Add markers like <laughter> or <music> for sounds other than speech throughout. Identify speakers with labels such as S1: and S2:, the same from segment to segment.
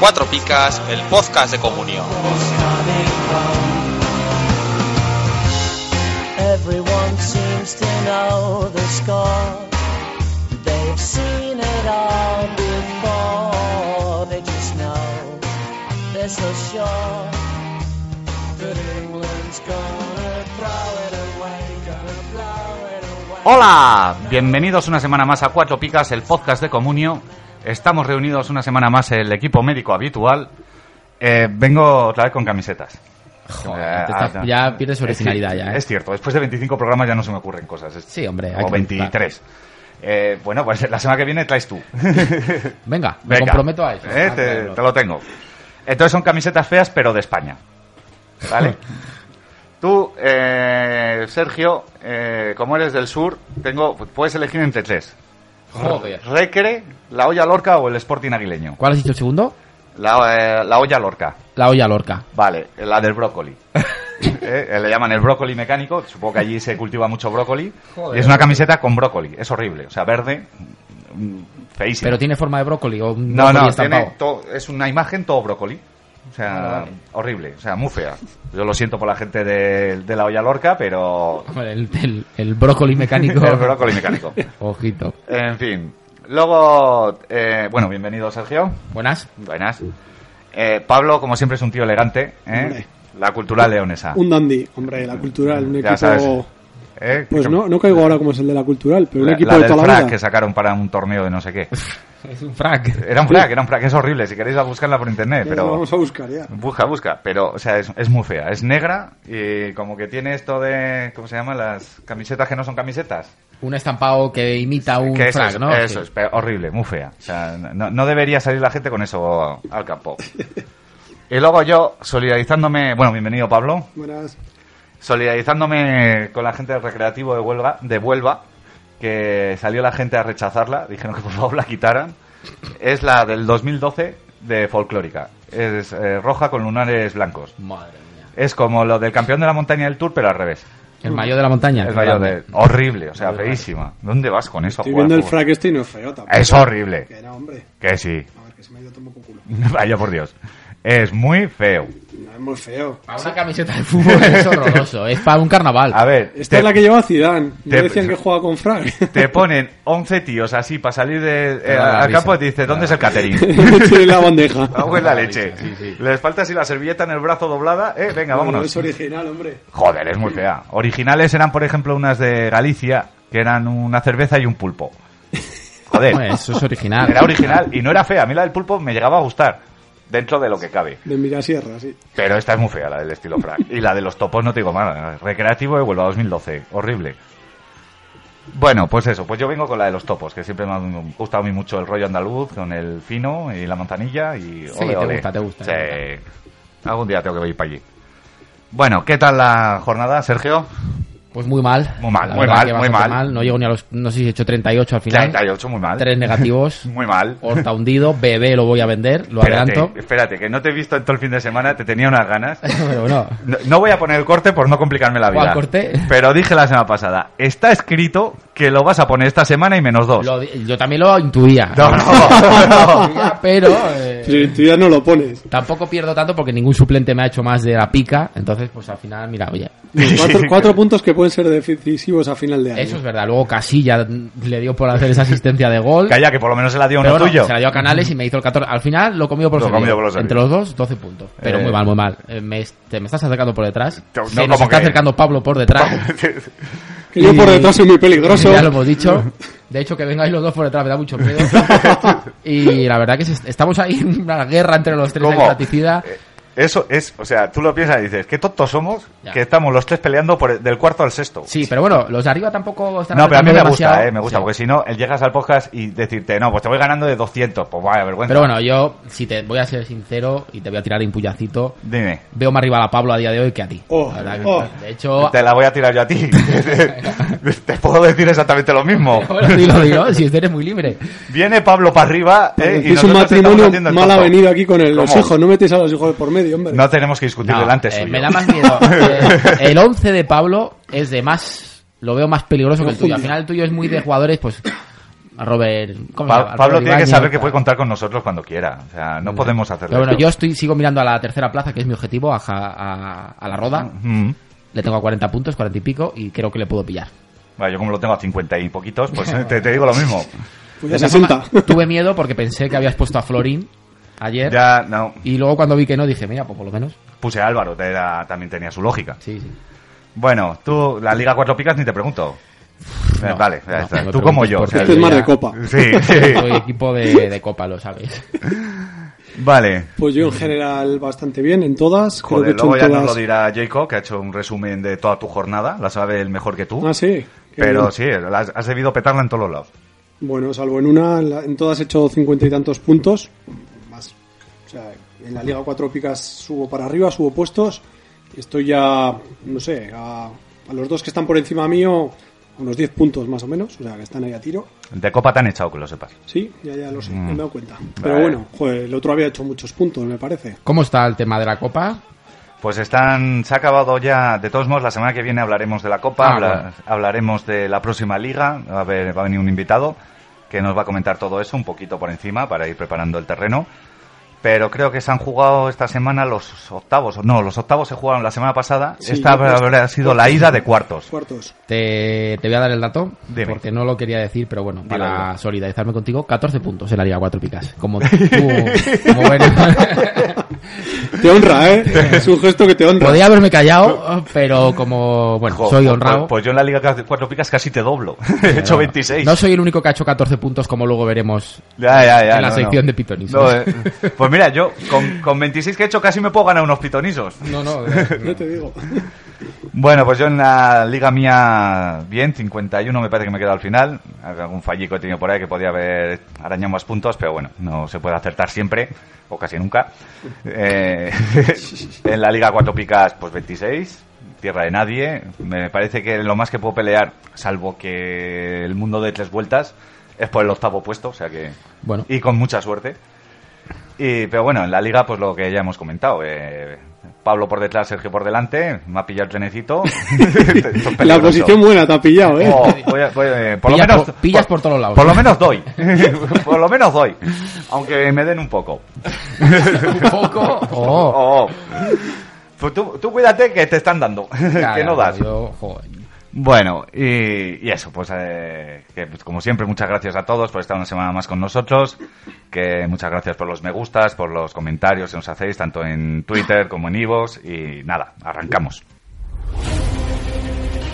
S1: Cuatro Picas, el podcast de comunión.
S2: Everyone seems to know the score. They've seen it all before. They just know they're so sure that England's gonna throw it away, gonna blow it away.
S3: Hola, bienvenidos una semana más a Cuatro Picas, el podcast de Comunio. Estamos reunidos una semana más el equipo médico habitual. Eh, vengo otra vez con camisetas.
S4: Joder,
S3: Eh,
S4: te estás-
S3: ah, no.
S4: ya pierdes
S3: Es cier-
S4: originalidad ya, ¿eh?
S3: Es cierto, después de 25 programas ya no se me ocurren cosas. Es-
S4: Sí, hombre, hay
S3: O
S4: que
S3: 23. Eh, bueno, pues la semana que viene traes tú.
S4: Venga, me
S3: Venga.
S4: comprometo a eso.
S3: Eh,
S4: Ah,
S3: te,
S4: claro.
S3: te lo tengo. Entonces son camisetas feas, pero de España.
S4: <laughs>
S3: ¿Vale? Tú, eh, Sergio, eh, como eres del sur, tengo, puedes elegir entre tres.
S4: Joder.
S3: Recre, la olla Lorca o el Sporting Aguileño.
S4: ¿Cuál has dicho el segundo?
S3: La, eh, la olla Lorca.
S4: La olla Lorca.
S3: Vale, la del
S4: <laughs>
S3: brócoli. Eh, eh, le llaman el brócoli mecánico, supongo que allí se cultiva mucho brócoli.
S4: Joder.
S3: y es una camiseta con brócoli, es horrible, o sea, verde, mm, feísimo.
S4: Pero tiene forma de brócoli o un
S3: No,
S4: brócoli
S3: no,
S4: estampado. Ah,
S3: tiene to- es una imagen todo brócoli. O sea,
S4: Vale, vale.
S3: horrible, o sea, muy fea. Yo lo siento por la gente de, de la olla Lorca,
S4: <laughs>
S3: pero
S4: Hombre, el, el- el brócoli
S3: <laughs>
S4: mecánico.
S3: el brócoli mecánico.
S4: Ojito.
S3: En fin, luego, eh, bueno, bienvenido Sergio.
S4: Buenas.
S3: Buenas. Eh, Pablo, como siempre, es un tío elegante. ¿eh?
S5: Hombre.
S3: La cultura leonesa.
S5: Un dandy, hombre, la cultural, un
S3: Ah. Ya
S5: equipo.
S3: sabes. ¿eh?
S5: Pues
S3: Que-
S5: no, no caigo ahora como es el de la cultural, pero un
S3: La,
S5: equipo
S3: la
S5: de
S3: del
S5: toda la
S3: frac
S5: vida.
S3: que sacaron para un torneo de no sé qué.
S4: Es un frac.
S3: Era un frac, era un frac, es horrible. Si queréis, a buscarla por
S5: <laughs>
S3: internet.
S5: Ya
S3: Pero
S5: lo vamos a buscar ya.
S3: Busca, busca, pero, o sea, es, es muy fea. Es negra y como que tiene esto de, ¿cómo se llama? Las camisetas que no son camisetas.
S4: Un estampado que imita Ah, un
S3: que eso
S4: frac,
S3: es,
S4: ¿no?
S3: Eso
S4: Sí.
S3: es, pero horrible, muy fea. O sea, no, no debería salir la gente con eso al
S4: <laughs>
S3: campo. Y luego yo, solidarizándome, bueno, bienvenido Pablo,
S5: Buenas.
S3: solidarizándome con la gente del recreativo de Huelva, de Huelva, que salió la gente a rechazarla, dijeron que por favor la quitaran, es la del 2012 de folclórica. Es eh, roja con lunares blancos.
S4: Madre mía.
S3: Es como lo del campeón de la montaña del Tour, pero al revés.
S4: El mayor de la montaña.
S3: Es
S4: qué
S3: mayor
S4: grande.
S3: de... Horrible, o sea, feísima. ¿Dónde vas con eso? a
S5: Estoy
S3: jugar
S5: viendo el
S3: fútbol?
S5: frac este y no es feo tampoco.
S3: Es horrible.
S5: Que no, hombre.
S3: Que sí. <laughs>
S5: A ver, que se me ha ido todo un poco culo.
S3: Vaya por Dios. Es muy feo.
S5: No es muy feo.
S3: Ah,
S4: Para una camiseta
S3: <laughs>
S4: de fútbol es horroroso. Es para un carnaval.
S3: A ver,
S5: Esta
S3: te,
S5: es la que llevaba Zidane. No
S3: te-
S5: decían que jugaba con frac.
S3: <laughs>
S5: <laughs>
S3: te ponen 11 tíos así para salir de, eh,
S4: da la
S3: al
S4: risa.
S3: campo y te dice, ¿dónde es el <laughs> catering?
S5: Tiene la bandeja.
S3: Ah,
S4: da
S3: buena
S4: la
S3: leche.
S4: risa, sí, sí.
S3: Les falta así la servilleta en el brazo doblada. Eh, venga,
S5: No, no,
S3: vámonos.
S5: Es original, hombre.
S3: Joder, es muy fea. Originales eran, por ejemplo, unas de Galicia, que eran una cerveza y un pulpo.
S4: Hombre,
S3: Joder.
S4: Eso es original.
S3: Ah, Era original y no era fea. A mí la del pulpo me llegaba a gustar. Dentro de lo que cabe.
S5: De Mirasierra, sí.
S3: Pero esta es muy fea, la del estilo frac. Y la de los topos no te digo mal. Recreativo de Huelva 2012. Horrible. Bueno, pues eso. Pues yo vengo con la de los topos, que siempre me ha gustado a mí mucho el rollo andaluz, con el fino y la manzanilla. Y
S4: Sí, te gusta, te gusta,
S3: Sí.
S4: te
S3: Algún día tengo que ir para allí. Bueno, ¿qué tal la jornada, Sergio?
S4: Pues muy mal.
S3: Muy mal,
S4: La
S3: muy
S4: verdad
S3: mal,
S4: que
S3: muy
S4: bastante
S3: mal.
S4: No llego ni a los. No sé si he hecho 38 al final.
S3: 38, muy mal.
S4: Tres
S3: <laughs>
S4: negativos.
S3: Muy mal.
S4: Horta hundido. Bebé lo voy a vender. Lo adelanto. <laughs>
S3: Espérate, espérate, que no te he visto en todo el fin de semana, te tenía unas ganas.
S4: Pero bueno.
S3: No, no voy a poner el corte por no complicarme la vida.
S4: ¿Cuál corte?
S3: Pero dije la semana pasada, está escrito que lo vas a poner esta semana y menos dos.
S4: lo di- yo también lo intuía.
S3: No,
S4: <laughs>
S3: no, no. <laughs>
S4: Pero. eh,
S5: Pero tú ya no lo pones.
S4: Tampoco pierdo tanto porque ningún suplente me ha hecho más de la pica. Entonces, pues al final, mira, oye.
S5: Cuatro, cuatro puntos que pueden ser decisivos a final de año.
S4: Eso es verdad. Luego Casilla le dio por hacer esa asistencia de gol.
S3: Calla, que por lo menos se la dio uno
S4: Pero bueno,
S3: tuyo.
S4: se la dio a Canales y me hizo el 14. Al final lo comió por
S3: Lo
S4: servido.
S3: comido por lo servido.
S4: Entre los dos, 12 puntos. Pero
S3: Eh.
S4: muy mal, muy mal. Eh, Me, te me estás acercando por detrás.
S3: No,
S4: Se
S3: no,
S4: nos
S3: como
S4: está
S3: que-
S4: acercando Pablo por
S3: <laughs>
S4: detrás.
S5: Que yo por
S4: Y-
S5: detrás soy muy peligroso.
S4: Ya lo hemos dicho. De hecho, que vengáis los dos por detrás me da
S3: <laughs>
S4: mucho miedo. y la verdad que se- estamos ahí en una guerra entre los tres de
S3: ¿Cómo?
S4: platicida.
S3: Eh, Eso es, o sea, tú lo piensas y dices, qué tontos somos
S4: Ya.
S3: que estamos los tres peleando por el- del cuarto al sexto.
S4: Sí, pero bueno, los de arriba tampoco están
S3: No, pero a mí me
S4: apretando demasiado.
S3: gusta, eh, me gusta,
S4: Sí.
S3: porque si no, el- llegas al podcast y decirte, no, pues te voy ganando de 200, pues vaya vergüenza.
S4: Pero bueno, yo, si te voy a ser sincero y te voy a tirar de impullacito,
S3: Dime,
S4: veo más rival a Pablo a día de hoy que a ti.
S5: Oh,
S4: La verdad que-
S5: oh.
S4: De hecho,
S3: te la voy a tirar yo a ti. <laughs> te puedo decir exactamente lo mismo.
S4: <laughs> bueno, dilo, dilo, si este eres muy libre.
S3: Viene Pablo para arriba eh, y
S5: es
S3: nosotros
S5: un
S3: estamos
S5: matrimonio
S3: haciendo el
S5: mal
S3: tonto.
S5: avenido aquí con el- los
S3: ¿Cómo?
S5: hijos. No metes a los hijos por medio, hombre.
S3: No tenemos que discutir
S4: No,
S3: delante
S4: eh,
S3: suyo.
S4: me da más
S3: <laughs>
S4: miedo. Eh, el 11 de Pablo es de más. Lo veo más peligroso que el tuyo. Al final, el tuyo es muy de jugadores, pues. a Robert. ¿cómo se
S3: Pa-
S4: llama? A
S3: Pablo
S4: Robert
S3: tiene que
S4: Ibáñez,
S3: saber que
S4: tal.
S3: puede contar con nosotros cuando quiera. O sea, no podemos hacerlo.
S4: Pero bueno, yo estoy, sigo mirando a la tercera plaza, que es mi objetivo, a, Ja- a, a la roda.
S3: Mm.
S4: Le tengo a 40 puntos, 40 y pico, y creo que le puedo pillar.
S3: Bueno, yo como lo tengo a 50 y poquitos, <laughs> pues eh, te, te digo lo mismo.
S5: Pues ya
S4: De esa
S3: <laughs>
S5: 60.
S4: forma, tuve miedo porque pensé que habías puesto a Florín ayer.
S3: Ya, no.
S4: Y luego cuando vi que no, dije, mira, pues por lo menos.
S3: Puse a Álvaro, te da- también tenía su lógica.
S4: Sí, sí.
S3: <laughs> Bueno, tú, la Liga Cuatro Picas ni te pregunto. Eh,
S4: No,
S3: vale, ya
S4: no,
S3: está.
S4: no me
S3: tú como
S4: preguntes
S3: yo. o
S4: por
S3: sea,
S5: Este es
S4: yo
S5: más
S4: ya-
S5: de copa.
S3: sí, <laughs> sí.
S4: Soy equipo de, de copa, lo sabes.
S3: Vale.
S5: Pues yo en general bastante bien en todas. Creo que
S3: Joder,
S5: he hecho en
S3: luego ya nos lo
S5: todas-
S3: dirá Jacob, que ha hecho un resumen de toda tu jornada. La sabe él mejor que tú.
S5: Ah, sí. Qué
S3: Pero
S5: bien.
S3: sí, la has, has debido petarla en todos los lados.
S5: Bueno, salvo en una, en, la- en todas he hecho cincuenta y tantos puntos. Más. O sea, en la Liga 4 Picas subo para arriba, subo puestos. Estoy ya, no sé, a, a los dos que están por encima mío, a unos 10 puntos más o menos. O sea, que están ahí a tiro.
S3: De copa te han echado, que lo sepas.
S5: Sí, ya, ya lo sé, ya me he dado cuenta. Pero
S3: Vale.
S5: bueno, joder, el otro había hecho muchos puntos, me parece.
S4: ¿Cómo está el tema de la copa?
S3: Pues están, se ha acabado ya, de todos modos, la semana que viene hablaremos de la Copa,
S4: Ah,
S3: habla-
S4: bueno.
S3: hablaremos de la próxima liga, a ver, va a venir un invitado que nos va a comentar todo eso un poquito por encima para ir preparando el terreno. Pero creo que se han jugado esta semana los octavos, no, los octavos se jugaron la semana pasada,
S5: Sí,
S3: esta
S5: yo creo que-
S3: habrá sido la ida de cuartos.
S5: Cuartos.
S4: Te, te voy a dar el dato,
S3: Dime.
S4: porque no lo quería decir, pero bueno, para
S3: dilo.
S4: solidarizarme contigo, 14 puntos en la Liga 4 Picas.
S3: <laughs>
S4: Como tú, como bueno.
S5: Te honra, ¿eh? es un gesto que te honra.
S4: Podría haberme callado, pero como, bueno,
S3: Jo,
S4: soy
S3: pues-
S4: honrado.
S3: Pues, yo en la liga de cuatro picas casi te doblo, <laughs> he hecho 26.
S4: No soy el único que ha hecho 14 puntos, como luego veremos
S3: Ya, ya, ya,
S4: en la
S3: no, no.
S4: sección de pitonismo.
S3: No, eh, pues mira, yo con, con 26 que he hecho casi me puedo ganar unos pitonisos.
S4: No,
S3: <laughs>
S4: no, eh, de-
S5: Ya te digo.
S3: Bueno, pues yo en la liga mía, bien, 51 me parece que me he quedado al final. Algún fallico he tenido por ahí que podía haber arañado más puntos, pero bueno, no se puede acertar siempre, o casi nunca. Eh, <laughs> en la liga cuatro picas, pues 26, tierra de nadie. Me parece que lo más que puedo pelear, salvo que el mundo de tres vueltas, es por el octavo puesto, o sea que...
S4: Bueno.
S3: Y con mucha suerte. Y, pero bueno, en la liga, pues lo que ya hemos comentado. eh, Pablo por detrás, Sergio por delante. Me ha pillado el
S5: <laughs>
S3: trenecito. Esto es
S5: La
S3: peligroso.
S5: posición buena te ha pillado, ¿eh?
S3: Oh, voy a- voy a- eh, por lo
S4: Pillas
S3: menos-
S4: por- pillas por todos lados.
S3: Por lo menos
S4: <laughs>
S3: doy. por lo menos doy. Aunque me den un poco.
S4: un poco. Oh,
S3: Oh, oh. Pues tú, tú cuídate que te están dando. <laughs> que no das.
S4: Yo, joder.
S3: Bueno, y, y eso, pues eh, que, pues, como siempre, muchas gracias a todos por estar una semana más con nosotros, que muchas gracias por los me gustas, por los comentarios que nos hacéis, tanto en Twitter como en Ivos, y nada, arrancamos.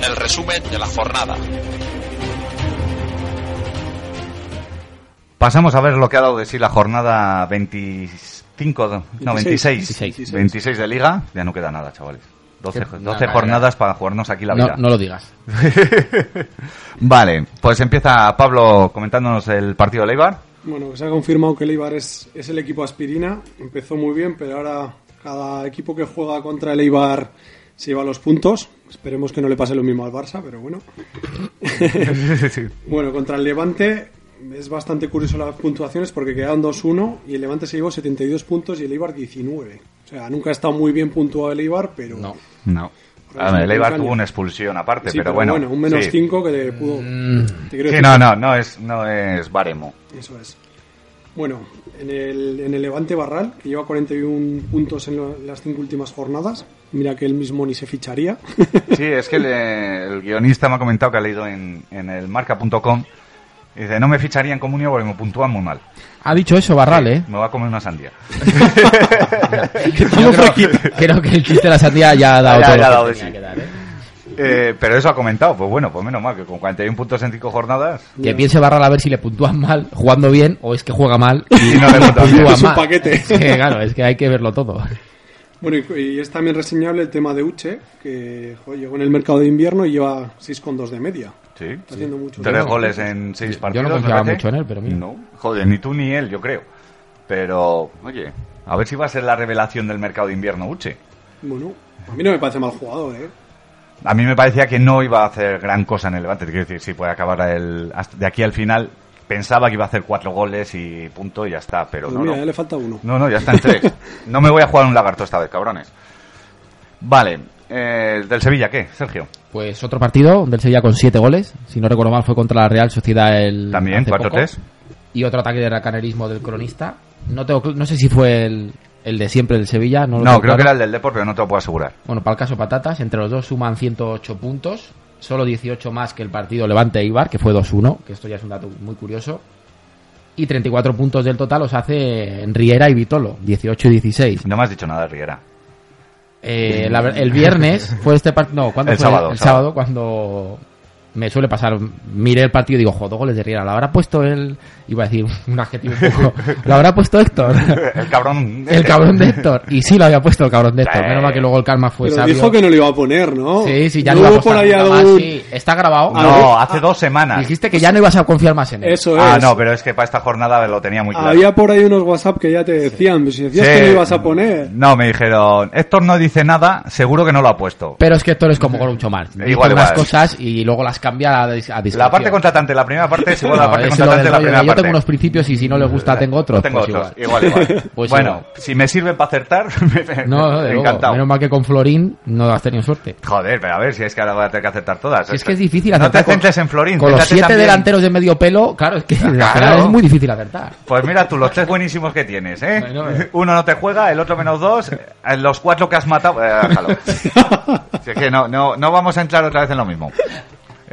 S1: El resumen de la jornada.
S3: Pasamos a ver lo que ha dado de sí la jornada 25, de- no, 26,
S5: 26,
S3: 26,
S5: 26.
S3: de liga, ya no queda nada, chavales. 12,
S4: Qué-
S3: 12
S4: nada,
S3: jornadas para jugarnos aquí la vida.
S4: No, no lo digas.
S3: Vale, pues empieza Pablo comentándonos el partido de Leibar.
S5: Bueno, que se ha confirmado que el Eibar es, es el equipo aspirina. Empezó muy bien, pero ahora cada equipo que juega contra el Eibar se lleva los puntos. Esperemos que no le pase lo mismo al Barça, pero bueno. Bueno, contra el Levante es bastante curioso las puntuaciones porque quedaron 2-1 y el Levante se llevó 72 puntos y el Eibar 19. O sea, nunca ha estado muy bien puntuado el Eibar, pero...
S4: No.
S3: No.
S5: Ahora
S3: A ver,
S5: es un
S3: Leibar
S5: peldaño.
S3: tuvo una expulsión aparte,
S5: Sí,
S3: pero, bueno.
S5: un menos
S3: sí. Mm,
S5: 5 que le pudo... te quiero
S3: Sí,
S5: decir
S3: no, no, no es, no es baremo.
S5: Eso es. Bueno, en el, en el Levante Barral, que lleva 41 puntos en lo- las cinco últimas jornadas, mira que él mismo ni se ficharía. <laughs>
S3: Sí, es que le- el guionista me ha comentado que ha leído en, en el marca.com. y Dice, no me ficharía en comunio porque me puntúan muy mal.
S4: Ha dicho eso Barral, ¿eh?
S3: Me voy a comer una sandía.
S4: Yo creo, creo que el chiste de la sandía ya ha
S3: <laughs>
S4: dado
S3: Ya,
S4: todo
S3: ya ha
S4: lo
S3: dado
S4: que
S3: de
S4: tenía
S3: sí.
S4: que dar, ¿eh?
S3: Eh, pero eso ha comentado, pues bueno, pues menos mal, que con 41 puntos en 5 jornadas.
S4: Que piense Barral a ver si le puntúan mal jugando bien o es que juega mal
S3: Y no le puntúan bien.
S5: Es un
S4: <laughs>
S5: paquete.
S4: Es que, Eh, claro, es que hay que verlo todo.
S5: bueno, y, y es también reseñable el tema de Uche, que jo, llegó en el mercado de invierno y lleva 6,2 de media.
S3: Sí.
S5: Está haciendo mucho
S3: Tres
S5: daño.
S3: goles en seis
S4: Yo no
S3: partidos.
S4: confiaba
S3: me parece.
S4: mucho en él, pero mira.
S3: No, joder, ni tú ni él, yo creo. Pero, oye, a ver si va a ser la revelación del mercado de invierno, Uche.
S5: Bueno, a mí no me parece mal jugador, ¿eh?
S3: A mí me parecía que no iba a hacer gran cosa en el Levante. Quiero decir, sí puede acabar el, hasta- de aquí al final, pensaba que iba a hacer cuatro goles y punto y ya está, pero
S5: Pues
S3: no,
S5: mira,
S3: no.
S5: ya le falta uno.
S3: No, no, ya están tres. No me voy a jugar un lagarto esta vez, cabrones. Vale. eh, ¿Del Sevilla qué, Sergio?
S4: Pues otro partido del Sevilla con siete goles. Si no recuerdo mal, fue contra la Real Sociedad el.
S3: También,
S4: hace
S3: 4-3.
S4: poco. Y otro ataque de racanerismo del cronista. No tengo cl- no sé si fue el, el de siempre del Sevilla.
S3: No,
S4: No, lo
S3: creo
S4: tengo
S3: que
S4: claro.
S3: era el del Depor, pero no te lo puedo asegurar.
S4: Bueno, para el caso Patatas, entre los dos suman 108 puntos. Solo 18 más que el partido Levante e Ibar, que fue 2-1, que esto ya es un dato muy curioso. Y 34 puntos del total los hace Riera y Vitolo, 18 y 16.
S3: No me has dicho nada, Riera.
S4: Eh, la ver- el
S3: <laughs>
S4: viernes fue este partido. No, ¿cuándo
S3: El
S4: fue?
S3: sábado,
S4: el
S3: sábado.
S4: sábado, cuando me suele pasar. Miré el partido y digo, joder, dos goles de Riera. ¿Lo habrá puesto él? Iba a decir <laughs> un adjetivo un poco. ¿Lo habrá
S3: <laughs>
S4: puesto Héctor?
S3: El cabrón.
S4: El cabrón de Héctor. Y sí lo había puesto el cabrón de Héctor.
S3: Sí.
S4: Menos mal que luego el calma fue
S5: Pero
S4: sabio.
S5: dijo que no lo iba a poner, ¿no?
S4: pues Sí, sí, ya no,
S5: no
S4: iba
S5: hubo
S4: a
S5: por
S4: apostar
S5: ahí
S4: nunca
S5: algún...
S4: más, sí. Está grabado.
S5: Oh,
S3: No, hace
S5: Ah,
S3: dos semanas.
S4: Dijiste que ya no ibas a confiar más en él.
S5: Eso es.
S3: Ah, no, pero es que para esta jornada lo tenía muy claro.
S5: Había por ahí unos WhatsApp que ya te decían, pues, si decías
S3: Sí.
S5: que lo ibas a poner.
S3: No, me dijeron, Héctor no dice nada, seguro que no lo ha puesto.
S4: Pero es que Héctor es como Groucho Marx. Dice
S3: Igual,
S4: unas
S3: igual.
S4: cosas y luego las cambia a, dis- a discreción.
S3: La parte contratante, la primera
S4: <laughs>
S3: parte es igual a la
S4: No,
S3: parte
S4: es lo del
S3: contratante de la
S4: rollo de
S3: primera
S4: yo
S3: parte.
S4: tengo unos principios y si no les gusta tengo otros.
S3: No tengo
S4: pues
S3: otros.
S4: igual.
S3: Igual, igual.
S4: <laughs> Pues
S3: bueno,
S4: igual.
S3: si me sirve para acertar, <laughs> me,
S4: No, no, de luego.
S3: encantado.
S4: menos mal que con Florín no has tenido suerte.
S3: Joder, pero a ver si es que ahora voy a tener que acertar todas.
S4: Si es que es difícil
S3: No
S4: acertar.
S3: te
S4: con-
S3: centres en Florín.
S4: Con los
S3: céntrate
S4: siete
S3: también- Ah,
S4: delanteros de medio pelo, claro, es que al
S3: Claro.
S4: final es muy difícil acertar.
S3: Pues mira tú, los tres buenísimos que tienes, ¿eh?
S4: Bueno, eh.
S3: Uno no te juega, el otro menos dos, eh, los cuatro que has matado... eh, déjalo. Si es que no, no, no vamos a entrar otra vez en lo mismo.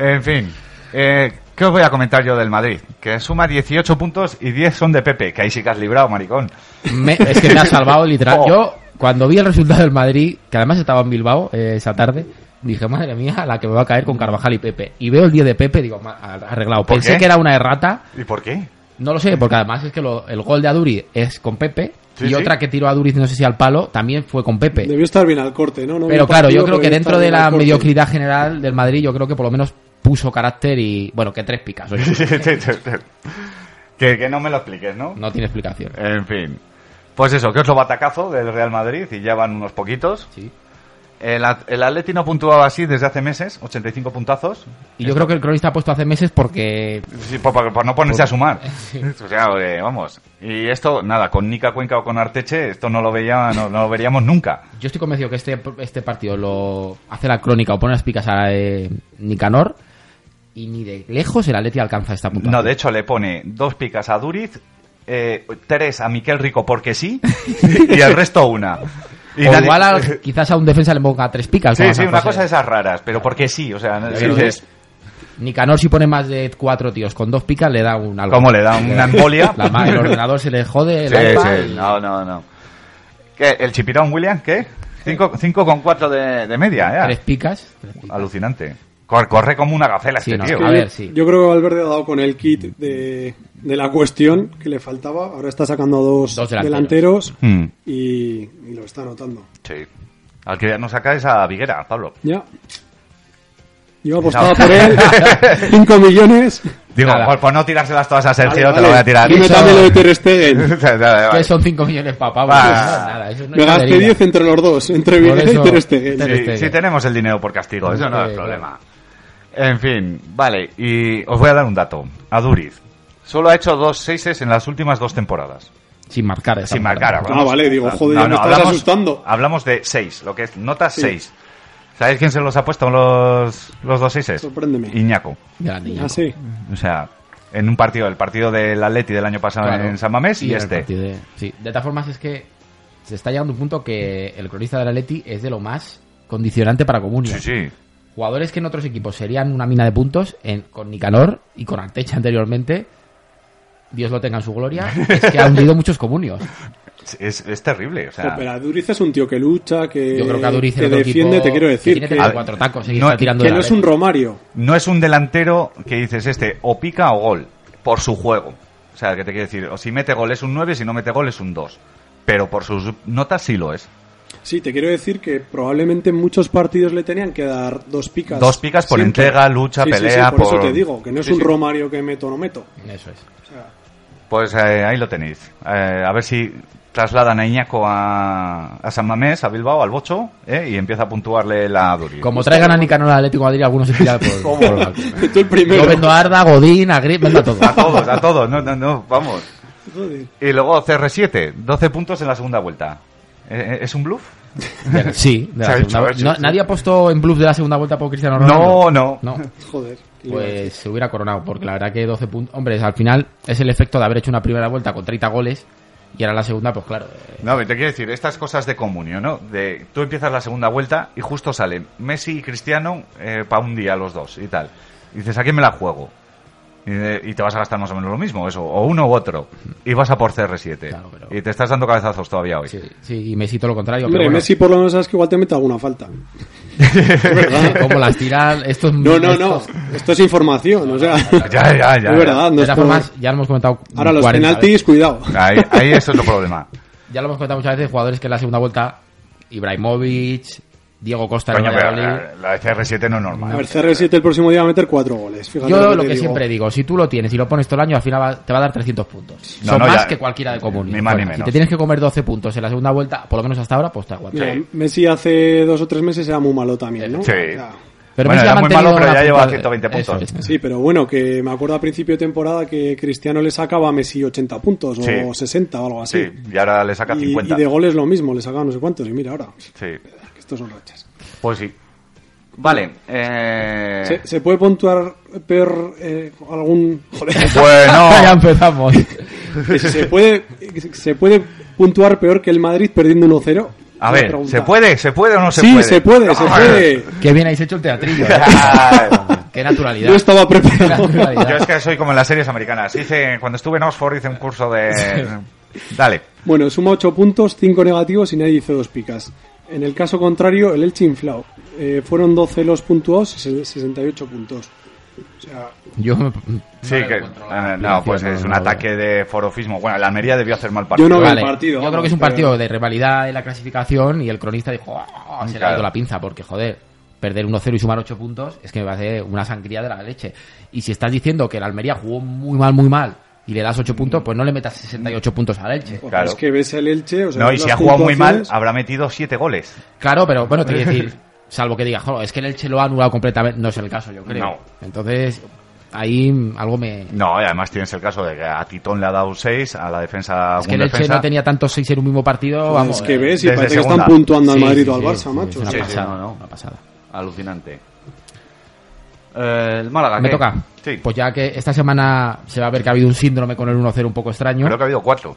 S3: En fin, eh, ¿qué os voy a comentar yo del Madrid? Que suma 18 puntos y 10 son de Pepe, que ahí sí que has librado, maricón.
S4: Me- es que me ha salvado literal.
S3: Oh.
S4: Yo, cuando vi el resultado del Madrid, que además estaba en Bilbao eh, esa tarde, dije, madre mía, la que me va a caer con Carvajal y Pepe. Y veo el 10 de Pepe, digo, "Ma- arreglado.
S3: ¿Por
S4: Pensé
S3: qué?
S4: que era una errata,
S3: ¿Y por <laughs> qué?
S4: no lo sé, porque además es que lo- el gol de Aduri es con Pepe,
S3: Sí,
S4: y
S3: sí.
S4: otra que tiró a Aduriz, no sé si al palo, también fue con Pepe.
S5: Debió estar bien al corte, ¿no? No vi
S4: Eh, Pero
S5: el
S4: claro,
S5: partido,
S4: yo creo
S5: pero
S4: que
S5: debió
S4: dentro
S5: estar
S4: de
S5: bien al
S4: la
S5: corte.
S4: mediocridad general del Madrid, yo creo que por lo menos puso carácter y, bueno, que tres picas. oye,
S3: <laughs> que, que no me lo expliques, ¿no?
S4: no tiene explicación.
S3: En fin. Pues eso, que otro batacazo del Real Madrid y ya van unos poquitos.
S4: Sí.
S3: El, at- el Atleti no puntuaba así desde hace meses, 85 puntazos.
S4: Y yo creo que el cronista ha puesto hace meses porque
S3: Sí, por, por- por no ponerse a
S4: <laughs>
S3: sumar. O sea, eh, vamos. Y esto, nada, con Nica Cuenca o con Arteche, esto no lo, veía, no, no lo veríamos nunca.
S4: yo estoy convencido que este, este partido lo hace la crónica o pone las picas a eh, Nicanor y ni de lejos el Atleti alcanza esta puntuación.
S3: No, de hecho, le pone dos picas a Duriz, eh, tres a Miquel Rico porque sí, y el resto una.
S4: <laughs>
S3: Y
S4: o
S3: nadie- <laughs>
S4: igual al- quizás a un defensa le ponga tres picas.
S3: Sí,
S4: como
S3: sí,
S4: esas
S3: una
S4: cosas.
S3: cosa de esas raras, pero porque sí, o sea, no-
S4: Pero
S3: sí,
S4: es-
S3: sí.
S4: Nicanor si pone más de cuatro tíos con dos picas le da un algo.
S3: ¿Cómo le da
S4: <laughs>
S3: una embolia? <laughs>
S4: La ma- el ordenador se le jode, el
S3: Sí,
S4: iPad
S3: sí,
S4: y-
S3: no, no, no. ¿Qué, ¿El Chipirón William qué? 5,4 de, de media,
S4: tres
S3: ya.
S4: picas.
S3: Alucinante. Cor- corre como una gacela
S4: Sí,
S3: este
S4: no,
S3: tío.
S4: es A
S5: Que
S4: ver,
S5: yo-
S4: sí.
S5: Yo creo que Valverde ha dado con el kit de, de la cuestión que le faltaba. Ahora está sacando dos,
S4: Dos
S5: delanteros,
S4: delanteros.
S3: Hmm,
S5: y, y lo está notando.
S3: sí. Al que ya no saca es a Viguera, Pablo.
S5: Ya. Yo apostaba
S3: No.
S4: <laughs>
S5: por él. 5 millones.
S3: Digo,
S4: Nada.
S3: por, por no tirárselas todas a Sergio,
S5: Vale,
S3: te lo voy a
S5: vale.
S3: tirar.
S5: Dime
S4: Eso-
S5: también
S3: <laughs>
S5: lo de Ter Stegen.
S3: Vale, vale.
S4: Que son 5 millones para Pablo.
S3: Va.
S4: No, nada, eso no
S5: Me
S4: es
S5: gasté
S4: tontería.
S5: 10 entre los dos, entre
S4: Por
S5: Viguera y
S4: eso-
S5: Ter Stegen.
S4: Ter-
S3: Sí,
S4: Stegen.
S3: sí tenemos el dinero por castigo, eso no es
S4: este? Sí,
S3: problema. En fin, vale, y os voy a dar un dato. A Duriz. Solo ha hecho dos seises en las últimas dos temporadas.
S4: Sin marcar. esa
S3: Sin marcar.
S4: temporada.
S3: hablamos-
S5: Ah, vale, digo, joder, ya me estás asustando.
S3: Hablamos de seis, lo que es notas
S5: Sí.
S3: seis. ¿Sabéis quién se los ha puesto los, los dos seises?
S5: Sorpréndeme.
S3: Iñaco.
S4: Grande, Iñaco.
S5: Ah, sí.
S3: O sea, en un partido, el partido del Atleti del año pasado
S4: Claro.
S3: en San Mamés y,
S4: el
S3: este.
S4: partido De, sí, de todas formas es que se está llegando a un punto que el cronista del Atleti es de lo más condicionante para Comunio.
S3: Sí, sí.
S4: Jugadores que en otros equipos serían una mina de puntos, en, con Nicanor y con Artecha anteriormente, Dios lo tenga en su gloria, es que ha hundido muchos
S5: <laughs>
S4: Comunios.
S3: Es, es terrible. O sea,
S5: Jo, pero Aduriz es un tío que lucha, que,
S4: Yo creo que Aduriz en
S5: que
S4: otro
S5: defiende,
S4: equipo,
S5: te quiero
S4: que
S5: decir.
S4: tiene
S5: Que,
S4: tres o
S3: A-
S4: cuatro tacos y
S3: no,
S4: está tirando
S5: que
S4: de
S5: no
S4: la
S5: es un
S4: red.
S5: Romario.
S3: no es un delantero que dices este o pica o gol por su juego. O sea, que te quiero decir, o si mete gol es un 9, si no mete gol es un 2. Pero por sus notas sí lo es.
S5: Sí, te quiero decir que probablemente en muchos partidos le tenían que dar dos picas.
S3: Dos picas por entrega, lucha,
S5: Sí, sí, sí,
S3: pelea,
S5: por, eso
S3: por-
S5: te digo, que no es
S3: Sí,
S5: un
S3: sí.
S5: Romario que meto o no meto.
S4: Eso es.
S5: O sea, <laughs>
S3: Pues eh, ahí lo tenéis. Eh, a ver si trasladan a Iñaco a, a San Mamés, a Bilbao, al Bocho, ¿eh? y empieza a puntuarle la Duri.
S4: Como traigan a Nicanor al Atlético de Madrid, algunos se tiran
S3: <laughs>
S4: por, por el balcón.
S5: Tú el primero.
S4: Yo vendo a Arda, a Godín, a Grip, vendo a todos.
S3: A todos, a todos, no, no, no, vamos.
S5: Joder.
S3: Y luego CR7, 12 puntos en la segunda vuelta. ¿Eh, eh, ¿Es un bluff?
S4: De- Sí, de la
S3: Se ha hecho,
S4: segunda vu-
S3: se ha hecho,
S4: no-
S3: se ha hecho.
S4: Nadie ha puesto en bluff de la segunda vuelta por Cristiano
S3: No,
S4: Ronaldo.
S3: no.
S4: No.
S5: Joder. qué
S4: Pues se hubiera coronado, porque la verdad que 12 puntos. Hombre, al final es el efecto de haber hecho una primera vuelta con 30 goles y ahora la segunda, pues claro. eh,
S3: No, pero te quiero decir, estas cosas de comunio, ¿no? De, tú empiezas la segunda vuelta y justo salen Messi y Cristiano para un día los dos y tal. Y dices, ¿a quién me la juego? Y, de- y te vas a gastar más o menos lo mismo, eso, o uno u otro. Y vas a por CR7.
S4: Claro, pero-
S3: Y te estás dando cabezazos todavía hoy.
S4: sí, sí, y Messi todo lo contrario.
S5: Hombre,
S4: pero bueno,
S5: Messi por lo menos sabes que igual te mete alguna falta. Es verdad.
S4: Como eh, las tiran. Esto es-
S5: No, no, no.
S4: esto-
S5: Esto es información, o sea.
S3: Ya, ya, ya.
S5: <laughs> es verdad. No
S4: De
S5: es
S4: todas
S5: por-
S4: formas, ya lo hemos comentado.
S5: Ahora los
S4: 40
S5: penaltis,
S4: veces.
S5: cuidado.
S3: Ahí, ahí eso es lo
S4: <laughs>
S3: problema.
S4: Ya lo hemos comentado muchas veces. Jugadores que en la segunda vuelta, Ibrahimovic, Diego Costa,
S3: Coño,
S4: el
S3: pero eh,
S4: Valladolid.
S3: la, la de CR7 no es normal.
S5: A ver, CR7 el próximo día va a meter cuatro goles. Fíjate
S4: Yo
S5: que
S4: lo
S5: te
S4: que
S5: digo.
S4: siempre digo, si tú lo tienes y lo pones todo el año, al final va- te va a dar 300 puntos.
S3: No,
S4: Son
S3: no,
S4: más
S3: ya.
S4: que cualquiera de común.
S3: Ni más ni
S4: Si
S3: menos.
S4: te tienes que comer 12 puntos en la segunda vuelta, por lo menos hasta ahora, pues te aguantas.
S5: Mira, Messi hace dos o tres meses era muy malo también, ¿no?
S3: Sí.
S5: O sea,
S4: Pero
S3: Bueno,
S4: Messi ha
S3: era muy
S4: mantenido
S3: malo, pero
S4: una
S3: ya lleva
S4: punta-
S3: 120
S4: Eso
S3: puntos.
S4: es.
S5: sí, pero bueno, que me acuerdo a principio de temporada que Cristiano le sacaba a Messi 80 puntos
S3: Sí.
S5: o 60 o algo así.
S3: Sí, y ahora le saca
S5: Y-
S3: 50.
S5: Y, de goles lo mismo, le sacaba no sé cuántos. Y mira ahora,
S3: Sí,
S5: que estos son rachas.
S3: pues sí. Vale, eh...
S5: ¿Se, se puede puntuar peor eh, algún... Joder.
S3: <laughs>
S4: <laughs>
S3: Bueno,
S4: <laughs> ya empezamos.
S5: ¿Se puede, ¿Se puede puntuar peor que el Madrid perdiendo 1-0?
S3: a
S5: Una
S3: ver,
S5: pregunta.
S3: ¿se puede? ¿Se puede o no se
S5: sí,
S3: puede? Ah,
S5: se puede,
S3: <laughs>
S5: se puede.
S4: Qué bien habéis hecho el teatrillo. ¿eh? Qué naturalidad.
S5: Yo estaba
S4: Qué
S5: preparado.
S3: <laughs>
S4: naturalidad.
S3: Yo es que soy como en las series americanas. Hice, cuando estuve en Oxford hice un curso <laughs> de... Dale.
S5: Bueno, suma 8 puntos, 5 negativos y nadie hizo dos picas. En el caso contrario, el Elche inflado. Eh, fueron 12 los puntuados y se- 68 puntos. O sea,
S4: Yo me-
S3: Sí,
S4: no le
S3: que...
S4: encuentro la
S3: eh, no, pues
S4: explicación,
S3: es
S4: no,
S3: un
S4: no, no.
S3: ataque de forofismo. Bueno, la Almería debió hacer mal partido.
S5: Yo no-
S4: Vale,
S5: el partido,
S4: yo creo
S5: vamos,
S4: que es un
S5: pero-
S4: partido de rivalidad en la clasificación y el cronista dijo, "Ah, se le ha
S3: Claro.
S4: ido la pinza porque, joder, perder 1-0 y sumar 8 puntos es que me parece una sangría de la leche. Y si estás diciendo que el Almería jugó muy mal, muy mal y le das 8 puntos, pues no le metas 68 puntos a la leche.
S5: joder,
S3: Claro.
S5: es que ves al Elche. O sea,
S3: No, y
S5: ves
S3: si ha
S5: las
S3: jugado muy mal,
S5: puntuaciones.
S3: habrá metido siete goles.
S4: Claro, pero bueno, te
S3: <laughs>
S4: quiero decir, salvo que digas, "Joder, es que el Elche lo ha anulado completamente, no es el caso, yo creo.
S3: No.
S4: Entonces, ahí mm, algo me...
S3: No, y además tienes el caso de que a Titón le ha dado seis, a la defensa...
S4: Es que
S3: algún
S4: el Elche
S3: defensa.
S4: no tenía tantos 6 en un mismo partido, vamos.
S5: Pues Es que
S4: eh,
S5: ves y
S3: desde
S5: parece que
S3: segunda.
S5: están puntuando al
S4: sí,
S5: Madrid
S4: sí,
S5: o al
S4: sí,
S5: Barça,
S4: sí, Es
S5: macho.
S4: una
S5: O sea,
S3: sí,
S4: pasada,
S3: no, no.
S4: una pasada.
S3: Alucinante. Eh, el Málaga,
S4: Me
S3: ¿qué?
S4: toca.
S3: Sí,
S4: Pues ya que esta semana se va a ver que ha habido un síndrome con el 1-0 un poco extraño.
S3: creo que ha habido cuatro.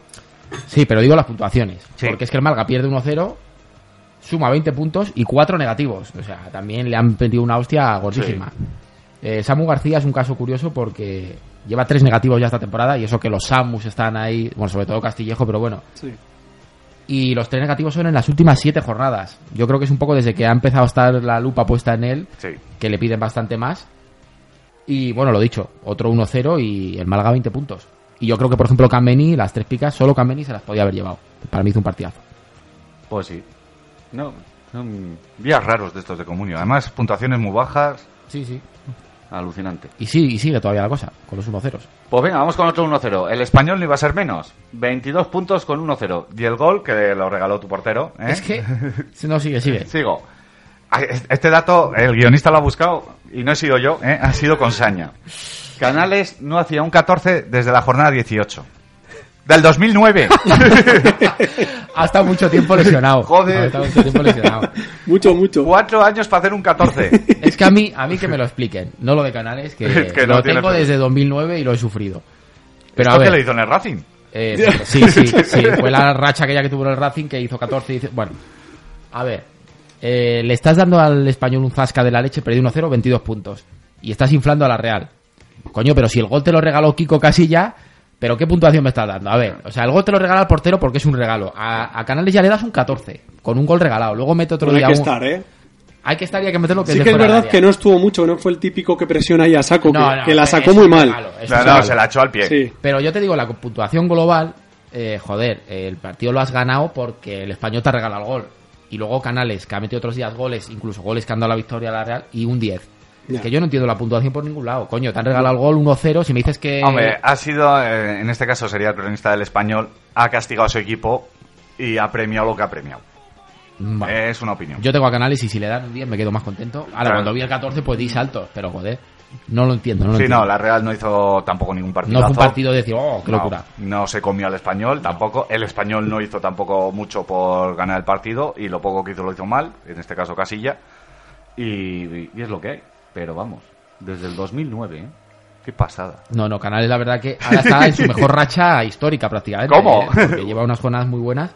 S4: Sí, pero digo las puntuaciones.
S3: Sí.
S4: Porque es que el Malga pierde 1-0, suma 20 puntos y 4 negativos. O sea, también le han metido una hostia gordísima. Eh, Samu García es un caso curioso porque lleva 3 negativos ya esta temporada y eso que los Samus están ahí, bueno, sobre todo Castillejo, pero bueno.
S5: sí.
S4: Y los 3 negativos son en las últimas 7 jornadas. Yo creo que es un poco desde que ha empezado a estar la lupa puesta en él
S3: Sí.
S4: que le piden bastante más. Y bueno, lo dicho, otro 1-0 y el Málaga 20 puntos. Y yo creo que, por ejemplo, Cameni, las tres picas, solo Cameni se las podía haber llevado. Para mí hizo un partidazo.
S3: Pues sí. No, son vías raros de estos de comunio. Además, puntuaciones muy bajas,
S4: Sí, sí.
S3: alucinante.
S4: Y sí, y sigue todavía la cosa, con los 1-0.
S3: Pues venga, vamos con otro 1-0. El español no iba a ser menos. 22 puntos con 1-0. Y el gol que lo regaló tu portero. ¿eh? <laughs>
S4: Es que... No, sigue, sigue.
S3: Sigo. Ay, es- Este dato el guionista lo ha buscado y no he sido yo, ¿eh? ha sido con saña. Canales no hacía un 14 desde la jornada 18. Del
S4: <laughs>
S3: 2009.
S4: Ha estado mucho tiempo
S3: <laughs>
S4: lesionado.
S3: Joder.
S4: Ha estado mucho tiempo lesionado.
S5: Mucho, mucho.
S3: Cuatro años para hacer un 14.
S4: Es que a mí, a mí que me lo expliquen. No lo de Canales, que,
S3: <laughs> Es que no
S4: lo
S3: tiene
S4: tengo
S3: fe.
S4: desde 2009 y lo he sufrido. Pero
S3: Pero
S4: a
S3: ¿Esto
S4: ver...
S3: que le hizo en el Racing?
S4: Eh, sí, sí, sí. Fue la racha aquella que tuvo el Racing que hizo 14 y dice- Bueno, a ver. eh, le estás dando al español un zasca de la leche, perdió 1-0, 22 puntos. Y estás inflando a la Real. Coño, pero si el gol te lo regaló Kiko Casilla, ¿pero qué puntuación me estás dando? A ver, o sea, el gol te lo regala el portero porque es un regalo. A, a Canales ya le das un 14, con un gol regalado. Luego mete otro
S5: Bueno, hay
S4: día un-
S5: que estar, ¿eh?
S4: Hay que estar y hay que meter lo que
S5: Sí
S4: de
S5: que es
S4: fuera del
S5: verdad
S4: área.
S5: que no estuvo mucho, no fue el típico que presiona ahí a saco,
S4: No,
S5: que,
S4: no,
S5: que la
S4: es eh.
S5: sacó
S4: un
S5: muy mal.
S4: regalo, es un
S3: No, no,
S4: regalo.
S3: se la echó al pie.
S5: Sí.
S4: Pero yo te digo, la puntuación global, eh, joder, eh, el partido lo has ganado porque el español te ha regalado el gol. Y luego Canales, que ha metido otros días goles, incluso goles que han dado la victoria a la Real, y un 10.
S5: Ya.
S4: Que yo no entiendo la puntuación por ningún lado. Coño, te han regalado el gol 1-0. Si me dices que.
S3: Hombre, ha sido, eh, en este caso sería el cronista del español, ha castigado a su equipo y ha premiado lo que ha premiado.
S4: Bueno,
S3: Es una opinión.
S4: Mm, Yo tengo a canales y si le dan un 10 me quedo más contento. Ahora,
S3: eh. Claro.
S4: cuando vi el 14, pues di saltos. Pero joder, no lo entiendo. No lo
S3: sí,
S4: entiendo.
S3: no, la Real no hizo tampoco ningún partido.
S4: No fue un partido de decir, oh, qué locura.
S3: No, se comió al español tampoco. El español no hizo tampoco mucho por ganar el partido y lo poco que hizo lo hizo mal, en este caso Casilla. Y, y es lo que hay. Pero vamos, desde el 2009, ¿eh? Qué pasada.
S4: No, no, Canales la verdad que ahora está
S5: <laughs>
S4: en su mejor racha histórica prácticamente.
S3: ¿Cómo?
S4: ¿eh? Porque lleva unas jornadas muy buenas.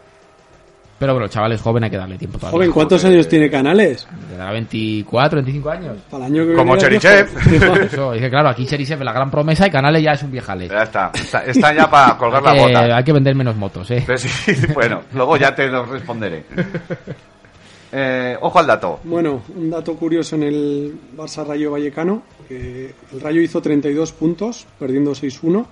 S4: Pero bueno, el chaval es joven, hay que darle tiempo todavía.
S5: Joven, ¿cuántos años tiene Canales?
S4: Tendrá 24, 25 años.
S5: Para el año que
S3: Como
S5: viene,
S3: Cherichev.
S5: viejo.
S4: Eso, es que claro, aquí Cherisev es la gran promesa y Canales ya es un viejale.
S3: Ya está, está, está ya
S4: <laughs>
S3: para colgar la
S4: Eh,
S3: bota.
S4: hay que vender menos motos, eh.
S3: Pero sí, bueno, luego ya te lo responderé. Eh, ojo al dato.
S5: Bueno, un dato curioso en el Barça Rayo Vallecano, que el Rayo hizo 32 puntos, perdiendo 6-1,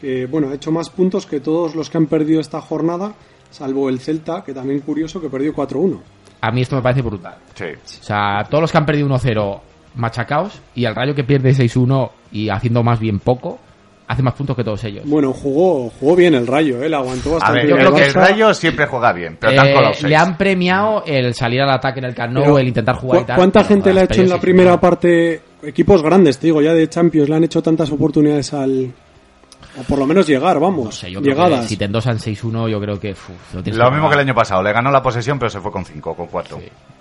S5: que bueno, ha hecho más puntos que todos los que han perdido esta jornada, salvo el Celta, que también curioso, que perdió 4-1.
S4: A mí esto me parece brutal.
S3: Sí.
S4: O sea, todos los que han perdido 1-0 machacaos y el Rayo que pierde 6-1 y haciendo más bien poco, hace más puntos que todos ellos.
S5: Bueno, jugó, jugó bien el Rayo, ¿eh? le aguantó
S3: A
S5: bastante
S3: ver, yo
S5: bien
S4: Yo
S3: creo
S5: al
S3: que el
S5: Barça.
S3: Rayo siempre juega bien, pero tan
S4: Eh,
S3: colado
S4: le han premiado el salir al ataque en el Camp Nou,
S5: Pero,
S4: el intentar jugar y
S5: ¿cu-
S4: tal.
S5: ¿Cuánta
S4: Pero,
S5: gente
S4: joder,
S5: le ha
S4: has
S5: hecho en
S4: perdido
S5: la
S4: 6-1.
S5: primera parte? Equipos grandes, te digo, ya de Champions, le han hecho tantas oportunidades al... O por lo menos llegar, vamos.
S4: No sé, yo creo que
S5: llegadas.
S4: si te endosan 6-1, yo creo que. uf, lo tienes
S3: Lo mismo que el
S4: ganar.
S3: año pasado, le ganó la posesión, pero se fue con 5, con 4.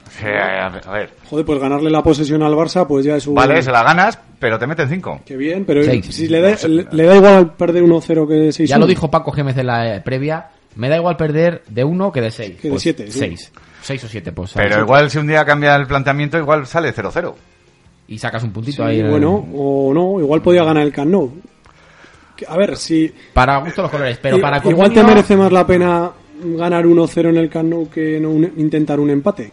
S4: Sí.
S3: a ver, a ver.
S5: Joder, pues ganarle la posesión al Barça, pues ya es un...
S3: Vale, se la ganas, pero te meten 5.
S5: Qué bien, pero
S4: Seis.
S5: si le da, le, le da igual al perder 1-0 que 6-1.
S4: Ya lo dijo Paco Gémez en la eh, previa. Me da igual perder de 1 que de 6.
S5: Que de siete, sí.
S4: 6. 6 o 7, pues. ¿sabes?
S3: Pero igual si un día cambia el planteamiento, igual sale 0-0.
S4: Y sacas un puntito
S5: Sí,
S4: ahí. eh. en el-
S5: bueno, o no, igual podía ganar el Camp Nou. Que- A ver, si...
S4: Para gusto los colores, pero
S5: i-
S4: para
S5: igual te
S4: Comunio-
S5: merece más la pena ganar 1-0 en el Camp Nou que no un- intentar un empate.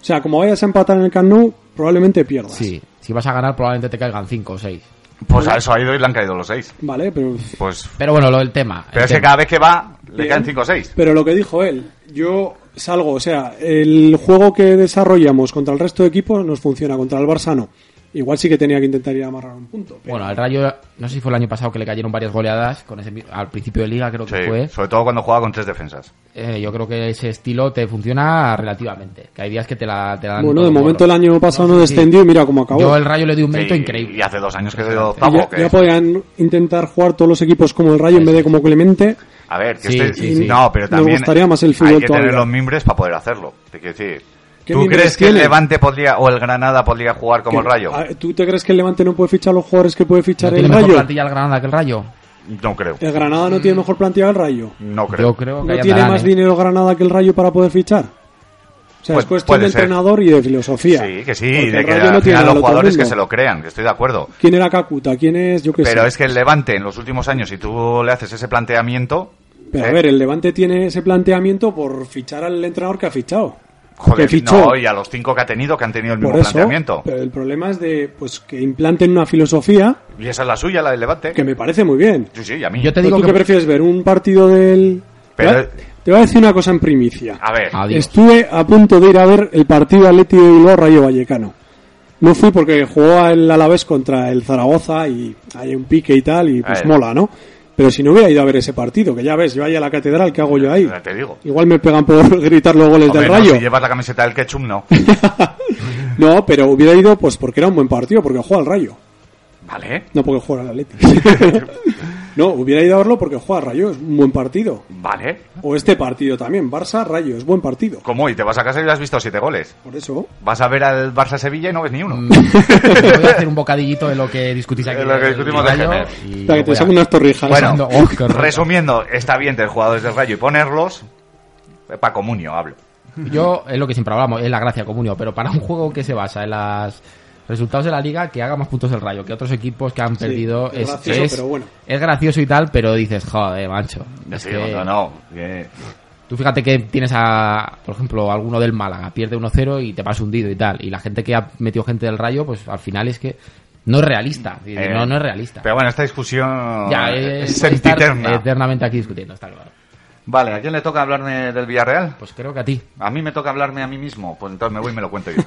S5: O sea, como vayas a empatar en el Camp Nou, probablemente pierdas.
S4: Sí, si vas a ganar, probablemente te caigan 5 o 6.
S3: Pues a eso ha ido y le han caído los 6.
S5: Vale, pero...
S3: Pues,
S4: Pero bueno, lo del tema. el
S3: pero es que
S4: tema.
S3: cada vez que va, le
S5: Bien.
S3: caen 5 o 6.
S5: Pero lo que dijo él, yo salgo, o sea, el juego que desarrollamos contra el resto de equipos nos funciona, contra el Barça no. Igual sí que tenía que intentar ir a amarrar un punto. pero-
S4: Bueno, al Rayo, no sé si fue el año pasado que le cayeron varias goleadas con ese, mi- al principio de liga, creo que Pues fue.
S3: sobre todo cuando juega con tres defensas.
S4: Eh, yo creo que ese estilo te funciona relativamente. Que hay días que te la, te la dan.
S5: Bueno,
S4: todo
S5: de
S4: el
S5: momento el
S4: gorro.
S5: año pasado
S4: No,
S5: no
S4: sí, sí.
S5: descendió y mira cómo acabó.
S4: Yo el Rayo le di un mérito
S3: Sí,
S4: increíble. Pues
S3: Y hace dos años que se dio
S5: Y
S3: octavo.
S5: ya,
S3: que-
S5: ya podían intentar jugar todos los equipos como el Rayo en vez de como Clemente.
S3: A ver, que
S4: Sí,
S3: este-
S4: sí, sí.
S3: No, pero
S5: Me
S3: también
S5: gustaría más el
S3: hay
S5: fútbol
S3: que
S5: todavía.
S3: tener los mimbres para poder hacerlo. Te quiero decir,
S5: ¿Qué
S3: ¿Tú
S5: mimbres
S3: crees que el
S5: tienen?
S3: Levante podría, o el Granada podría jugar como el
S5: Que-
S3: Rayo?
S5: a- ¿Tú te crees que el Levante no puede fichar los jugadores que puede
S4: ¿No
S5: fichar
S4: tiene
S5: el
S4: mejor
S5: Rayo?
S4: plantilla el Granada que el Rayo?
S3: No creo.
S5: El Granada no tiene mejor plantilla que el Rayo.
S3: No creo.
S4: Yo creo que
S5: ¿No
S4: ahí
S5: tiene
S4: andarán,
S5: más
S4: ¿eh?
S5: dinero Granada que el Rayo para poder fichar? O sea,
S3: Pues
S5: es cuestión
S3: puede
S5: de
S3: ser.
S5: entrenador y de filosofía.
S3: Sí, que sí,
S5: Porque
S3: y de
S5: el
S3: que
S5: Rayo
S3: al
S5: no tiene
S3: final los
S5: al otro
S3: jugadores que
S5: mundo.
S3: se lo crean, que estoy de acuerdo.
S5: ¿Quién era Cacuta? ¿Quién es? Yo qué
S3: Pero
S5: sé.
S3: es que el Levante en los últimos años, si tú le haces ese planteamiento,
S5: Pero a
S3: ¿eh?
S5: ver, el Levante tiene ese planteamiento por fichar al entrenador que ha fichado.
S3: joder,
S5: que fichó.
S3: no, y a los cinco que ha tenido, que han tenido el mismo
S5: Por eso,
S3: planteamiento.
S5: pero el problema es de pues que implanten una filosofía
S3: Y esa es la suya, la del Levante.
S5: que me parece muy bien.
S3: Sí, sí, y a mí.
S4: Yo te
S5: ¿O
S4: digo
S5: ¿Tú
S4: que.
S5: qué prefieres ver? ¿Un partido del...?
S3: Pero- Ah,
S5: Te va- Te voy a decir una cosa en primicia.
S3: A ver,
S4: Adiós.
S5: Estuve a punto de ir a ver el partido Atleti de Bilbao Rayo Vallecano. No fui porque jugó el Alavés contra el Zaragoza y hay un pique y tal y pues
S3: Ahí.
S5: mola, ¿no? Pero si no hubiera ido a ver ese partido, que ya ves, yo ahí a la catedral, ¿qué hago yo ahí?
S3: ya te digo.
S5: Igual me pegan por <laughs> gritar los goles
S3: Hombre,
S5: del
S3: no,
S5: Rayo.
S3: si llevas la camiseta del Ketchum,
S5: <laughs>
S3: no.
S5: No, pero hubiera ido pues porque era un buen partido, porque juega el Rayo.
S3: Vale,
S5: No porque juega el Atleti. <laughs> no, hubiera ido a verlo porque juega el Rayo, es un buen partido.
S3: vale.
S5: O este partido también, Barça Rayo, es buen partido.
S3: ¿Cómo? Y te vas a casa y le has visto siete goles.
S5: Por eso,
S3: Vas a ver al Barça-Sevilla y no ves ni uno.
S4: <laughs> Mm, Voy a hacer un bocadillito de lo que discutís aquí.
S3: De lo que
S4: del
S3: discutimos de
S4: Rayo
S3: Gémez.
S4: y
S5: para que te
S4: voy a- <laughs>
S5: saquen unas torrijas.
S3: Bueno,
S4: Oh, qué horror.
S3: resumiendo, está bien tener jugadores del Rayo y ponerlos. Para Comunio hablo.
S4: Yo, es lo que siempre hablamos, es la gracia comunio, pero para un juego que se basa en los resultados de la liga, que haga más puntos el Rayo, que otros equipos que han perdido,
S5: es
S4: es,
S5: gracioso,
S4: es-
S5: pero bueno.
S4: es gracioso y tal, pero dices, joder, macho. es
S3: Sí,
S4: que-
S3: No, no. que-
S4: Tú fíjate que tienes a, por ejemplo, alguno del Málaga, pierde 1-0 y te vas hundido y tal, y la gente que ha metido gente del Rayo, pues al final es que no es realista, y
S3: Eh,
S4: no, no es realista.
S3: Pero bueno, esta discusión
S4: ya, eh,
S3: es
S4: es,
S3: sempiterna.
S4: estar eternamente aquí discutiendo, está claro.
S3: Vale, ¿a quién le toca hablarme del Villarreal?
S4: Pues creo que a ti. <laughs>
S3: A mí me toca hablarme a mí mismo, pues entonces me voy y me lo cuento yo.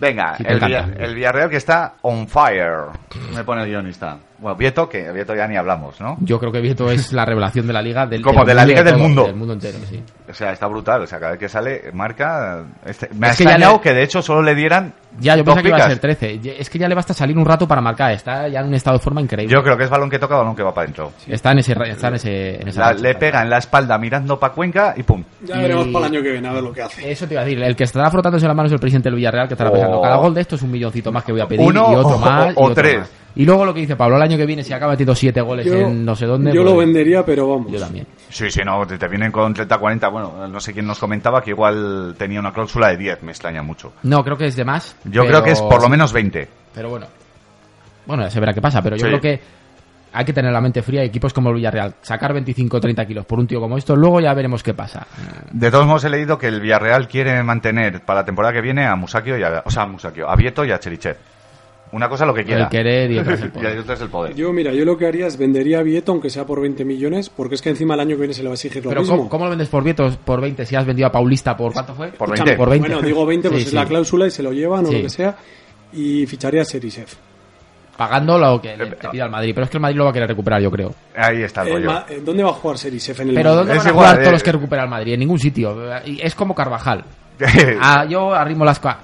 S3: Venga,
S4: Sí, te
S3: el,
S4: encanta.
S3: Villa- el Villarreal que está on fire, me pone el guionista. Bueno, Vieto, que Vieto ya ni hablamos, ¿no?
S4: Yo creo que Vieto es la revelación de la liga del
S3: Como de la liga
S4: de
S3: del
S4: todo,
S3: mundo.
S4: Del mundo entero, sí.
S3: O sea, está brutal. O sea, cada vez que sale, marca. este- me
S4: Es
S3: ha
S4: que ya
S3: extrañado
S4: le-
S3: que de hecho solo le dieran.
S4: Ya, yo
S3: dos
S4: pensaba que iba a
S3: picas.
S4: ser 13. Ya- Es que ya le basta salir un rato para marcar. Está ya en un estado de forma increíble.
S3: Yo creo que es balón que toca, balón que va para adentro.
S4: Está en ese, ra- está en ese, en esa
S3: La-
S4: racha.
S3: le pega en la espalda mirando para Cuenca y pum.
S5: Ya veremos
S4: Y-
S5: para el año que viene a ver lo que hace.
S4: Eso te iba a decir. El que estará frotándose las manos es el presidente del Villarreal, que estará
S3: Oh.
S4: pensando, cada gol de esto es un milloncito más que voy a pedir,
S3: Uno
S4: y otro
S3: o- o
S4: más, y otro
S3: tres.
S4: más". Y luego lo que dice Pablo, el año que viene si acaba metiendo siete goles en no sé dónde...
S5: yo
S4: pues,
S5: lo vendería, pero vamos.
S4: Yo también.
S3: Sí, sí, no, te, te vienen con 30-40. Bueno, no sé quién nos comentaba que igual tenía una cláusula de 10, me extraña mucho.
S4: No, creo que es de más.
S3: Yo creo
S4: pero-
S3: que es por lo menos 20.
S4: Pero bueno. Bueno, ya se verá qué pasa, pero yo
S3: Sí.
S4: creo que hay que tener la mente fría. Equipos como el Villarreal, sacar 25 o 30 kilos por un tío como esto, luego ya veremos qué pasa.
S3: De todos modos, he leído que el Villarreal quiere mantener para la temporada que viene a Musakio y a, o sea, a Musakio, a Vieto y a Cherichev. Una cosa lo que quiera.
S4: El
S3: <laughs>
S4: querer y otra es el
S3: Y
S4: poder.
S3: el otro es el poder.
S5: Yo, mira, yo lo que haría es vendería a Vieto, aunque sea por 20 millones, porque es que encima el año que viene se le va a exigir lo
S4: Pero
S5: mismo.
S4: ¿cómo, cómo lo vendes por Vietos por 20 si has vendido a Paulista por cuánto fue?
S3: Por
S5: Escúchame,
S3: 20.
S4: por 20.
S5: Bueno, digo 20, pues
S4: Sí,
S5: es
S4: sí.
S5: la cláusula y se lo llevan o
S4: Sí.
S5: lo que sea. Y ficharía a Serisev.
S4: Pagando lo que
S3: Eh,
S4: le, te pida el Madrid. Pero es que el Madrid lo va a querer recuperar, yo creo.
S3: Ahí está el
S5: Eh,
S3: rollo. <laughs>
S5: ma- eh, ¿Dónde va a jugar Serisev en el
S4: Pero ¿dónde
S3: Es
S4: van a
S3: igual,
S4: jugar todos
S3: eh.
S4: los que recupera el Madrid? En ningún sitio. Y Es como Carvajal. Ah, yo arrimo las... cua-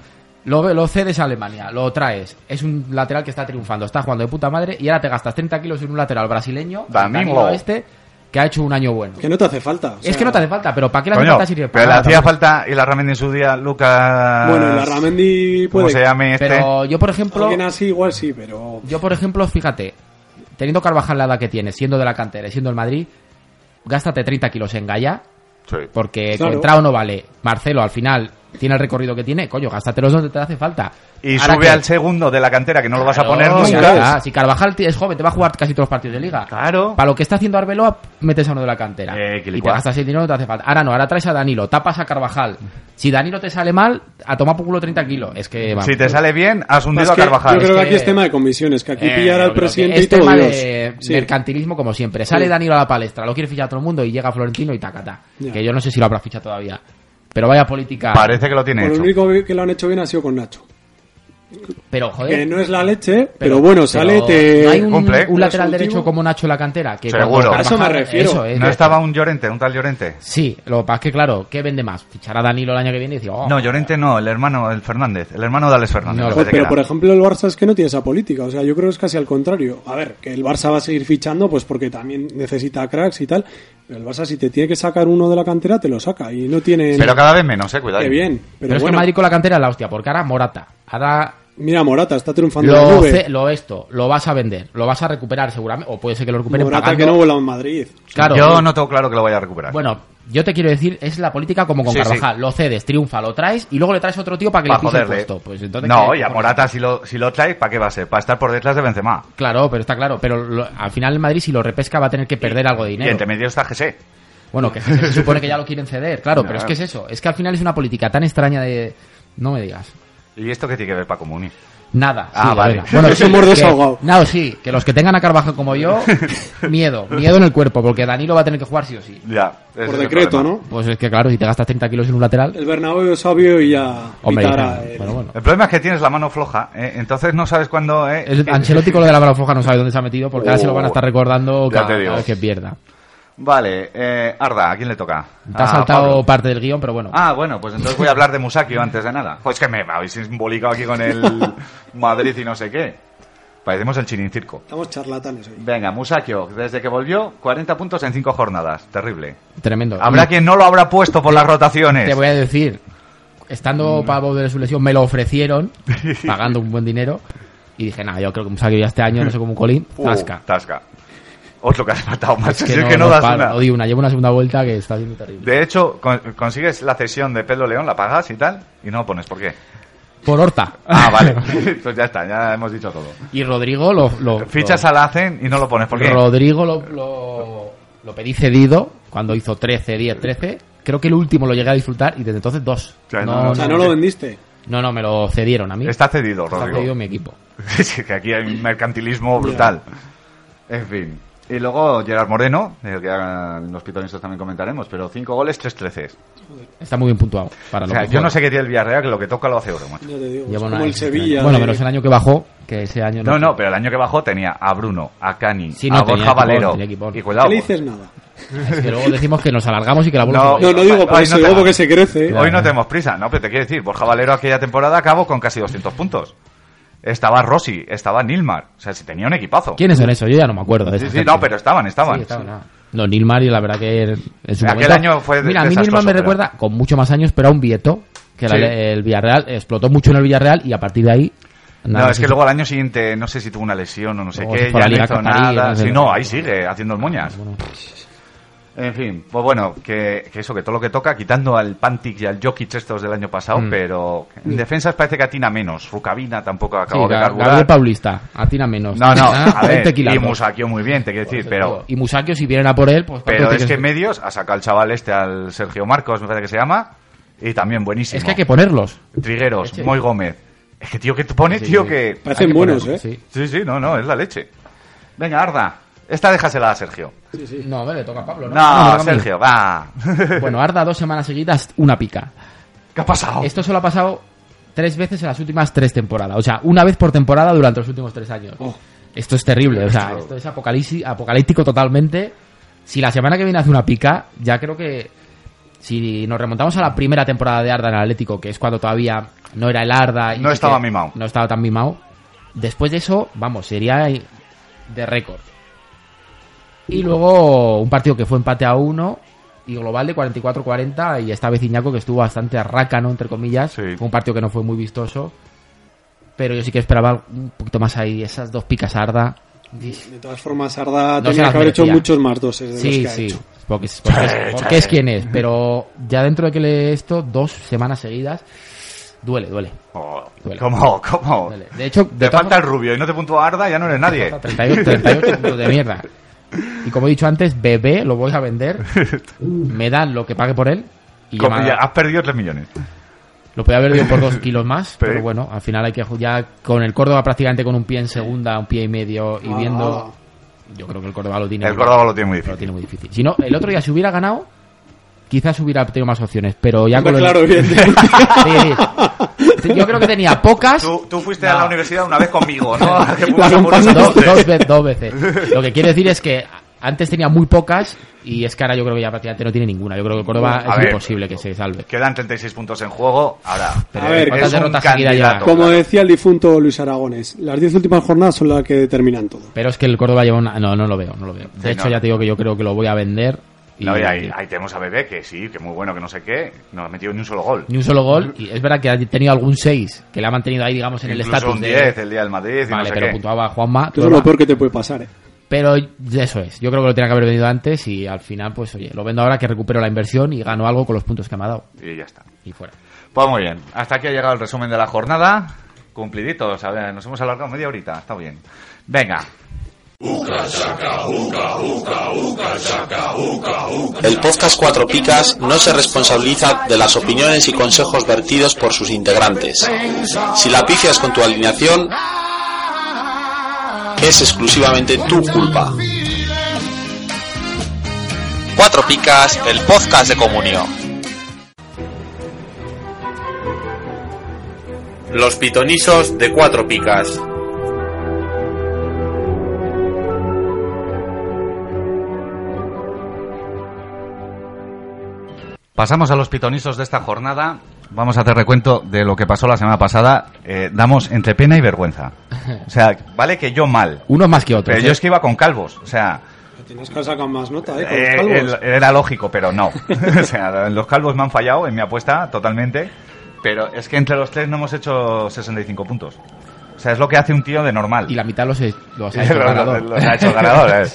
S4: Lo, ve- lo cedes a Alemania, lo traes. Es un lateral que está triunfando, está jugando de puta madre y ahora te gastas 30 kilos en un lateral brasileño, el
S3: Danilo.
S4: Danilo este, que ha hecho un año bueno.
S5: Que no te hace falta. o sea,
S4: es que no te hace falta, pero ¿para qué le hace
S3: Coño,
S4: falta si le
S3: pero le
S4: pagan?
S3: hacía falta y la ramen en su día, Lucas.
S5: Bueno, la Ramendi
S3: ¿Cómo
S5: puede.
S3: se llame este?
S4: Pero yo, por ejemplo...
S5: Alguien así igual sí, pero.
S4: Yo, por ejemplo, fíjate, teniendo Carvajal la edad que tiene, siendo de la cantera y siendo el Madrid, gástate 30 kilos en Gaya,
S3: Sí.
S4: porque
S5: Claro.
S4: Contrao no vale. Marcelo, al final, tiene el recorrido que tiene, coño, gástatelos donde te hace falta.
S3: Y
S4: Ahora
S3: sube
S4: que-
S3: al segundo de la cantera que no lo vas a
S4: Claro,
S3: poner
S4: ya
S3: nunca.
S4: está. Si Carvajal t- es joven, te va a jugar casi todos los partidos de liga.
S3: Claro.
S4: Para lo que está haciendo Arbeloa, metes a uno de la cantera.
S3: Eh, que
S4: y te
S3: licua.
S4: gastas el dinero, no te hace falta. Ahora no, ahora traes a Danilo, tapas a Carvajal. Si Danilo te sale mal, a tomar por culo 30 kilos. Es que vamos.
S3: Si te sale bien, has hundido
S5: Más
S3: a
S5: que-
S3: Carvajal.
S5: yo creo que
S4: Es que-
S5: aquí es tema de comisiones, que aquí
S4: Eh,
S5: pillar al
S4: yo creo que
S5: presidente
S4: es
S5: y todo
S4: tema
S5: Dios.
S4: de
S5: Sí.
S4: mercantilismo como siempre. Sale
S5: Sí.
S4: Danilo a la palestra, lo quiere fichar todo el mundo y llega Florentino y tacata.
S5: Ya.
S4: Que yo no sé si lo habrá fichado todavía. Pero vaya política.
S3: Parece que lo tiene
S5: Por lo
S3: hecho.
S5: único que lo han hecho bien ha sido con Nacho.
S4: Pero
S5: Que
S4: joder.
S5: no es la leche, pero, bueno, sale,
S4: pero
S5: te.
S4: ¿no hay un,
S3: Cumple. ¿eh?
S4: un lateral
S5: Resultivo.
S4: derecho como Nacho en la cantera. Que
S3: Seguro.
S4: cuando
S3: A
S5: eso
S4: Carvajal-
S5: me refiero.
S4: eso es,
S3: ¿No
S4: de-
S3: estaba un Llorente, un tal Llorente?
S4: Sí, lo que pasa es que, claro, ¿qué vende más? ¿Fichar a Danilo el año que viene y decir, oh,
S3: No, Llorente no, el hermano, el Fernández, el hermano de Alex Fernández.
S4: No,
S3: me
S5: Joder,
S3: parece que
S5: pero
S3: era.
S5: por ejemplo el Barça es que no tiene esa política, o sea, yo creo que es casi al contrario. A ver, que el Barça va a seguir fichando pues porque también necesita cracks y tal, pero el Barça si te tiene que sacar uno de la cantera te lo saca y no tiene
S3: Pero cada vez menos, eh, cuidado.
S5: Qué bien,
S4: Pero,
S5: pero,
S4: es que
S5: bueno,
S4: Madrid con la cantera es la hostia, porque ahora Morata, ahora
S5: mira Morata está triunfando en la
S4: lo,
S5: nube.
S4: ce- lo esto, lo vas a vender, lo vas a recuperar seguramente, o puede ser que lo recuperen
S5: Morata
S4: pagando.
S5: que no vuela en Madrid.
S4: Claro,
S3: Yo no tengo claro que lo vaya a recuperar.
S4: Bueno, yo te quiero decir, es la política como con
S3: Sí,
S4: Carvajal. Lo cedes, triunfa, lo traes y luego le traes otro tío para que
S3: para
S4: le pise el
S3: joderle.
S4: puesto. Pues entonces,
S3: no,
S4: ¿qué-
S3: y a
S4: qué
S3: Morata, si lo, si lo traes, ¿para qué va a ser? Para estar por detrás de Benzema.
S4: pones? Claro, pero está claro. Pero lo- al final el Madrid, si lo repesca, va a tener que perder algo de
S3: Y entre
S4: dinero.
S3: medio está GC.
S4: Bueno, que se supone que ya lo quieren ceder, claro, pero
S3: No.
S4: es que es eso. Es que al final es una política tan extraña de... No me digas.
S3: ¿Y esto qué tiene que ver para Comuni?
S4: Nada. sí,
S3: Ah,
S4: la
S3: vale. <laughs>
S4: verdad.
S5: Nos hemos
S4: que-
S5: desahogado.
S4: No, sí, que los que tengan a Carvajal
S3: <laughs>
S4: como yo, miedo, miedo en el cuerpo, porque Danilo va a tener que jugar sí o sí.
S3: Ya. ese es
S5: Por
S3: el
S5: decreto,
S3: problema.
S5: ¿no?
S4: Pues es que claro, si te gastas 30 kilos en un lateral...
S5: El Bernabéu es sabio y ya
S4: Hombre, eh,
S5: pitará el-
S4: bueno,
S3: <laughs>
S4: bueno.
S3: El problema es que tienes la mano floja, ¿eh? entonces no sabes cuándo. ¿eh?
S4: El Ancelotti con lo de la mano floja no sabe dónde se ha metido porque ahora se lo van a estar recordando
S3: Oh, Ya
S4: cada,
S3: te digo.
S4: cada vez que pierda.
S3: Vale, eh, Arda, ¿a quién le toca?
S4: Te ha
S3: A
S4: saltado
S3: Ah, Pablo.
S4: parte del guión, pero bueno.
S3: Ah, bueno, pues entonces voy a hablar de Musakio antes de nada. Pues que me habéis embolicado aquí con <laughs> el Madrid y no sé qué. Parecemos el chirincirco.
S5: Estamos charlatanes hoy.
S3: Venga, Musakio, desde que volvió, 40 puntos en 5 jornadas. Terrible.
S4: Tremendo.
S3: Habrá
S4: Y
S3: quien no lo habrá puesto por las rotaciones.
S4: Te voy a decir,
S3: Mm.
S4: estando Pavo de su lesión, me
S3: <laughs>
S4: lo ofrecieron, pagando un buen dinero, y dije, nada, yo creo que Musaki ya este año, no sé cómo un colín,
S3: <laughs> Uh,
S4: tasca.
S3: Tasca. Otro que has matado, macho. si Es que no, das
S4: paro,
S3: una.
S4: no di una, llevo una segunda vuelta que está siendo terrible.
S3: De hecho, con- consigues la cesión de Pedro León, la pagas y tal, y no lo pones. <laughs> ¿Por qué?
S4: Por Horta.
S3: <laughs> Ah, vale. pues ya está, ya hemos dicho todo.
S4: Y Rodrigo lo... lo
S3: Fichas
S4: lo-
S3: al Acen y no lo pones. ¿Por qué?
S4: Rodrigo lo, lo, lo pedí cedido cuando hizo 13, 10, 13. Creo que el último lo llegué a disfrutar y desde entonces dos.
S3: Ya, no,
S4: no,
S5: O sea,
S4: no,
S5: no lo vendiste.
S4: no, no, me lo cedieron a mí.
S3: Está cedido,
S4: Está
S3: Rodrigo. <laughs>
S4: cedido mi equipo.
S3: Sí, que aquí hay un mercantilismo brutal. En fin. Y luego Gerard Moreno, el que ah, los pitonistas también comentaremos, pero 5 goles, 3 13
S4: Está muy bien puntuado. Para
S3: O
S4: lo
S3: sea,
S4: que
S3: yo
S4: juega.
S3: no sé qué tiene el Villarreal, que lo que toca lo hace oro, macho.
S5: Ya te digo, es
S4: Lleva una-
S5: como el Sevilla.
S4: Bueno,
S5: de-
S4: menos el año que bajó, que ese año
S3: No, no, pero el año que bajó tenía a Bruno, a Cani,
S4: Sí, no,
S3: a
S4: tenía
S3: Borja
S4: equipón,
S3: Valero.
S4: tenía equipón.
S3: Y
S5: ¿Qué
S3: cuidado.
S5: le dices nada?
S4: Es que luego decimos que nos alargamos y que la bola
S3: No,
S4: se
S5: No,
S4: va.
S5: no digo por
S3: Hoy
S5: eso,
S3: no te
S5: digo
S3: la-
S5: porque se crece.
S3: Hoy no tenemos prisa, ¿no? Pero te quiero decir, Borja Valero aquella temporada acabó con casi 200 puntos. Estaba Rossi, estaba Nilmar. O sea, si tenía un equipazo.
S4: ¿Quiénes son esos? Yo ya no me acuerdo de
S3: Sí,
S4: esa
S3: sí,
S4: gente.
S3: no, pero estaban, estaban.
S4: Sí, estaban, ah. No, Neil Mario, la verdad que en su
S3: Aquel
S4: momento-
S3: año fue
S4: Mira, a mí Neil
S3: desastroso,
S4: Mario me
S3: pero-
S4: recuerda, con mucho más años, pero a un Vieto, que la-
S3: Sí.
S4: el Villarreal explotó mucho en el Villarreal y a partir de ahí.
S3: No,
S4: nada,
S3: es
S4: sí,
S3: que
S4: sí.
S3: luego al año siguiente, no sé si tuvo una lesión o no sé
S4: Luego
S3: qué,
S4: se fue a
S3: ya
S4: la
S3: no
S4: Liga
S3: hizo
S4: Catarí,
S3: nada.
S4: no sé.
S3: Si no, ahí sigue haciendo moñas. En fin, pues bueno, que, que eso, que todo lo que toca, quitando al Pantic y al Jokic estos del año pasado,
S4: Mm.
S3: pero en defensas parece que atina menos. Rucabina tampoco
S4: Sí,
S3: acabó de
S4: Ga-
S3: carburar.
S4: Gabriel Paulista, atina menos.
S3: No,
S4: <laughs>
S3: no,
S4: Ah,
S3: a ver,
S4: vente, Quilaco.
S3: y Musakio muy bien, te quiero decir, pero,
S4: Y Musakio, si vienen a por él, pues.
S3: pero
S4: ¿cuánto
S3: es que
S4: tienes?
S3: medios ha sacado al chaval este, al Sergio Marcos, me parece que se llama, y también buenísimo.
S4: Es que hay que ponerlos.
S3: Trigueros,
S4: Leche.
S3: Moy Gómez. Es que tío, que tú pones,
S4: Sí,
S3: tío,
S4: sí.
S3: que...
S4: Hay
S5: Parecen
S4: que
S5: buenos, ¿eh?
S4: ponerlos, sí.
S3: Sí, sí, no, no, es la leche. Venga, Arda, esta déjasela a Sergio.
S4: No, hombre, le toca a Pablo, ¿no? Ah, me
S3: No,
S4: toca a mí.
S3: Sergio,
S4: <laughs>
S3: va.
S4: Bueno, Arda dos semanas seguidas, una pica.
S3: ¿Qué ha pasado?
S4: Esto solo ha pasado tres veces en las últimas tres temporadas. O sea, una vez por temporada durante los últimos tres años.
S5: Oh.
S4: Esto es terrible. O sea, esto es apocalipsis, apocalíptico totalmente. Si la semana que viene hace una pica, ya creo que. Si nos remontamos a la primera temporada de Arda en el Atlético, que es cuando todavía no era el Arda.
S3: No
S4: que
S3: estaba mimado.
S4: No estaba tan mimado. Después de eso, vamos, sería de récord. Y luego un partido que fue empate a uno y global de 44-40 y esta vez Iñaco que estuvo bastante arrácano, entre comillas.
S3: Sí.
S4: Fue un partido que no fue muy vistoso. Pero yo sí que esperaba un poquito más ahí, esas dos picas a Arda.
S5: De todas formas, Arda
S4: No se
S5: tenía
S4: las
S5: que haber hecho
S4: merecía.
S5: muchos más doses de
S4: Sí,
S5: los que ha
S4: sí.
S5: hecho.
S4: Porque, es- porque es, porque es quien es. Pero ya dentro de que le esto, dos semanas seguidas, duele, duele.
S3: Oh,
S4: Duele.
S3: ¿Cómo?
S5: Oh.
S3: ¿Cómo?
S4: duele. De hecho, de
S3: Te
S4: todas
S3: falta el rubio y no te puntúa Arda, ya no eres nadie.
S4: 38, 38 puntos de mierda. Y como he dicho antes, bebé lo voy
S3: <laughs>
S4: a vender. Me dan lo que pague por él. <laughs> Y ya
S3: Como
S4: me-
S3: ya has perdido 3 millones.
S4: lo podía haber ido por dos
S3: <laughs>
S4: kilos más.
S3: Pero-
S4: Pero bueno, al final hay que jugar con el Córdoba prácticamente con un pie en segunda, un pie y medio. Y
S5: Ah.
S4: viendo. Yo creo que el Córdoba lo tiene.
S3: El
S4: muy-
S3: Córdoba lo tiene muy
S4: lo
S3: difícil.
S4: tiene muy difícil. Si no, el otro día si hubiera ganado, quizás hubiera tenido más opciones. Pero ya
S5: Hombre,
S4: con lo-
S5: claro, evidentemente.
S4: <laughs> Sí, sí. Yo creo que tenía pocas.
S3: Tú, tú fuiste a la universidad una vez conmigo,
S4: <laughs>
S3: ¿no? <laughs> Que
S5: La
S3: fuimos a por
S5: campana.
S3: esos
S4: dos,
S3: dulces.
S4: dos ve- dos veces. Lo que quiere decir es que antes tenía muy pocas y es que ahora yo creo que ya prácticamente no tiene ninguna. Yo creo que el Córdoba
S3: A
S4: es
S3: ver.
S4: imposible que se salve.
S3: Quedan 36 puntos en juego. Ahora,
S5: A ver,
S3: es
S5: ¿cuántas
S3: un
S4: derrotas seguidas
S3: candidato.
S4: lleva?
S5: Como decía el difunto Luis Aragones, las 10 últimas jornadas son las que determinan todo.
S4: Pero es que el Córdoba lleva una... No, no lo veo, no lo veo.
S3: Sí,
S4: De hecho,
S3: no.
S4: ya te digo que yo creo que lo voy a vender. y-
S3: No, y ahí, ahí tenemos a Bebé, que sí, que muy bueno, que no sé qué. No ha metido ni un solo gol.
S4: Ni un solo gol. Y es verdad que ha tenido algún 6 que le ha mantenido ahí, digamos, en el
S3: Incluso
S4: estatus
S3: un
S4: de...
S3: 10 el día del Madrid. y no
S4: Vale,
S3: sé
S4: pero
S3: qué.
S4: puntuaba Juanma.
S5: Eso es
S4: Córdoba.
S5: lo peor que te puede pasar, ¿eh?
S4: Pero eso es. Yo creo que lo tenía que haber vendido antes y al final, pues oye, lo vendo ahora que recupero la inversión y gano algo con los puntos que me ha dado.
S3: Y ya está.
S4: Y fuera.
S3: Pues muy bien, hasta aquí ha llegado el resumen de la jornada. Cumpliditos, a ver, nos hemos alargado media horita, está bien. Venga,
S6: El podcast Cuatro Picas no se responsabiliza de las opiniones y consejos vertidos por sus integrantes. Si la pifias con tu alineación, es exclusivamente tu culpa.
S1: Cuatro Picas, el podcast de comunión.
S6: Los pitonisos de Cuatro Picas.
S3: Pasamos a los pitonisos de esta jornada. Vamos a hacer recuento de lo que pasó la semana pasada. Eh, damos entre pena y vergüenza. O sea, vale que yo mal,
S4: Unos más que otros.
S3: pero
S4: ¿eh?
S3: yo es que iba con calvos. O sea,
S5: Tienes que sacar más nota, ¿eh? Con los
S3: eh,
S5: calvos.
S3: el- era lógico, pero no. <laughs> O sea, los calvos me han fallado en mi apuesta totalmente. Pero es que entre los tres no hemos hecho 65 puntos. O sea, es lo que hace un tío de normal.
S4: Y la mitad los, he- los ha
S3: <laughs> Los-
S4: hecho
S3: los-
S4: ganador.
S3: los ha hecho ganador. eh.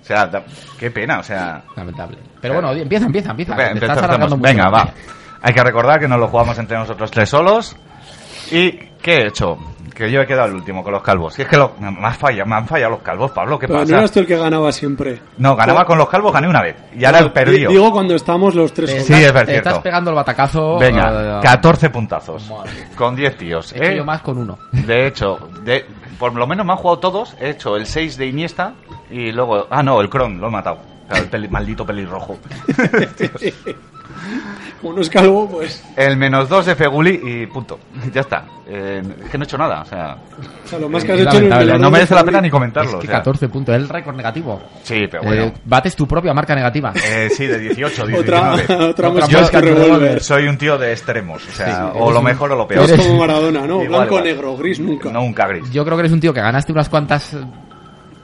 S3: O sea, da- qué pena, o sea.
S4: <laughs> Lamentable. Pero bueno, empieza, empieza, empieza.
S3: Venga,
S4: Te estás
S3: empezamos.
S4: alargando mucho.
S3: Venga, va. Hay que recordar que nos lo jugamos entre nosotros tres solos. ¿Y qué he hecho? Que yo he quedado el último con los calvos. Si es que lo- me, has fallado, me han fallado los calvos, Pablo, ¿qué
S5: Pero no
S3: pasa?
S5: eras tú el que ganaba siempre.
S3: No, ganaba con los calvos, gané una vez. Y ahora he perdido.
S5: Digo cuando estamos los tres
S4: Te
S5: juntos.
S3: Sí, es
S4: estás-
S3: ver-
S4: Te estás
S3: cierto.
S4: pegando el batacazo.
S3: Venga,
S4: eh,
S3: 14 puntazos.
S4: Madre mía.
S3: Con 10 tíos.
S4: He hecho
S3: ¿eh?
S4: yo más con uno.
S3: De hecho, de- por lo menos me han jugado todos. He hecho el 6 de Iniesta, Y luego, ah, no, el Cron, lo he matado. O sea, el peli- maldito pelirrojo.
S5: Como no es calvo, pues.
S3: El menos 2 de Feguli y punto. <laughs> Ya está. Eh, es que no he hecho nada. O sea,
S5: O sea, lo más que
S4: Es
S5: has hecho en el
S4: lamentable,
S5: velador
S3: no
S5: de
S3: merece la
S5: Fabri-
S3: pena ni comentarlo.
S4: Es que
S3: o sea.
S4: 14 puntos, es el récord negativo.
S3: Sí, pero bueno.
S4: Eh, bates tu propia marca negativa.
S3: Eh, sí, de
S4: <laughs>
S3: 18, 19.
S5: Otra, <laughs> otra
S4: Otra
S5: mosca
S4: mosca
S5: que
S4: que
S5: revolver.
S4: revuelve.
S3: Soy un tío de extremos. O sea,
S4: Sí,
S3: o
S4: eres
S3: lo
S4: un-
S3: mejor o lo peor.
S5: Es
S4: Eres-
S5: como Maradona, ¿no?
S3: Igual,
S5: Blanco,
S3: igual.
S5: negro, gris, nunca.
S3: Nunca gris.
S4: Yo creo que eres un tío que ganaste unas cuantas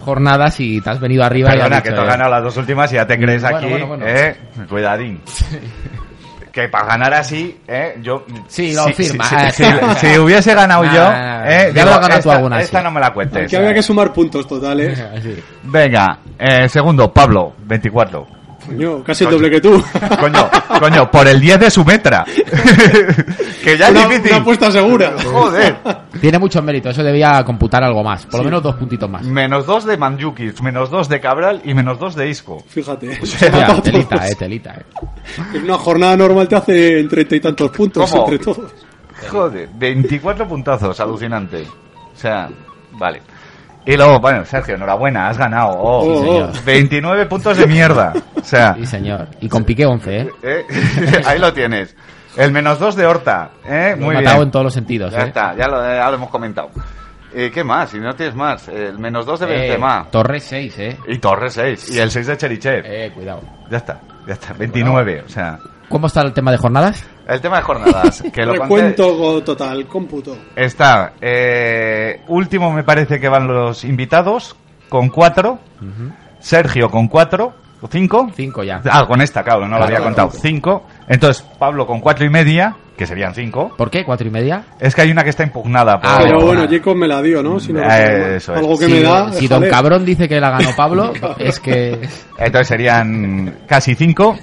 S4: jornadas y te has venido arriba y has
S3: Perdona,
S4: dicho,
S3: que te has
S4: eh,
S3: ganado las dos últimas y ya te crees
S4: Mm, Bueno,
S3: aquí,
S4: bueno, bueno.
S3: ¿eh?
S4: <laughs>
S3: Cuidadín. Que para ganar así, ¿eh? Yo...
S4: Sí, lo
S3: si-
S4: firma.
S3: Si,
S4: Ah,
S3: si-
S4: claro.
S3: si hubiese ganado
S4: <laughs> Nah,
S3: yo,
S4: nah, nah.
S3: ¿eh?
S4: Ya
S3: digo,
S4: lo has ganado tú
S3: esta,
S4: alguna,
S3: esta
S4: sí.
S3: no me la cuentes.
S5: Que había que sumar puntos
S3: <laughs>
S5: totales.
S4: <laughs> sí.
S3: Venga, eh, segundo, Pablo, 24.
S5: Coño, casi el doble que tú.
S3: <laughs> Coño, coño, por el 10 de su metra. <laughs> que ya
S5: una,
S3: es difícil.
S5: una apuesta segura.
S3: <laughs> Joder.
S4: Tiene mucho mérito, eso debía computar algo más, por lo menos dos puntitos
S3: <laughs>
S4: más.
S3: Menos 2 de Manjuki, menos 2 de Cabral y menos 2 de Isco. <laughs>
S5: Fíjate.
S3: sea,
S5: Se ha matado
S4: Hostia,
S5: a todos.
S4: telita, eh, telita, eh.
S5: En una jornada normal te hacen treinta y tantos puntos
S3: ¿Cómo?
S5: entre todos.
S3: Joder, 24 puntazos, alucinante. O sea, vale. Y luego, bueno, Sergio, enhorabuena, has ganado. Oh,
S5: Oh,
S4: señor.
S3: 29 puntos de mierda. O sea,
S4: Sí, señor. Y con pique 11, eh.
S3: eh, <laughs> ahí lo tienes. El menos 2 de Horta, ¿eh?
S4: Lo he
S3: Muy
S4: matado
S3: bien.
S4: en todos los sentidos,
S3: Ya
S4: eh.
S3: está, ya lo, ya lo hemos comentado. Eh, ¿Qué más? Si no tienes más, el menos 2 de
S4: Eh,
S3: Benzema.
S4: Torres 6, eh.
S3: y Torres 6. Y el 6 de Cherichev.
S4: Eh, cuidado.
S3: Ya está, ya está. 29, o sea.
S4: ¿Cómo está el tema de jornadas?
S3: El tema de <laughs> jornadas. que lo conté-
S5: Recuento go- total, cómputo.
S3: Está. eh, último me parece que van los invitados con cuatro. Sergio con cuatro. ¿O cinco?
S4: 5 ya.
S3: Ah, con esta, claro, no lo
S4: Claro,
S3: había
S4: claro.
S3: contado. Cinco. Entonces, Pablo con cuatro y media, que serían cinco.
S4: ¿Por qué? ¿Cuatro y media?
S3: Es que hay una que está impugnada. por-
S4: Ah,
S5: Pero
S4: bueno.
S5: bueno, Jacob me la dio, ¿no? Si no
S3: Eh,
S5: recuerdo mal.
S3: eso es.
S5: Algo que
S4: si
S5: me da.
S4: si Don
S5: déjale.
S4: Cabrón dice que la ganó
S3: <laughs>
S4: Pablo, es que...
S3: Entonces serían casi cinco.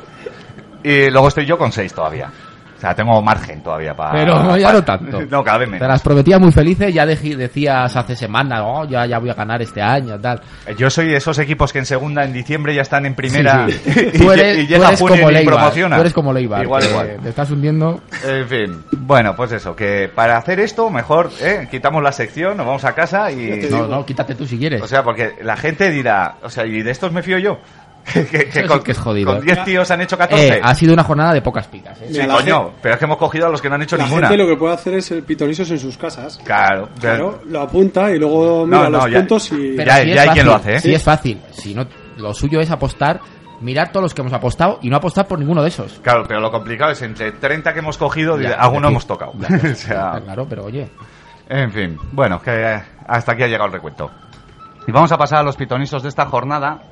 S3: Y luego estoy yo con seis todavía. O sea, tengo margen todavía para...
S4: Pero ya no tanto.
S3: <laughs> No, cada vez
S4: Te
S3: menos.
S4: las prometía muy felices, ya deji- decías hace semanas, oh, ya, ya voy a ganar este año, tal.
S3: Yo soy de esos equipos que en segunda, en diciembre ya están en primera.
S4: Sí, sí.
S3: <laughs> Y,
S4: Tú
S3: lle-
S4: eres,
S3: y
S4: tú
S3: llega
S4: eres
S3: junio
S4: como
S3: y ni
S4: Leibar,
S3: promociona.
S4: Tú eres como Leibar.
S3: Igual,
S4: que
S3: igual.
S4: Te estás hundiendo.
S3: En fin. Bueno, pues eso, que para hacer esto, mejor ¿eh? quitamos la sección, nos vamos a casa
S5: Ya
S3: y.
S5: te
S4: No,
S5: digo.
S4: no, quítate tú si quieres.
S3: O sea, porque la gente dirá, o sea, y de estos me fío yo. <laughs> que,
S4: Eso sí que es jodido,
S3: Con
S4: ¿eh?
S3: 10 tíos han hecho 14.
S4: eh, ha sido una jornada de pocas picas. eh.
S3: Sí,
S5: Mira, la
S3: coño,
S5: gente-
S3: pero es que hemos cogido a los que no han hecho
S5: La
S3: ninguna.
S5: gente lo que puede hacer es eh, pitonisos en sus casas.
S3: Claro,
S5: Claro, lo apunta y luego
S3: No,
S5: mira
S3: no,
S5: los
S3: ya-
S5: puntos y.
S4: Pero
S3: ya-
S4: sí es
S3: ya hay quien lo
S4: fácil,
S3: hace, ¿eh?
S4: Sí, es fácil. Si no, lo suyo es apostar, mirar todos los que hemos apostado y no apostar por ninguno de esos.
S3: Claro, pero lo complicado es entre 30 que hemos cogido,
S4: Ya,
S3: dirá, alguno
S4: sí.
S3: hemos
S5: <laughs>
S3: tocado.
S4: Ya,
S3: <laughs>
S4: ya,
S3: O sea,
S4: está claro, pero oye.
S3: En fin, bueno, que eh, hasta aquí ha llegado el recuento. Y vamos a pasar a los pitonisos de esta jornada,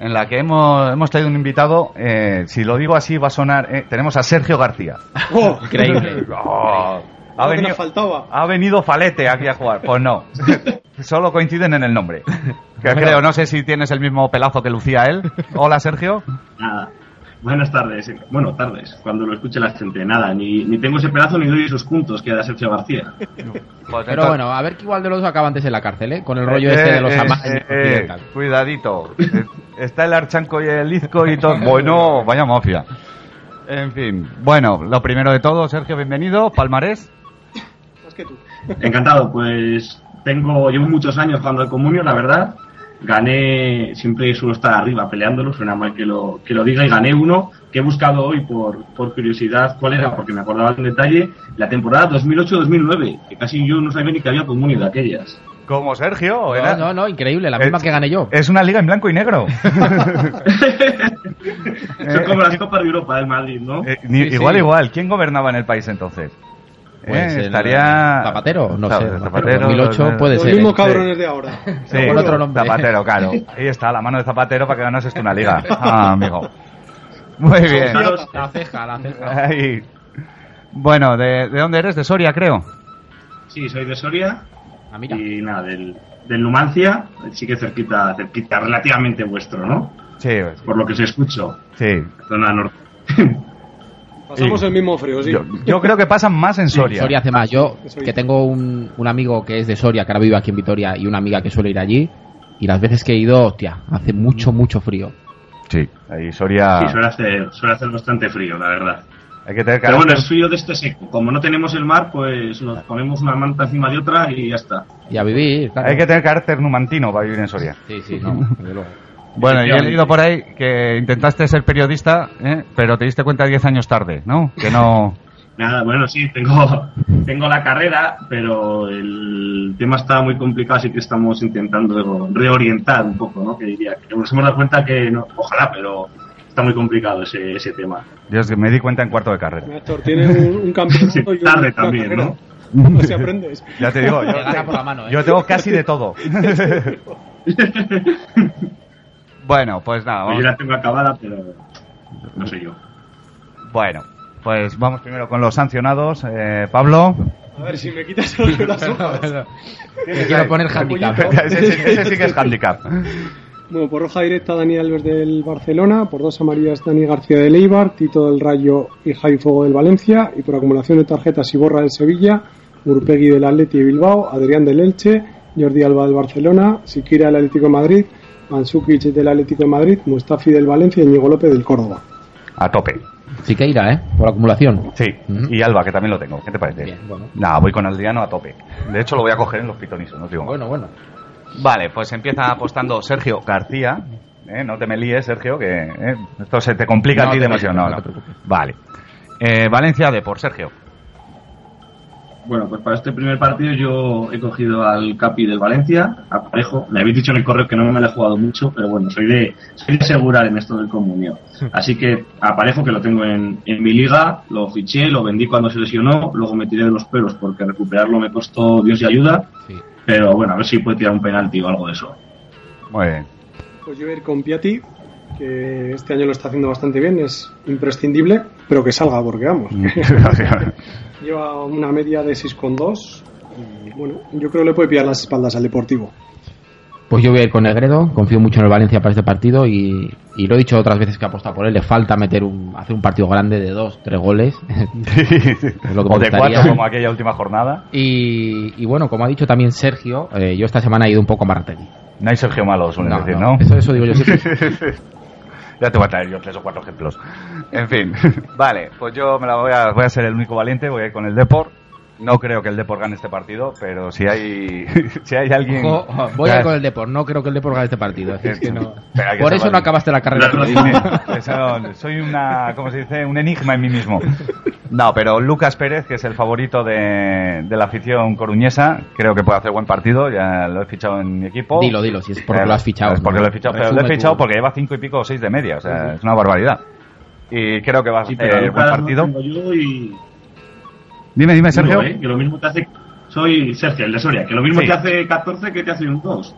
S3: en la que hemos, hemos traído un invitado, eh, si lo digo así va a sonar, eh, tenemos a Sergio García.
S4: <laughs>
S5: ¡Oh!
S3: <laughs>
S4: Increíble.
S3: Oh, ha,
S5: Lo que
S3: venido,
S5: nos faltaba.
S3: ha venido Falete aquí a jugar, pues
S5: <laughs>
S3: no, solo coinciden en el nombre. Que
S4: Bueno.
S3: creo, no sé si tienes el mismo pelazo que lucía él. Hola Sergio.
S7: Nada. Buenas tardes. eh, Bueno, tardes. Cuando lo escuche la gente, nada. Ni, ni tengo ese pedazo ni doy esos puntos que da Sergio García.
S3: Pues
S4: Pero
S3: entonces-
S4: bueno, a ver que igual de los acaba antes en la cárcel, ¿eh? Con el rollo este de los
S3: Eh, eh,
S4: amaños
S3: eh,
S4: y
S3: eh,
S4: tal.
S3: cuidadito. Eh, Está el Archanco y el Izco y todo. Bueno, vaya mafia. En fin. Bueno, lo primero de todo, Sergio, bienvenido. Palmarés.
S5: Más que tú.
S7: Encantado, pues tengo, llevo muchos años jugando al comunio, la verdad. Gané, siempre suelo estar arriba peleándolo, suena mal que lo, que lo diga, y gané uno que he buscado hoy por, por curiosidad cuál era, porque me acordaba en detalle, la temporada 2008-2009, que casi yo no sabía ni que había comunio de aquellas.
S3: Como Sergio.
S4: No,
S3: era-
S4: no, no, increíble, la misma
S3: Es-
S4: que gané yo.
S3: Es una liga en blanco y <laughs> negro.
S7: Son como las Copas de Europa del Madrid, ¿no?
S3: Eh, ni-
S4: Sí, sí.
S3: igual, igual. ¿Quién gobernaba en el país entonces?
S4: Pues
S3: Eh,
S4: el-
S3: estaría.
S4: Zapatero, no
S3: Claro,
S4: sé.
S3: Zapatero,
S4: 2008
S3: no, no.
S4: puede
S5: Los
S4: ser.
S5: mismos
S4: ¿eh?
S5: cabrones de ahora.
S3: Sí,
S4: con otro nombre.
S3: Zapatero,
S4: <laughs>
S3: claro. Ahí está, la mano de Zapatero para que ganases tú una liga. Ah, amigo. Muy bien.
S7: Fijaros,
S4: La ceja, la ceja.
S3: Ahí. Bueno, ¿de, de dónde eres? De Soria, creo.
S7: Sí, soy de Soria,
S4: Ah, mira.
S7: Y nada, del, del Numancia, sí que cerquita, cerquita, relativamente vuestro, ¿no?
S3: Sí,
S7: Por lo que se escucho,
S3: sí.
S7: zona norte.
S5: Pasamos el mismo frío, sí.
S3: Yo, yo creo que pasan más en Soria.
S4: Soria hace más. Yo,
S5: Soria.
S4: que tengo un, un amigo que es de Soria, que ahora vive aquí en Vitoria, y una amiga que suele ir allí, y las veces que he ido, hostia, hace mucho,
S3: Mm.
S4: mucho frío.
S3: Sí, ahí Soria.
S7: Sí, suele hacer, suele hacer bastante frío, la verdad.
S3: Hay que tener
S7: Pero bueno,
S3: carácter.
S7: el frío de este seco. Como no tenemos el mar, pues nos ponemos una manta encima de otra y ya está.
S4: Y a vivir, claro.
S3: Hay que tener carácter numantino para vivir en Soria. <laughs>
S4: Sí, sí, no, desde luego.
S3: Bueno, yo he leído
S7: Efectivamente.
S3: por ahí que intentaste ser periodista, ¿eh? pero te diste cuenta 10 años tarde, ¿no? Que no.
S7: Nada, bueno, sí, tengo, <laughs> tengo la carrera, pero el tema está muy complicado, así que estamos intentando reorientar un poco, ¿no? Que diría, que nos hemos dado cuenta que, no, ojalá, pero está muy complicado ese, ese tema.
S3: <laughs>
S7: <laughs>
S3: Dios, que me di cuenta en cuarto de carrera.
S5: Néstor tiene un, un
S3: <laughs>
S5: campeonato
S7: Sí,
S5: y una-
S7: tarde
S5: una
S7: también,
S5: carrera.
S7: ¿no?
S5: No se aprendes.
S3: Ya te
S4: <laughs>
S3: digo, yo,
S4: Te gana por la mano, ¿eh?
S3: yo tengo casi de
S7: <laughs>
S3: todo. bueno, pues nada,
S7: Yo
S3: vamos,
S7: la tengo acabada, pero no sé yo.
S3: bueno, pues vamos primero con los sancionados. Eh, Pablo.
S5: A ver, si me quitas los
S3: <laughs>
S5: de las hojas.
S4: Me quiero poner handicap. ¿no?
S3: Ese, sí- ese sí que
S4: <laughs>
S3: es handicap.
S5: Bueno, por roja directa Dani Alves del Barcelona, por dos amarillas Dani García del Eibar, Tito del Rayo y Javi Fuego del Valencia, y por acumulación de tarjetas Iborra del Sevilla, Urpegui del Atleti de Bilbao, Adrián del Elche, Jordi Alba del Barcelona, Siquira del Atlético de Madrid, Mansukic del Atlético de Madrid, Mustafi del Valencia y Ñigo López del Córdoba.
S3: A tope.
S4: Sí que irá, ¿eh? Por acumulación.
S3: Sí,
S4: Ujú.
S3: y Alba, que también lo tengo. ¿Qué te parece?
S4: Bien, bueno.
S3: Nada, voy con Aldiano a tope. De hecho, lo voy a coger en los pitonisos, no os digo más.
S4: Bueno, bueno.
S3: Vale, pues empieza apostando Sergio García. ¿eh? No te me líes, Sergio, que ¿eh? esto se te complica
S4: No
S3: a ti
S4: te
S3: demasiado. No,
S4: preocupes,
S3: no.
S4: no te preocupes.
S3: Vale. Eh, Valencia de por Sergio.
S7: Bueno, pues para este primer partido yo he cogido al Capi del Valencia, a Parejo. Me habéis dicho en el correo que no me lo he jugado mucho, pero bueno, soy de, soy de asegurar en esto del comunio. Así que a Parejo, que lo tengo en, en mi liga, lo fiché, lo vendí cuando se lesionó, luego me tiré de los pelos porque recuperarlo me costó Dios y ayuda.
S4: Sí.
S7: Pero bueno, a ver si puede tirar un penalti o algo de eso.
S3: Muy bien.
S5: Pues yo voy a ir con Piatti, que este año lo está haciendo bastante bien, es imprescindible, pero que salga porque vamos. <laughs> Lleva una media de 6,2 y bueno, yo creo que le puede pillar las espaldas al Deportivo.
S4: Pues yo voy a ir con Negredo, confío mucho en el Valencia para este partido y, y lo he dicho otras veces que he apostado por él, le falta meter un, hacer un partido grande de dos, tres goles. <laughs> lo que
S3: <laughs>
S4: me
S3: o de
S4: gustaría.
S3: cuatro, como aquella última jornada.
S4: y, y bueno, como ha dicho también Sergio, eh, yo esta semana he ido un poco a Martelli.
S3: No hay Sergio Malo, suelen
S4: No,
S3: decir,
S4: no,
S3: ¿no?
S4: Eso, eso digo yo siempre.
S3: Ya te voy a traer yo tres o cuatro ejemplos. En fin, <laughs> vale, pues yo me la voy a, voy a ser el único valiente, voy a ir con el Depor. No creo que el Depor gane este partido, pero si hay, <laughs> si hay alguien...
S4: Ojo, voy a ir
S3: Ya-
S4: con el Depor, no creo que el Depor gane este partido. así es
S3: <laughs>
S4: que no.
S3: Pero hay que
S4: Por eso
S3: salvarlo.
S4: no acabaste la carrera.
S7: Claro.
S4: Sí. <laughs>
S3: Dime, eso- soy una, ¿cómo se dice? Un enigma en mí mismo. No, pero Lucas Pérez, que es el favorito de, de la afición coruñesa, creo que puede hacer buen partido, ya lo he fichado en mi equipo.
S4: Dilo, dilo, si es porque
S3: Eh,
S4: lo has fichado.
S3: es porque
S4: ¿no?
S3: lo he fichado, pero lo
S4: Resume
S3: he fichado
S4: tu-
S3: porque lleva cinco y pico o seis de media, o sea, es una barbaridad. Y creo que va a
S7: Sí,
S3: ser
S7: pero
S3: Eh, buen
S7: Lucas lo
S3: partido.
S7: tengo yo y-
S3: Dime, dime, Sergio.
S7: digo, eh, que lo mismo te hace... Soy Sergio, el de Soria, que lo mismo
S3: Sí.
S7: te hace 14 que te hace un 2.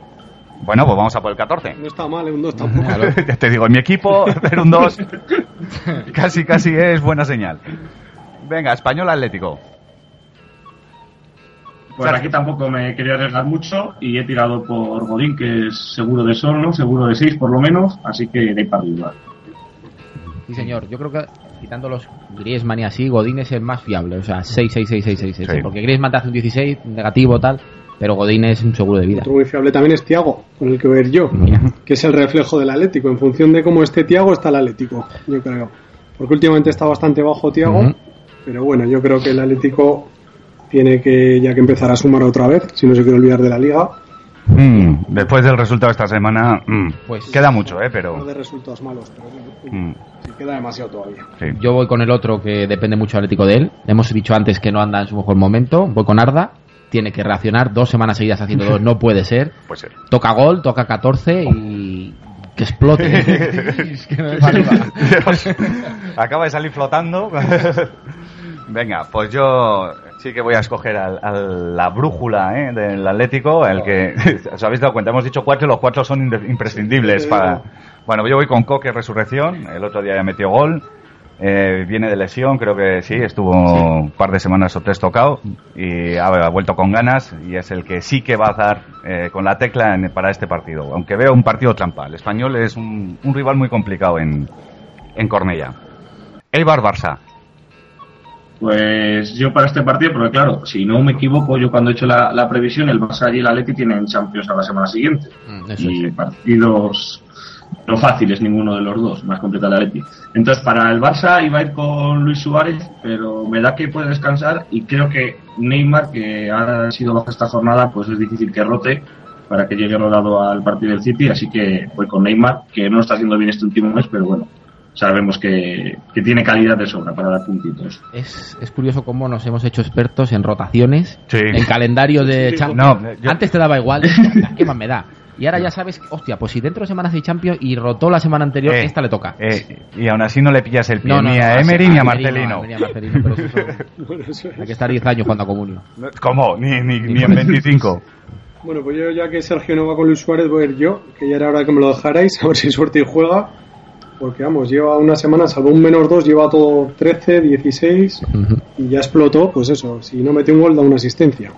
S3: Bueno, pues vamos a por el 14.
S5: No está mal, ¿eh? un 2 tampoco.
S4: Claro.
S3: <laughs> ya te digo, en mi
S7: <laughs>
S3: equipo, hacer un 2 casi, casi es buena señal. Venga, español Atlético.
S7: Pues aquí tampoco me quería arriesgar mucho y he tirado por Godín, que es seguro de sol, ¿no? seguro de 6 por lo menos, así que de ahí para arriba.
S4: Sí, señor. Yo creo que quitando los Griezmann y así, Godín es el más fiable. O sea, 6, 6, 6, 6, 6, 6.
S3: Sí.
S4: Porque Griezmann te hace un 16, negativo, tal. Pero Godín es un seguro de vida.
S5: Otro muy fiable también es Tiago, con el que voy a ir yo,
S4: Mira.
S5: que es el reflejo del Atlético. En función de cómo esté Tiago, está el Atlético, yo creo. Porque últimamente está bastante bajo Tiago,
S4: Ujú.
S5: pero bueno, yo creo que el Atlético tiene que, ya que empezar a sumar otra vez, si no se quiere olvidar de la Liga,
S3: Mm, después del resultado esta semana, mm,
S4: Pues-
S3: queda mucho, ¿eh?
S5: no
S3: Pero.
S5: de resultados malos, pero bueno,
S3: mm,
S5: si queda demasiado todavía.
S3: <laughs> sí.
S4: Yo voy con el otro que depende mucho del Atlético de él. Hemos dicho antes que no anda en su mejor momento. Voy con Arda. Tiene que reaccionar. Dos semanas seguidas haciendo
S3: <laughs>
S4: dos. No puede ser.
S3: Pues sí.
S4: Toca gol, toca 14 y
S3: <laughs>
S4: que explote. Es que no me madruga.
S3: Dios, Acaba de salir flotando. <laughs> Venga, pues yo sí que voy a escoger al- a la brújula ¿eh? del Atlético, el que <laughs> os habéis dado cuenta, hemos dicho cuatro y los cuatro son inde- imprescindibles
S5: Sí,
S3: para.
S5: sí,
S3: Bueno, yo voy con Coque Resurrección, el otro día ya metió gol. eh, viene de lesión, creo que sí, estuvo un par de semanas o tres tocado y ha, ha vuelto con ganas y es el que sí que va a dar eh, con la tecla en- para este partido, aunque veo un partido trampa. El español es un- un rival muy complicado en, en Cornella. Eibar Barça.
S7: Pues yo para este partido, porque claro, si no me equivoco, yo cuando he hecho la, la previsión, el Barça y el Atleti tienen Champions a la semana siguiente.
S4: Mm, Eso
S7: y
S4: es.
S7: partidos no fáciles ninguno de los dos, más completa la Leti. Entonces, para el Barça iba a ir con Luis Suárez, pero me da que puede descansar y creo que Neymar, que ha sido baja esta jornada, pues es difícil que rote. para que llegue rodado al partido del City, así que voy con Neymar, que no lo está haciendo bien este último mes, pero bueno, sabemos que, que tiene calidad de sobra para dar puntitos.
S4: Es, es curioso cómo nos hemos hecho expertos en rotaciones,
S3: Sí.
S4: en calendarios de Champions.
S3: No, yo-
S4: Antes te
S3: <laughs>
S4: daba igual, hostia, ¿qué más me da? Y ahora ya sabes, hostia, pues si dentro de semanas hay Champions y rotó la semana anterior,
S3: Eh,
S4: esta le toca.
S3: eh, y aún así no le pillas el pie ni a
S4: no,
S3: Emery ni a
S4: Marcelino,
S3: Martelino.
S4: ni a Marcelino,
S3: <laughs>
S4: pero eso son-
S5: Bueno, eso es.
S4: hay que estar 10 años cuando a comunio.
S3: ¿Cómo? Ni, ni, ni en
S4: <laughs>
S3: 25.
S5: Bueno, pues yo ya que Sergio no va con Luis Suárez, voy a ir yo, que ya era hora que me lo dejarais, <laughs> a ver si suerte y juega. Porque vamos, lleva una semana, salvo un menos dos, lleva todo 13, 16 y ya explotó, pues eso, si no mete un gol da una asistencia.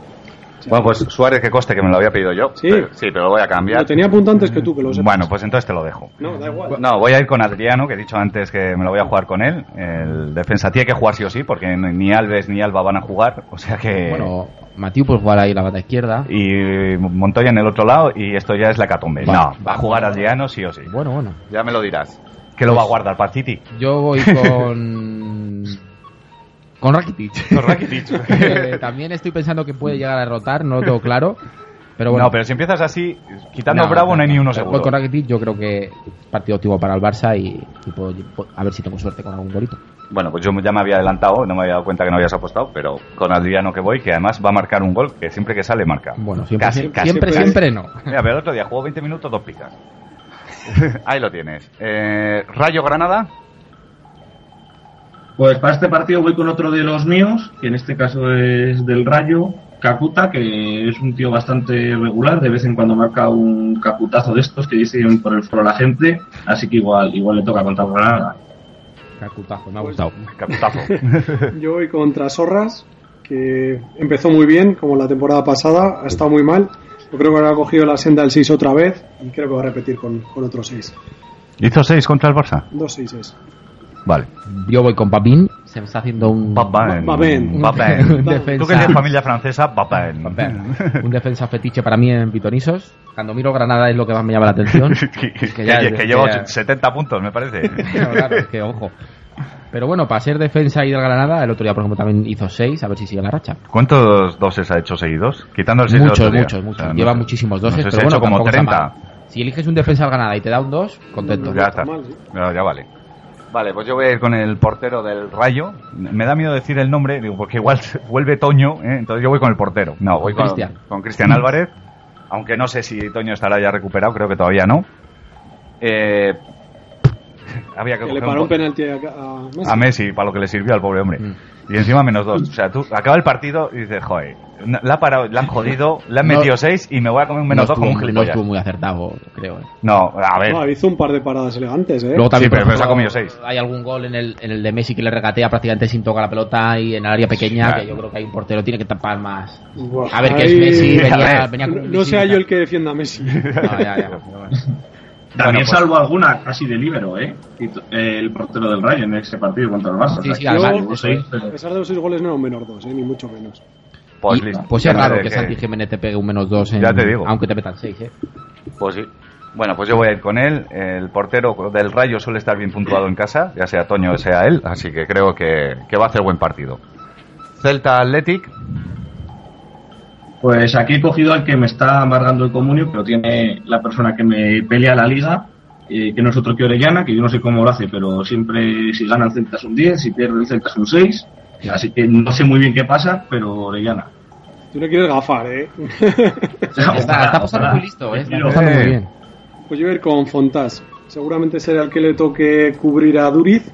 S3: Bueno, pues Suárez, que coste que me lo había pedido yo.
S5: Sí.
S3: Pero, sí, pero lo voy a cambiar.
S5: Lo tenía apuntado antes que tú, que lo sepas.
S3: Bueno, pues entonces te lo dejo.
S5: No, da igual.
S3: No, voy a ir con Adriano, que he dicho antes que me lo voy a jugar con él. El defensa tiene que jugar sí o sí, porque ni Alves ni Alba van a jugar. O sea que.
S4: Eh. Bueno, Matiu pues jugar ahí la bata izquierda.
S3: Eh. Y Montoya en el otro lado, y esto ya es la catombe.
S4: Va.
S3: no, va a jugar Adriano sí o sí.
S4: Bueno, bueno.
S3: Ya me lo dirás. Que lo va a
S5: Pues
S3: guardar para el City.
S4: Yo voy
S3: <laughs>
S4: con... con Rakitic.
S3: Con Rakitic.
S5: <laughs>
S4: Eh, También estoy pensando que puede llegar a rotar, no lo tengo claro. Pero bueno,
S3: No, pero si empiezas así, quitando
S4: No,
S3: a Bravo, no, hay ni uno
S4: pero
S3: seguro.
S4: Voy con Rakitic, yo creo que partido activo para el Barça y, y puedo, puedo- a ver si tengo suerte con algún golito.
S3: Bueno, pues yo ya me había adelantado, no me había dado cuenta que no habías apostado, pero con Adriano que voy, que además va a marcar un gol, que siempre que sale marca.
S4: Bueno, siempre,
S3: Casi,
S4: siempre,
S3: casi, pues.
S4: siempre,
S3: casi.
S4: siempre no.
S3: Mira, pero el otro día jugó 20 minutos, dos picas. <laughs> Ahí lo tienes. Eh, Rayo Granada.
S7: Pues para este partido voy con otro de los míos, que en este caso es del Rayo, Caputa, que es un tío bastante regular, de vez en cuando marca un caputazo de estos que dicen por el foro la gente, así que igual, igual le toca contra Granada.
S4: Cacutazo, me ha gustado.
S3: Caputazo.
S5: Yo voy contra Sorras, que empezó muy bien, como la temporada pasada, ha estado muy mal. Yo creo que ahora ha cogido la senda del 6 otra vez y creo que va a repetir con, con otro 6.
S3: <laughs> ¿Hizo 6 contra el Barça?
S5: Dos 6 es.
S3: Vale.
S4: Yo voy con Papín, se me está haciendo un,
S3: Papin.
S4: <laughs>
S5: Papin.
S4: un defensa,
S3: Tú que eres familia francesa, Papin.
S4: un defensa fetiche para mí en Pitonisos. Cuando miro Granada es lo que más me llama
S3: <laughs>
S4: la atención.
S3: <laughs> que, que,
S4: ya-
S3: que
S4: que
S3: lleva
S4: ya-
S3: 70 puntos, me parece.
S4: Claro, claro, es que ojo. Pero bueno, para ser defensa y del Granada, el otro día por ejemplo también hizo 6, a ver si sigue la racha.
S3: ¿Cuántos doses ha hecho seguidos? Quitando el 6
S4: Muchos, muchos, muchos. Lleva muchísimos doses,
S3: no sé si
S4: pero
S3: ha
S4: bueno,
S3: hecho como
S4: tampoco está
S3: 30.
S4: mal. Si eliges un defensa al Granada y te da un 2, contento.
S3: Ya
S5: No
S3: está.
S5: está mal, ¿eh?
S3: Ya, ya vale. Vale, pues yo voy a ir con el portero del Rayo. Me da miedo decir el nombre, digo, porque igual vuelve Toño, ¿eh? entonces yo voy con el portero. No, voy
S4: Con
S3: con
S4: Cristian.
S3: con Cristian Álvarez, aunque no sé si Toño estará ya recuperado, creo que todavía no. Eh, <laughs> había que
S5: Que
S3: coger
S5: le
S3: un
S5: paró un
S3: gol
S5: penalti a, a Messi.
S3: a Messi para lo que le sirvió al pobre hombre.
S4: Mm.
S3: Y encima menos dos. O sea, tú acaba el partido y dices, joder, no- la, ha parado, la han jodido, le han
S4: No-
S3: metido seis y me voy a comer un menos
S4: no
S3: dos como un
S4: estuvo, no
S3: gilipollas.
S4: estuvo muy acertado, creo. eh.
S3: No, a ver.
S5: No, hizo un par de paradas elegantes, ¿eh?
S4: Luego también
S3: pero-
S4: por
S3: pero se ha comido
S4: ejemplo,
S3: seis.
S4: Hay algún gol en el, en el de Messi que le regatea prácticamente sin tocar la pelota y en el área pequeña,
S3: Claro.
S4: que yo creo que hay un portero tiene que tapar más.
S5: Buah,
S4: A ver qué es
S3: <laughs>
S5: ahí-
S4: Messi, venía,
S3: ver.
S4: venía con
S5: No,
S4: un
S5: no sea
S4: visita.
S5: yo el que defienda a Messi.
S4: No, Ah, ya, ya.
S7: También
S3: Bueno, pues-
S7: salvo alguna casi de líbero, ¿eh? Y t- eh, el portero del Rayo en ese partido contra el Barça.
S4: Sí,
S7: o sea,
S4: sí,
S7: que
S4: además,
S7: yo-
S4: eso
S7: sí,
S4: es.
S5: A
S7: pero-
S5: pesar de los seis goles no era un menor dos, ¿eh? ni mucho menos.
S3: <laughs> Pues,
S4: Y-
S3: listo.
S4: pues
S3: Ya
S4: es raro
S3: sé
S4: que, Santi Jiménez te pegue un menos dos en-
S3: Ya te digo.
S4: aunque te metan
S3: <laughs>
S4: seis, ¿eh?
S3: Pues sí. Bueno, pues yo voy a ir con él. El portero del Rayo suele estar bien puntuado en casa, ya sea Toño o sea él, así que creo que, que va a hacer buen partido. Celta Athletic.
S7: Pues aquí he cogido al que me está amargando el comunio, pero tiene la persona que me pelea la liga, eh, que no es otro que Orellana, que yo no sé cómo lo hace, pero siempre si gana el Celta es un 10, si pierde el Celta es un 6, así que no sé muy bien qué pasa, pero
S4: <laughs>
S7: Orellana.
S5: Tú no quieres gafar, ¿eh? <laughs>
S4: Está, está apostando muy listo, ¿eh? Está apostando muy bien.
S5: Pues yo voy a ir con Fontás. Seguramente será el que le toque cubrir a Duriz.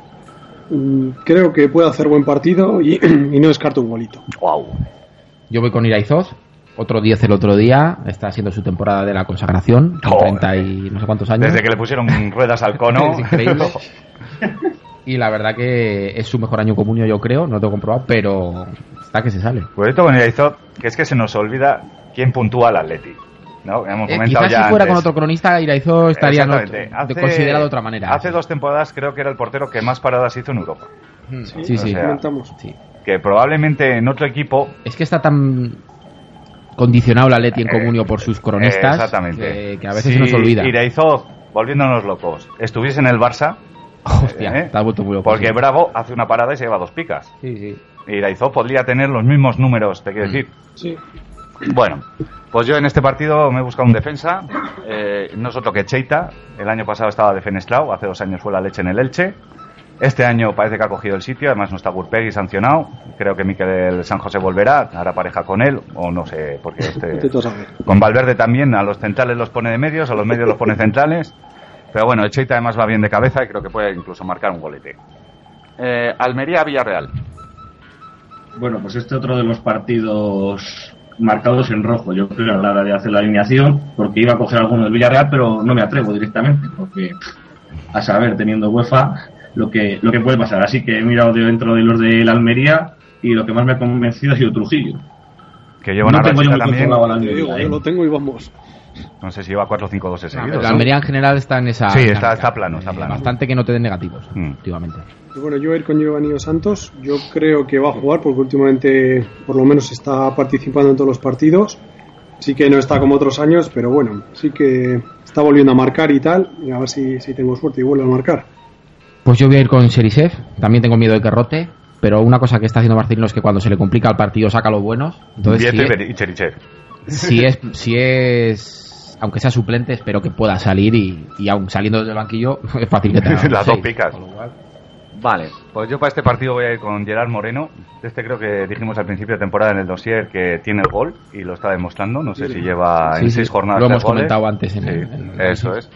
S5: Mm, Creo que puede hacer buen partido y, <clears throat> y no descarto un golito.
S3: ¡Wow!
S4: Yo voy con Iraizoz, otro 10 el otro día, está haciendo su temporada de la consagración, con
S3: Joder.
S4: 30 y no sé cuántos años.
S3: Desde que le pusieron ruedas al cono.
S4: <laughs> Es increíble. Y la verdad que es su mejor año comunio, yo creo, no lo tengo comprobado, pero está que se sale.
S3: Pues esto con Iraizoz, que es que se nos olvida quién puntúa al Athletic. ¿no? Hemos
S4: Eh,
S3: comentado
S4: quizás si
S3: ya
S4: fuera
S3: antes.
S4: con otro cronista, Iraizo estaría en otro-
S3: Exactamente.
S4: de-
S3: Hace-
S4: considerado de otra manera.
S3: Hace dos temporadas creo que era el portero que más paradas hizo en Europa.
S4: Mm, Sí,
S5: Sí,
S4: sí.
S3: o sea,
S5: Comentamos.
S4: sí.
S3: Que probablemente en otro equipo
S4: Es que está tan condicionado la Leti en
S3: Eh,
S4: comunio por sus cronistas eh,
S3: Exactamente.
S4: Que, que a veces
S3: Si
S4: se nos olvida.
S3: Iraizoz, volviéndonos locos, estuviese en el Barça,
S4: Hostia,
S3: eh,
S4: está vuelto muy loco.
S3: porque
S4: sí.
S3: Bravo hace una parada y se lleva dos picas.
S4: Sí, sí.
S3: Iraizoz podría tener los mismos números, te quiero
S4: Mm.
S3: decir.
S5: Sí.
S3: Bueno, pues yo en este partido me he buscado un defensa, eh, no es otro que Cheita, el año pasado estaba defenestrado, hace dos años fue la leche en el Elche, este año parece que ha cogido el sitio, además no está Gurpegui sancionado, creo que Miquel San José volverá, hará pareja con él, o no sé, porque este,
S5: Vete tú a saber.
S3: con Valverde también, a los centrales los pone de medios, a los medios los pone centrales. Pero bueno, Cheita además va bien de cabeza y creo que puede incluso marcar un golete. Eh, Almería-Villarreal.
S7: Bueno, pues este otro de los partidos marcados en rojo. Yo creo que a la hora de hacer la alineación, porque iba a coger alguno del Villarreal, pero no me atrevo directamente, porque pff, a saber, teniendo UEFA, lo que, lo que puede pasar. Así que he mirado de dentro de los de la Almería y lo que más me ha convencido ha sido Trujillo.
S3: Que lleva una
S7: no tengo yo
S3: rachita
S7: muy
S3: también.
S7: controlado a la
S5: Yo digo,
S7: Almería.
S5: yo
S7: ¿eh?
S5: lo tengo y vamos.
S3: No sé si lleva 4 o 5 12 seguidos.
S4: La
S3: ¿no?
S4: Almería en general está en esa.
S3: Sí, está-
S4: dinámica.
S3: está plano, está plano.
S4: Bastante que no te den negativos,
S3: Mm.
S4: últimamente.
S5: Y Bueno, yo voy a ir con Giovanni Santos. Yo creo que va a jugar porque últimamente, por lo menos, está participando en todos los partidos. Sí que no está como otros años, pero bueno, sí que está volviendo a marcar y tal. Y a ver si, si tengo suerte y vuelve a marcar.
S4: Pues yo voy a ir con Sherisev, también tengo miedo de que rote, pero una cosa que está haciendo Marcelino es que cuando se le complica el partido saca los buenos. Entonces, si
S3: Vieto y
S4: es,
S3: Beri- y Cherichev.
S4: si es, si es- aunque sea suplente, espero que pueda salir y, y aún saliendo desde el banquillo <laughs> es fácil que
S3: <laughs>
S4: te hagan
S3: Las
S4: seis.
S3: dos picas. Vale, pues yo para este partido voy a ir con Gerard Moreno. Este creo que dijimos al principio de temporada en el dossier que tiene el gol y lo está demostrando. No sé si lleva
S4: Sí,
S3: en
S4: sí,
S3: seis jornadas.
S4: lo
S3: tres
S4: hemos
S3: goles.
S4: comentado antes en el-
S3: Sí,
S4: en el-
S3: eso es.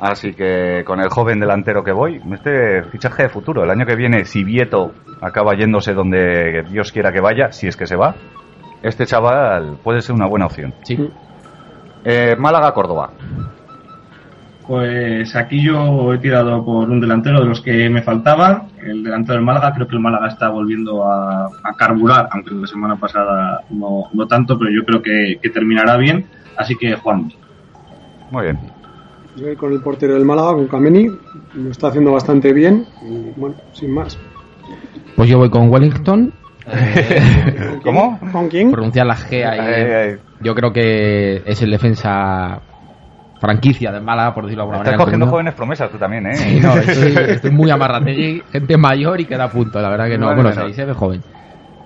S3: Así que con el joven delantero que voy, este fichaje de futuro. El año que viene, si Vieto acaba yéndose donde Dios quiera que vaya, si es que se va, este chaval puede ser una buena opción.
S4: Sí.
S3: Eh, Málaga-Córdoba.
S7: Pues aquí yo he tirado por un delantero de los que me faltaban, el delantero del Málaga. Creo que el Málaga está volviendo a, a carburar, aunque la semana pasada no, no tanto, pero yo creo que, que terminará bien. Así que Juan,
S3: Muy bien.
S5: Yo voy a ir con el portero del Málaga, con Kameni. Lo está haciendo bastante bien. Y bueno, sin más.
S4: Pues yo voy con Wellington,
S3: <laughs> ¿Cómo?
S5: ¿Con quién?
S4: pronunciar la G ahí.
S3: Eh, eh,
S4: Yo creo que es el defensa franquicia del Málaga, por decirlo de alguna
S3: Estás
S4: manera.
S3: cogiendo
S4: Antonio.
S3: jóvenes promesas tú también, ¿eh?
S4: Sí, <laughs> no, estoy, estoy muy amarrategui, gente mayor y queda a punto, la verdad que no.
S3: Vale,
S4: bueno,
S3: vale.
S4: se dice de joven.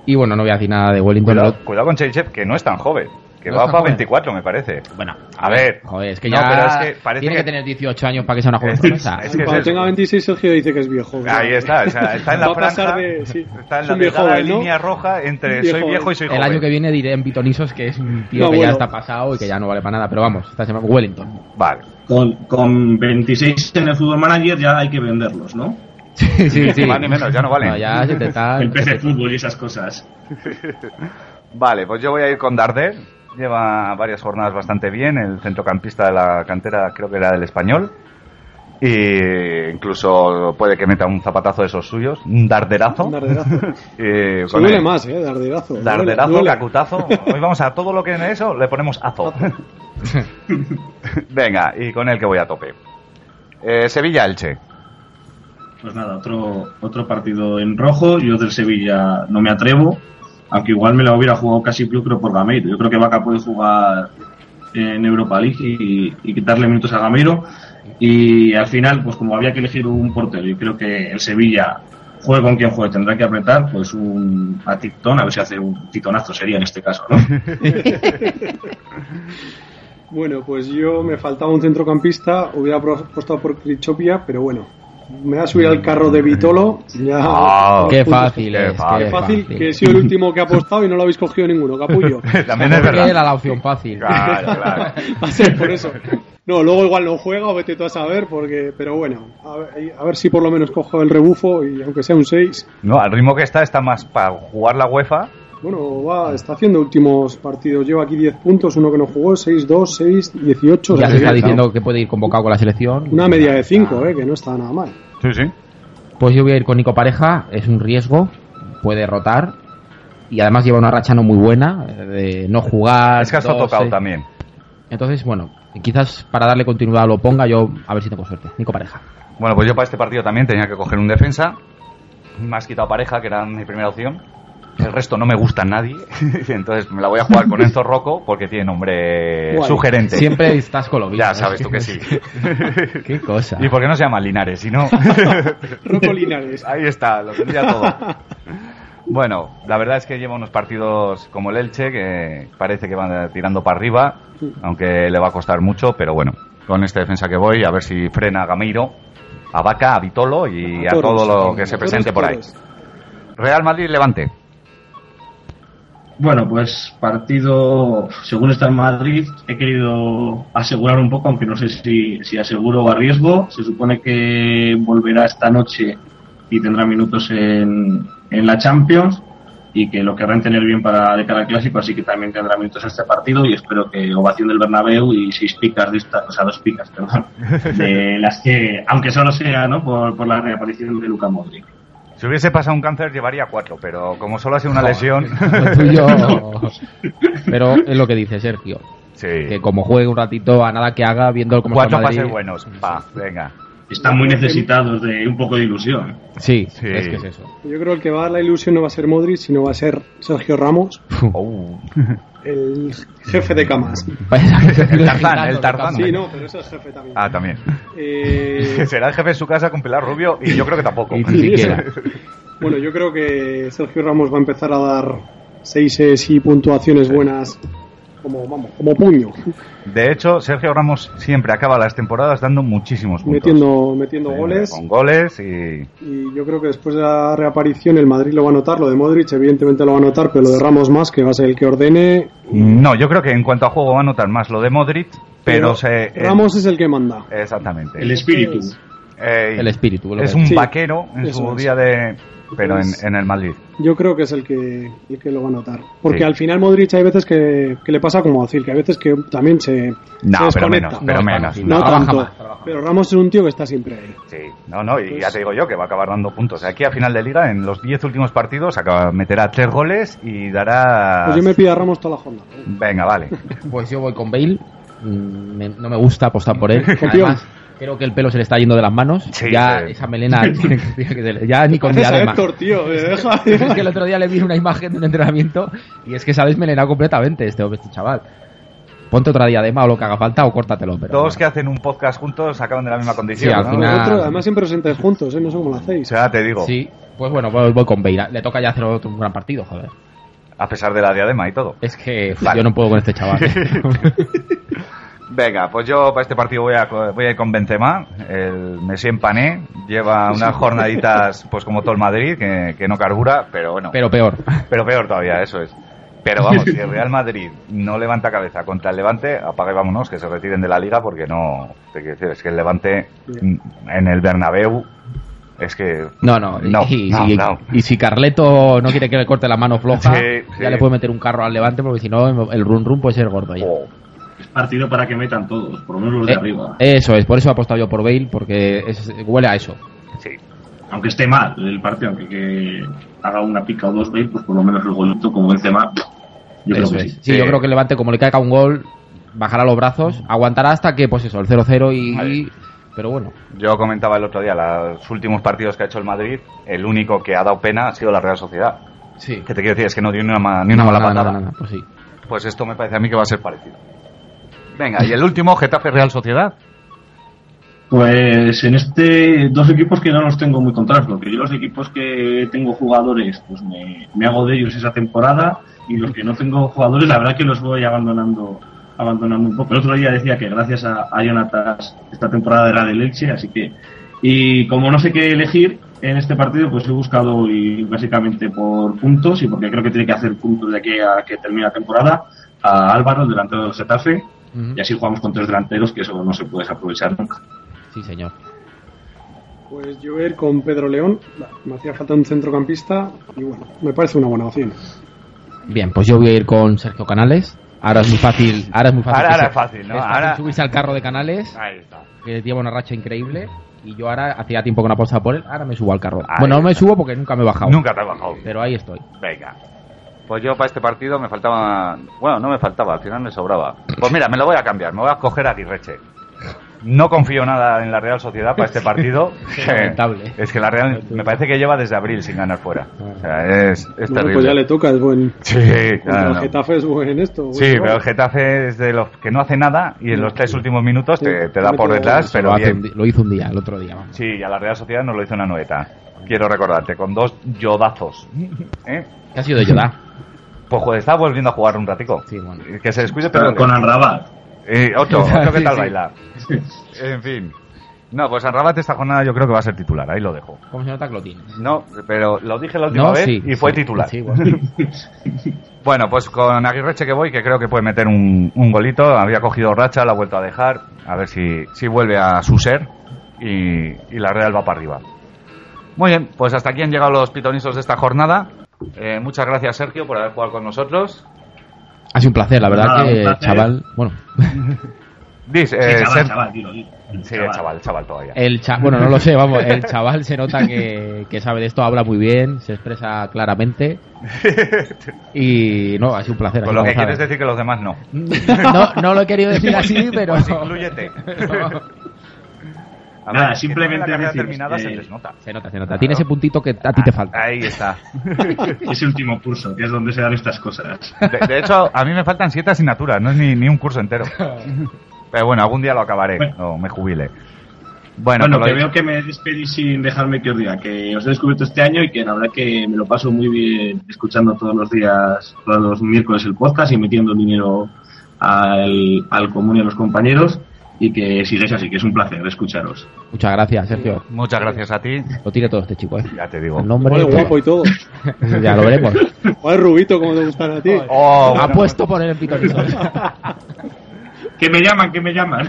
S4: Y bueno, no voy a decir nada de
S3: <laughs>
S4: Wellington.
S3: Cuidado,
S4: pero-
S3: cuidado con Cherichev, que no es tan joven. Que
S4: No
S3: va
S4: es tan
S3: para
S4: joven.
S3: 24, me parece.
S4: Bueno,
S3: A ver.
S4: joder, es que
S3: No,
S4: ya
S3: pero es que parece
S4: tiene que...
S3: que-
S4: tener 18 años para que sea una joven
S3: Es-
S4: promesa.
S3: es
S5: Y
S3: que
S5: cuando
S3: es-
S5: tenga 26, Sergio dice que es viejo.
S3: Ahí está, o sea, está en
S5: Va
S3: la
S5: a pasar
S3: franja,
S5: de- sí,
S3: está en
S5: es
S3: la
S5: un viejo
S3: delgada
S5: joven, ¿no?
S3: línea roja entre
S5: Un viejo
S3: soy viejo y soy
S4: El
S3: joven.
S4: año que viene diré en Pitonisos que es un tío
S5: No,
S4: que ya
S5: bueno.
S4: está pasado y que ya no vale para nada, pero vamos, esta semana Wellington.
S3: <laughs> Vale.
S7: con, con 26 en el Fútbol Manager ya hay que venderlos, ¿no?
S4: Sí, sí,
S3: Ni más ni menos, ya no valen.
S4: ya se te está...
S7: El PC Fútbol y esas cosas.
S3: Vale, pues yo voy a ir con Dardel. Lleva varias jornadas bastante bien. El centrocampista de la cantera creo que era del español. Y incluso puede que meta un zapatazo de esos suyos. Un darderazo.
S5: Un darderazo.
S3: Y <laughs>
S5: Sí,
S3: con
S5: Duele
S3: el
S5: más, ¿eh? Darderazo. Duele,
S3: Darderazo,
S5: duele.
S3: cacutazo. Hoy vamos a todo lo que en eso le ponemos azo. <laughs> Venga, y con el que voy a tope. Eh, <laughs> Sevilla-Elche.
S7: Pues nada, otro, otro partido en rojo. Yo del Sevilla no me atrevo, aunque igual me la hubiera jugado casi yo creo por Gameiro. Yo creo que Vaca puede jugar en Europa League y, y quitarle minutos a Gameiro. Y al final, pues como había que elegir un portero, yo creo que el Sevilla, juegue con quien juegue, tendrá que apretar pues un a Titón, a ver si hace un titonazo, sería en este caso, ¿no?
S5: Bueno, pues yo me faltaba un centrocampista, hubiera pro- apostado por Krichopia, pero bueno, me voy a subir al carro de Vitolo. Ya,
S3: Ah,
S4: Qué
S5: Punto.
S4: fácil
S3: Qué
S4: es,
S3: fácil.
S5: Qué fácil, que he sido el último que ha apostado y no lo habéis cogido ninguno,
S4: <laughs>
S5: capullo.
S3: También es
S4: Porque era
S3: verdad.
S4: la opción fácil.
S3: Claro, claro.
S5: Va a ser por eso. No, luego igual no juega o vete tú a saber, porque, pero bueno, a ver, a ver si por lo menos cojo el rebufo y aunque sea un 6,
S3: No, al ritmo que está, está más para jugar la UEFA.
S5: bueno, va, está haciendo últimos partidos, lleva aquí 10 puntos, uno que no jugó, 6, 2, 6, 18,
S4: Ya se está
S5: claro.
S4: diciendo que puede ir convocado con la selección.
S5: una media de 5, eh, que no está nada mal.
S3: Sí, sí.
S4: Pues yo voy a ir con Nico Pareja, es un riesgo, puede rotar y además lleva una racha no muy buena eh, de no jugar.
S3: Es que has
S4: dos,
S3: tocado
S4: seis.
S3: también.
S4: Entonces, bueno, quizás para darle continuidad lo ponga yo, a ver si tengo suerte. Nico Pareja.
S3: Bueno, pues yo para este partido también tenía que coger un defensa. Me has quitado pareja, que era mi primera opción. El resto no me gusta nadie. <laughs> Entonces me la voy a jugar con Enzo Rocco porque tiene nombre
S5: Guay.
S3: sugerente.
S4: Siempre estás con lo mismo,
S3: Ya
S4: ¿eh?
S3: sabes tú que sí.
S4: <laughs> Qué cosa. <laughs>
S3: ¿Y por qué no se llama Linares? Si no,
S4: Pues
S5: Rocco Linares.
S3: ahí está, lo tendría todo. <laughs> Bueno, la verdad es que lleva unos partidos como el Elche, que parece que van tirando para arriba, aunque le va a costar mucho, pero bueno, con esta defensa que voy, a ver si frena a Gameiro, a Vaca, a Vitolo y a,
S5: todos,
S3: todo lo
S5: a
S3: que se
S5: todos,
S3: presente
S5: a
S3: por ahí.
S5: todos.
S3: Real Madrid, Levante.
S7: Bueno, pues partido, según está en Madrid, he querido asegurar un poco, aunque no sé si, si aseguro o arriesgo. Se supone que volverá esta noche y tendrá minutos en, en la Champions y que lo querrán tener bien para de cara al clásico, así que también tendrá minutos este partido y espero que ovación del Bernabéu y seis picas de esta, o sea, dos picas, perdón, de las que, aunque solo sea, ¿no? Por, por la reaparición de Luca Modric.
S3: Si hubiese pasado un cáncer, llevaría cuatro, pero como solo ha sido una
S4: <laughs>
S3: lesión.
S4: Lo
S3: <laughs>
S4: tuyo- Pero es lo que dice Sergio.
S3: sí.
S4: Que como juegue un ratito, a nada que haga, viendo cómo
S3: Cuatro
S4: está el
S3: pases
S4: Madrid-
S3: buenos. Pa, venga.
S7: Están muy necesitados de un poco de ilusión.
S4: Sí,
S3: Sí.
S4: es que es eso.
S5: Yo creo que el que va a dar la ilusión no va a ser Modric, sino va a ser Sergio Ramos,
S3: Oh.
S5: el jefe de camas.
S4: <laughs>
S3: El Tarzán, el Tarzán.
S5: Sí, no, pero eso es jefe también.
S3: eh. Ah, también. <laughs>
S5: Eh,
S3: Será el jefe de su casa con Pilar Rubio y yo creo que tampoco.
S4: Y ni siquiera.
S5: bueno, yo creo que Sergio Ramos va a empezar a dar seises y puntuaciones buenas como, vamos, como puño,
S3: De hecho, Sergio Ramos siempre acaba las temporadas dando muchísimos puntos.
S5: metiendo, metiendo
S3: Eh,
S5: goles.
S3: Con goles y.
S5: Y yo creo que después de la reaparición el Madrid lo va a notar, lo de Modric evidentemente lo va a notar, pero lo de Ramos más, que va a ser el que ordene.
S3: No, yo creo que en cuanto a juego va a notar más lo de Modric, pero, se. eh,
S5: Ramos es el que manda.
S3: Exactamente.
S7: El espíritu.
S3: Eh,
S4: El espíritu. lo
S3: es
S4: que-
S3: un
S5: Sí.
S3: vaquero en
S5: Eso
S3: su
S5: es.
S3: día de. Pero en,
S5: Es-
S3: en el Madrid.
S5: Yo creo que es el que, el que lo va a notar. Porque
S3: Sí.
S5: al final Modric hay veces que, que le pasa como a Ozil, que hay veez que también se,
S3: No,
S5: se
S3: pero
S5: desconecta.
S3: menos, pero
S4: No,
S3: menos.
S4: no,
S5: No,
S4: no,
S5: tanto.
S4: trabaja más, trabaja
S5: Pero Ramos es un tío que está siempre ahí.
S3: Sí, no, no, y
S5: Pues-
S3: ya te digo yo que va a acabar dando puntos. Aquí a final de liga, en los 10 últimos partidos, acaba, meterá tres goles y dará.
S5: Pues yo me pido a Ramos toda la jornada.
S3: Venga,
S5: <laughs>
S3: vale.
S4: Pues yo voy con Bale. Mm, me- no me gusta apostar por él. Además, creo que el pelo se le está yendo de las manos.
S3: Sí,
S4: ya
S3: sí.
S4: esa melena tiene que- tiene que ser- ya ni con
S5: Haces a
S4: diadema.
S5: Héctor, tío.
S3: <laughs>
S5: eh, deja-
S4: Es que el otro día le vi una imagen de un entrenamiento y es que se ha desmelenado completamente este, hombre, este chaval. Ponte otra diadema o lo que haga falta o córtatelo. Pero
S3: Dos
S4: bueno.
S3: que hacen un podcast juntos acaban de la misma condición.
S4: Sí, al
S3: ¿no?
S4: final-
S5: Vosotros, además siempre os sentáis juntos, ¿eh? No sé cómo lo
S3: O
S5: hacéis.
S3: sea, te digo,
S4: Sí, pues bueno, voy, voy con Bale. Le toca ya hacer otro un gran partido, joder.
S3: a pesar de la diadema y todo.
S4: Es que uf,
S3: Vale.
S4: yo no puedo con
S3: <laughs>
S4: este chaval.
S3: Venga, pues yo para este partido voy a, co- voy a ir con Benzema, el Messi en pané, lleva unas jornaditas pues como todo el Madrid, que, que no carbura, pero bueno, pero,
S4: Pero peor.
S3: peor todavía, eso es. Pero vamos, si el Real Madrid no levanta cabeza contra el Levante, apaga y vámonos, que se retiren de la liga porque no, te quiero decir, es que el Levante mm, en el Bernabéu es que...
S4: No, no.
S3: No,
S4: y,
S3: no,
S4: y-
S3: no.
S4: y si Carleto no quiere que le corte la mano floja,
S3: Sí, sí.
S4: ya le puede meter un carro al levante porque si no, el run run puede ser gordo. ya.
S3: Oh,
S7: Es partido para que metan todos, por lo menos los de
S4: Eh,
S7: arriba.
S4: Eso es, por eso he apostado yo por Bale, porque es- huele a eso.
S3: sí.
S7: aunque esté mal el partido, aunque que haga una pica o dos, Bale, pues por lo menos el golito como Benzema, yo creo
S4: Eso
S7: que
S4: es.
S7: sí.
S4: Sí,
S3: Sí.
S4: yo creo que el Levante, como le caiga un gol, bajará los brazos, aguantará hasta que, pues eso, el 0-0 y,
S3: Vale.
S4: y- Pero bueno,
S3: Yo comentaba el otro día, los últimos partidos que ha hecho el Madrid, el único que ha dado pena ha sido la Real Sociedad.
S4: sí.
S3: Que te quiero decir, es que no dio ni una, ma- ni una mala
S4: nada,
S3: patada.
S4: nada, nada, pues sí.
S3: Pues esto me parece a mí que va a ser parecido. Venga, y el último, Getafe Real Sociedad.
S7: Pues en este, dos equipos que no los tengo muy contrarios, porque yo los equipos que tengo jugadores, pues me, me hago de ellos esa temporada, y los que no tengo jugadores, la verdad que los voy abandonando abandonando un poco. El otro día decía que gracias a, a Jonatas esta temporada era de Leche, así que... Y como no sé qué elegir en este partido, pues he buscado hoy básicamente por puntos, y porque creo que tiene que hacer puntos de aquí a que termine la temporada, a Álvaro, el delantero del Getafe,
S4: Ujú.
S7: y así jugamos con tres delanteros, que eso no se puede desaprovechar nunca.
S4: Sí, señor.
S5: Pues yo voy a ir con Pedro León. Me hacía falta un centrocampista y bueno, me parece una buena opción.
S4: Bien, pues yo voy a ir con Sergio Canales. Ahora es muy fácil. Ahora es muy fácil.
S3: Ahora-
S4: que
S3: ahora
S4: se-
S3: es fácil, ¿no?
S4: es
S3: Ahora-
S4: subirse al carro de Canales,
S3: Ahí está.
S4: que lleva una racha increíble. Y yo ahora, hacía tiempo que no apostaba por él, ahora me subo al carro.
S3: Ahí
S4: bueno, no me
S3: está.
S4: subo porque nunca me he bajado.
S3: Nunca ha trabajado.
S4: Pero ahí estoy.
S3: Venga. Pues yo para este partido me faltaba... Bueno, no me faltaba, al final me sobraba. Pues mira, me lo voy a cambiar, me voy a coger a Aguirreche. No confío nada en la Real Sociedad para este <laughs> partido.
S4: Qué lamentable.
S3: es que la Real me parece que lleva desde abril sin ganar fuera. O sea, es, es
S5: Bueno,
S3: terrible.
S5: pues ya le toca, es buen.
S3: Sí,
S5: contra
S3: claro,
S5: el
S3: no.
S5: Getafe es buen esto. buen
S3: Sí,
S5: rival.
S3: pero el Getafe es de los que no hace nada y en los tres últimos minutos te, te da por detrás,
S4: Eso
S3: pero
S4: lo, hace
S3: bien.
S4: un di- lo hizo un día, el otro día. vamos.
S3: Sí, y a la Real Sociedad nos lo hizo una noeta. quiero recordarte, con dos yodazos. ¿Eh?
S4: ¿Qué ha sido de Yoda?
S3: Pues joder, estaba volviendo a jugar un ratico.
S4: Sí, bueno.
S3: Que se escuche, pero...
S7: Pero con Arrabat.
S3: Eh, Otto, Otto, ¿qué
S4: <laughs> Sí,
S3: tal
S4: sí.
S3: baila? En fin. No, pues Arrabat esta jornada yo creo que va a ser titular, ahí lo dejo.
S4: ¿Cómo se nota Clotín?
S3: No, pero lo dije la última
S4: No,
S3: vez
S4: sí,
S3: y fue
S4: sí,
S3: titular.
S4: sí, bueno.
S3: Bueno, pues con Aguirre que voy, que creo que puede meter un, un golito. Había cogido racha, la ha vuelto a dejar. A ver si, si vuelve a su ser y, y la Real va para arriba. Muy bien, pues hasta aquí han llegado los pitonisos de esta jornada. Eh, muchas gracias, Sergio, por haber jugado con nosotros.
S4: Ha sido un placer, la verdad
S3: Ah,
S7: Nada, un
S4: que
S7: placer.
S4: chaval, bueno,
S3: Dis, eh,
S7: Sí, chaval,
S3: Ser-
S7: chaval, dilo, dilo.
S3: Sí, el chaval, el chaval todavía.
S4: el cha- bueno, no lo sé, vamos, el chaval se nota que, que sabe de esto, habla muy bien, se expresa
S3: <laughs>
S4: claramente. Y no, ha sido un placer.
S3: con
S4: así
S3: lo que
S4: vamos a
S3: quieres
S4: ver.
S3: decir que los demás no.
S4: No, no lo he querido decir así, pero
S3: Pues inclúyete. A
S7: Nada,
S3: que
S7: simplemente
S3: la carrera
S7: decir,
S3: terminada se
S7: eh,
S3: les nota.
S4: <laughs> se nota, se nota. Tiene ese puntito que a ti te falta.
S3: Ahí está.
S7: Ese último curso, que <laughs> es donde se dan estas cosas.
S3: De, de hecho, a mí me faltan siete asignaturas, no es ni, ni un curso <laughs> entero. Pero bueno, algún día lo acabaré,
S7: Bueno.
S3: o me jubile. Bueno,
S7: Bueno,
S3: por lo
S7: que
S3: dicho-
S7: veo que me despedís sin dejarme que os diga que os he descubierto este año y que la verdad que me lo paso muy bien escuchando todos los días, todos los miércoles el podcast y metiendo dinero al, al común y a los compañeros y que sigáis así, que es un placer escucharos.
S4: Muchas gracias, Sergio.
S3: muchas gracias a ti,
S4: Lo tiene todo este chico, ¿eh?
S3: ya te digo.
S4: El nombre.
S5: Joder, guapo
S3: <laughs>
S5: y todo.
S4: Ya lo veremos.
S5: Joder, Rubito, como te gustan a ti.
S3: Oh, bueno,
S4: Apuesto por el pitonizo.
S7: Que me llaman, que
S3: <laughs>
S7: me llaman.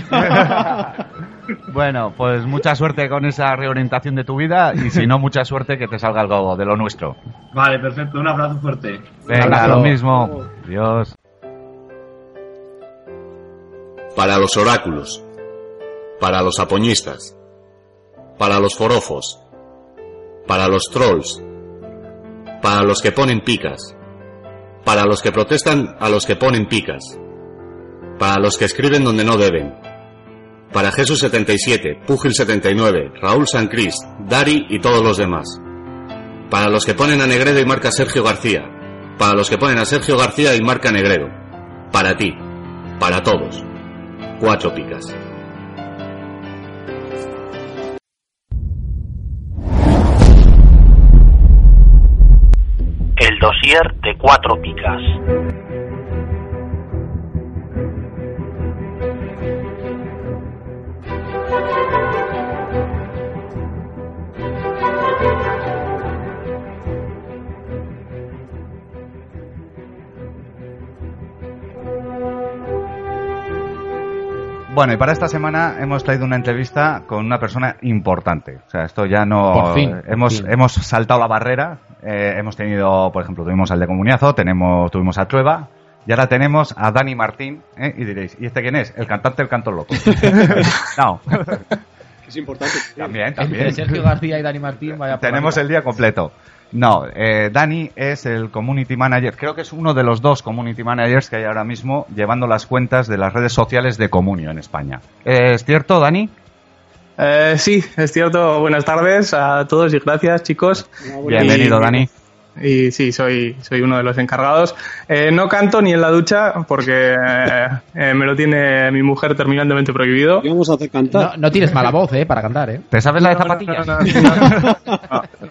S3: bueno, pues mucha suerte con esa reorientación de tu vida y si no, mucha suerte que te salga algo de lo nuestro.
S7: vale, perfecto, un abrazo fuerte.
S3: Venga,
S4: abrazo.
S3: lo mismo. Dios.
S6: Para los oráculos. Para los apoñistas. Para los forofos. Para los trolls. Para los que ponen picas. Para los que protestan a los que ponen picas. Para los que escriben donde no deben. Para Jesús 77, Púgil 79, Raúl Sancrist, Dari y todos los demás. Para los que ponen a Negredo y marca Sergio García. Para los que ponen a Sergio García y marca Negredo. Para ti. Para todos. Cuatro picas.
S8: El dossier de cuatro picas.
S3: Bueno, y para esta semana hemos traído una entrevista con una persona importante. O sea, esto ya no...
S4: Por fin,
S3: hemos,
S4: por fin.
S3: hemos saltado la barrera. eh, hemos tenido, por ejemplo, tuvimos al de Comuniazo, tenemos, tuvimos a Trueba, y ahora tenemos a Dani Martín. ¿eh? Y diréis, ¿y este quién es? El cantante del canto
S4: <laughs>
S3: loco. no,
S5: Es importante.
S3: también,
S4: Entre
S3: también.
S4: Sergio García y Dani Martín, vaya por
S3: Tenemos
S4: la
S3: el día completo. No, eh, Dani es el community manager. Creo que es uno de los dos community managers que hay ahora mismo llevando las cuentas de las redes sociales de Comunio en España. Eh, ¿Es cierto, Dani?
S9: Eh, sí, es cierto. Buenas tardes a todos y gracias, chicos.
S5: Ah,
S3: Bienvenido,
S9: Y-
S3: Dani.
S9: Y sí, soy, soy uno de los encargados. Eh, no canto ni en la ducha porque eh, eh, me lo tiene mi mujer terminantemente prohibido.
S5: ¿Qué vamos a hacer
S4: No,
S5: cantar?
S4: no tienes mala voz, ¿eh? Para cantar, ¿eh?
S3: ¿Te sabes la de zapatillas?
S9: No, no,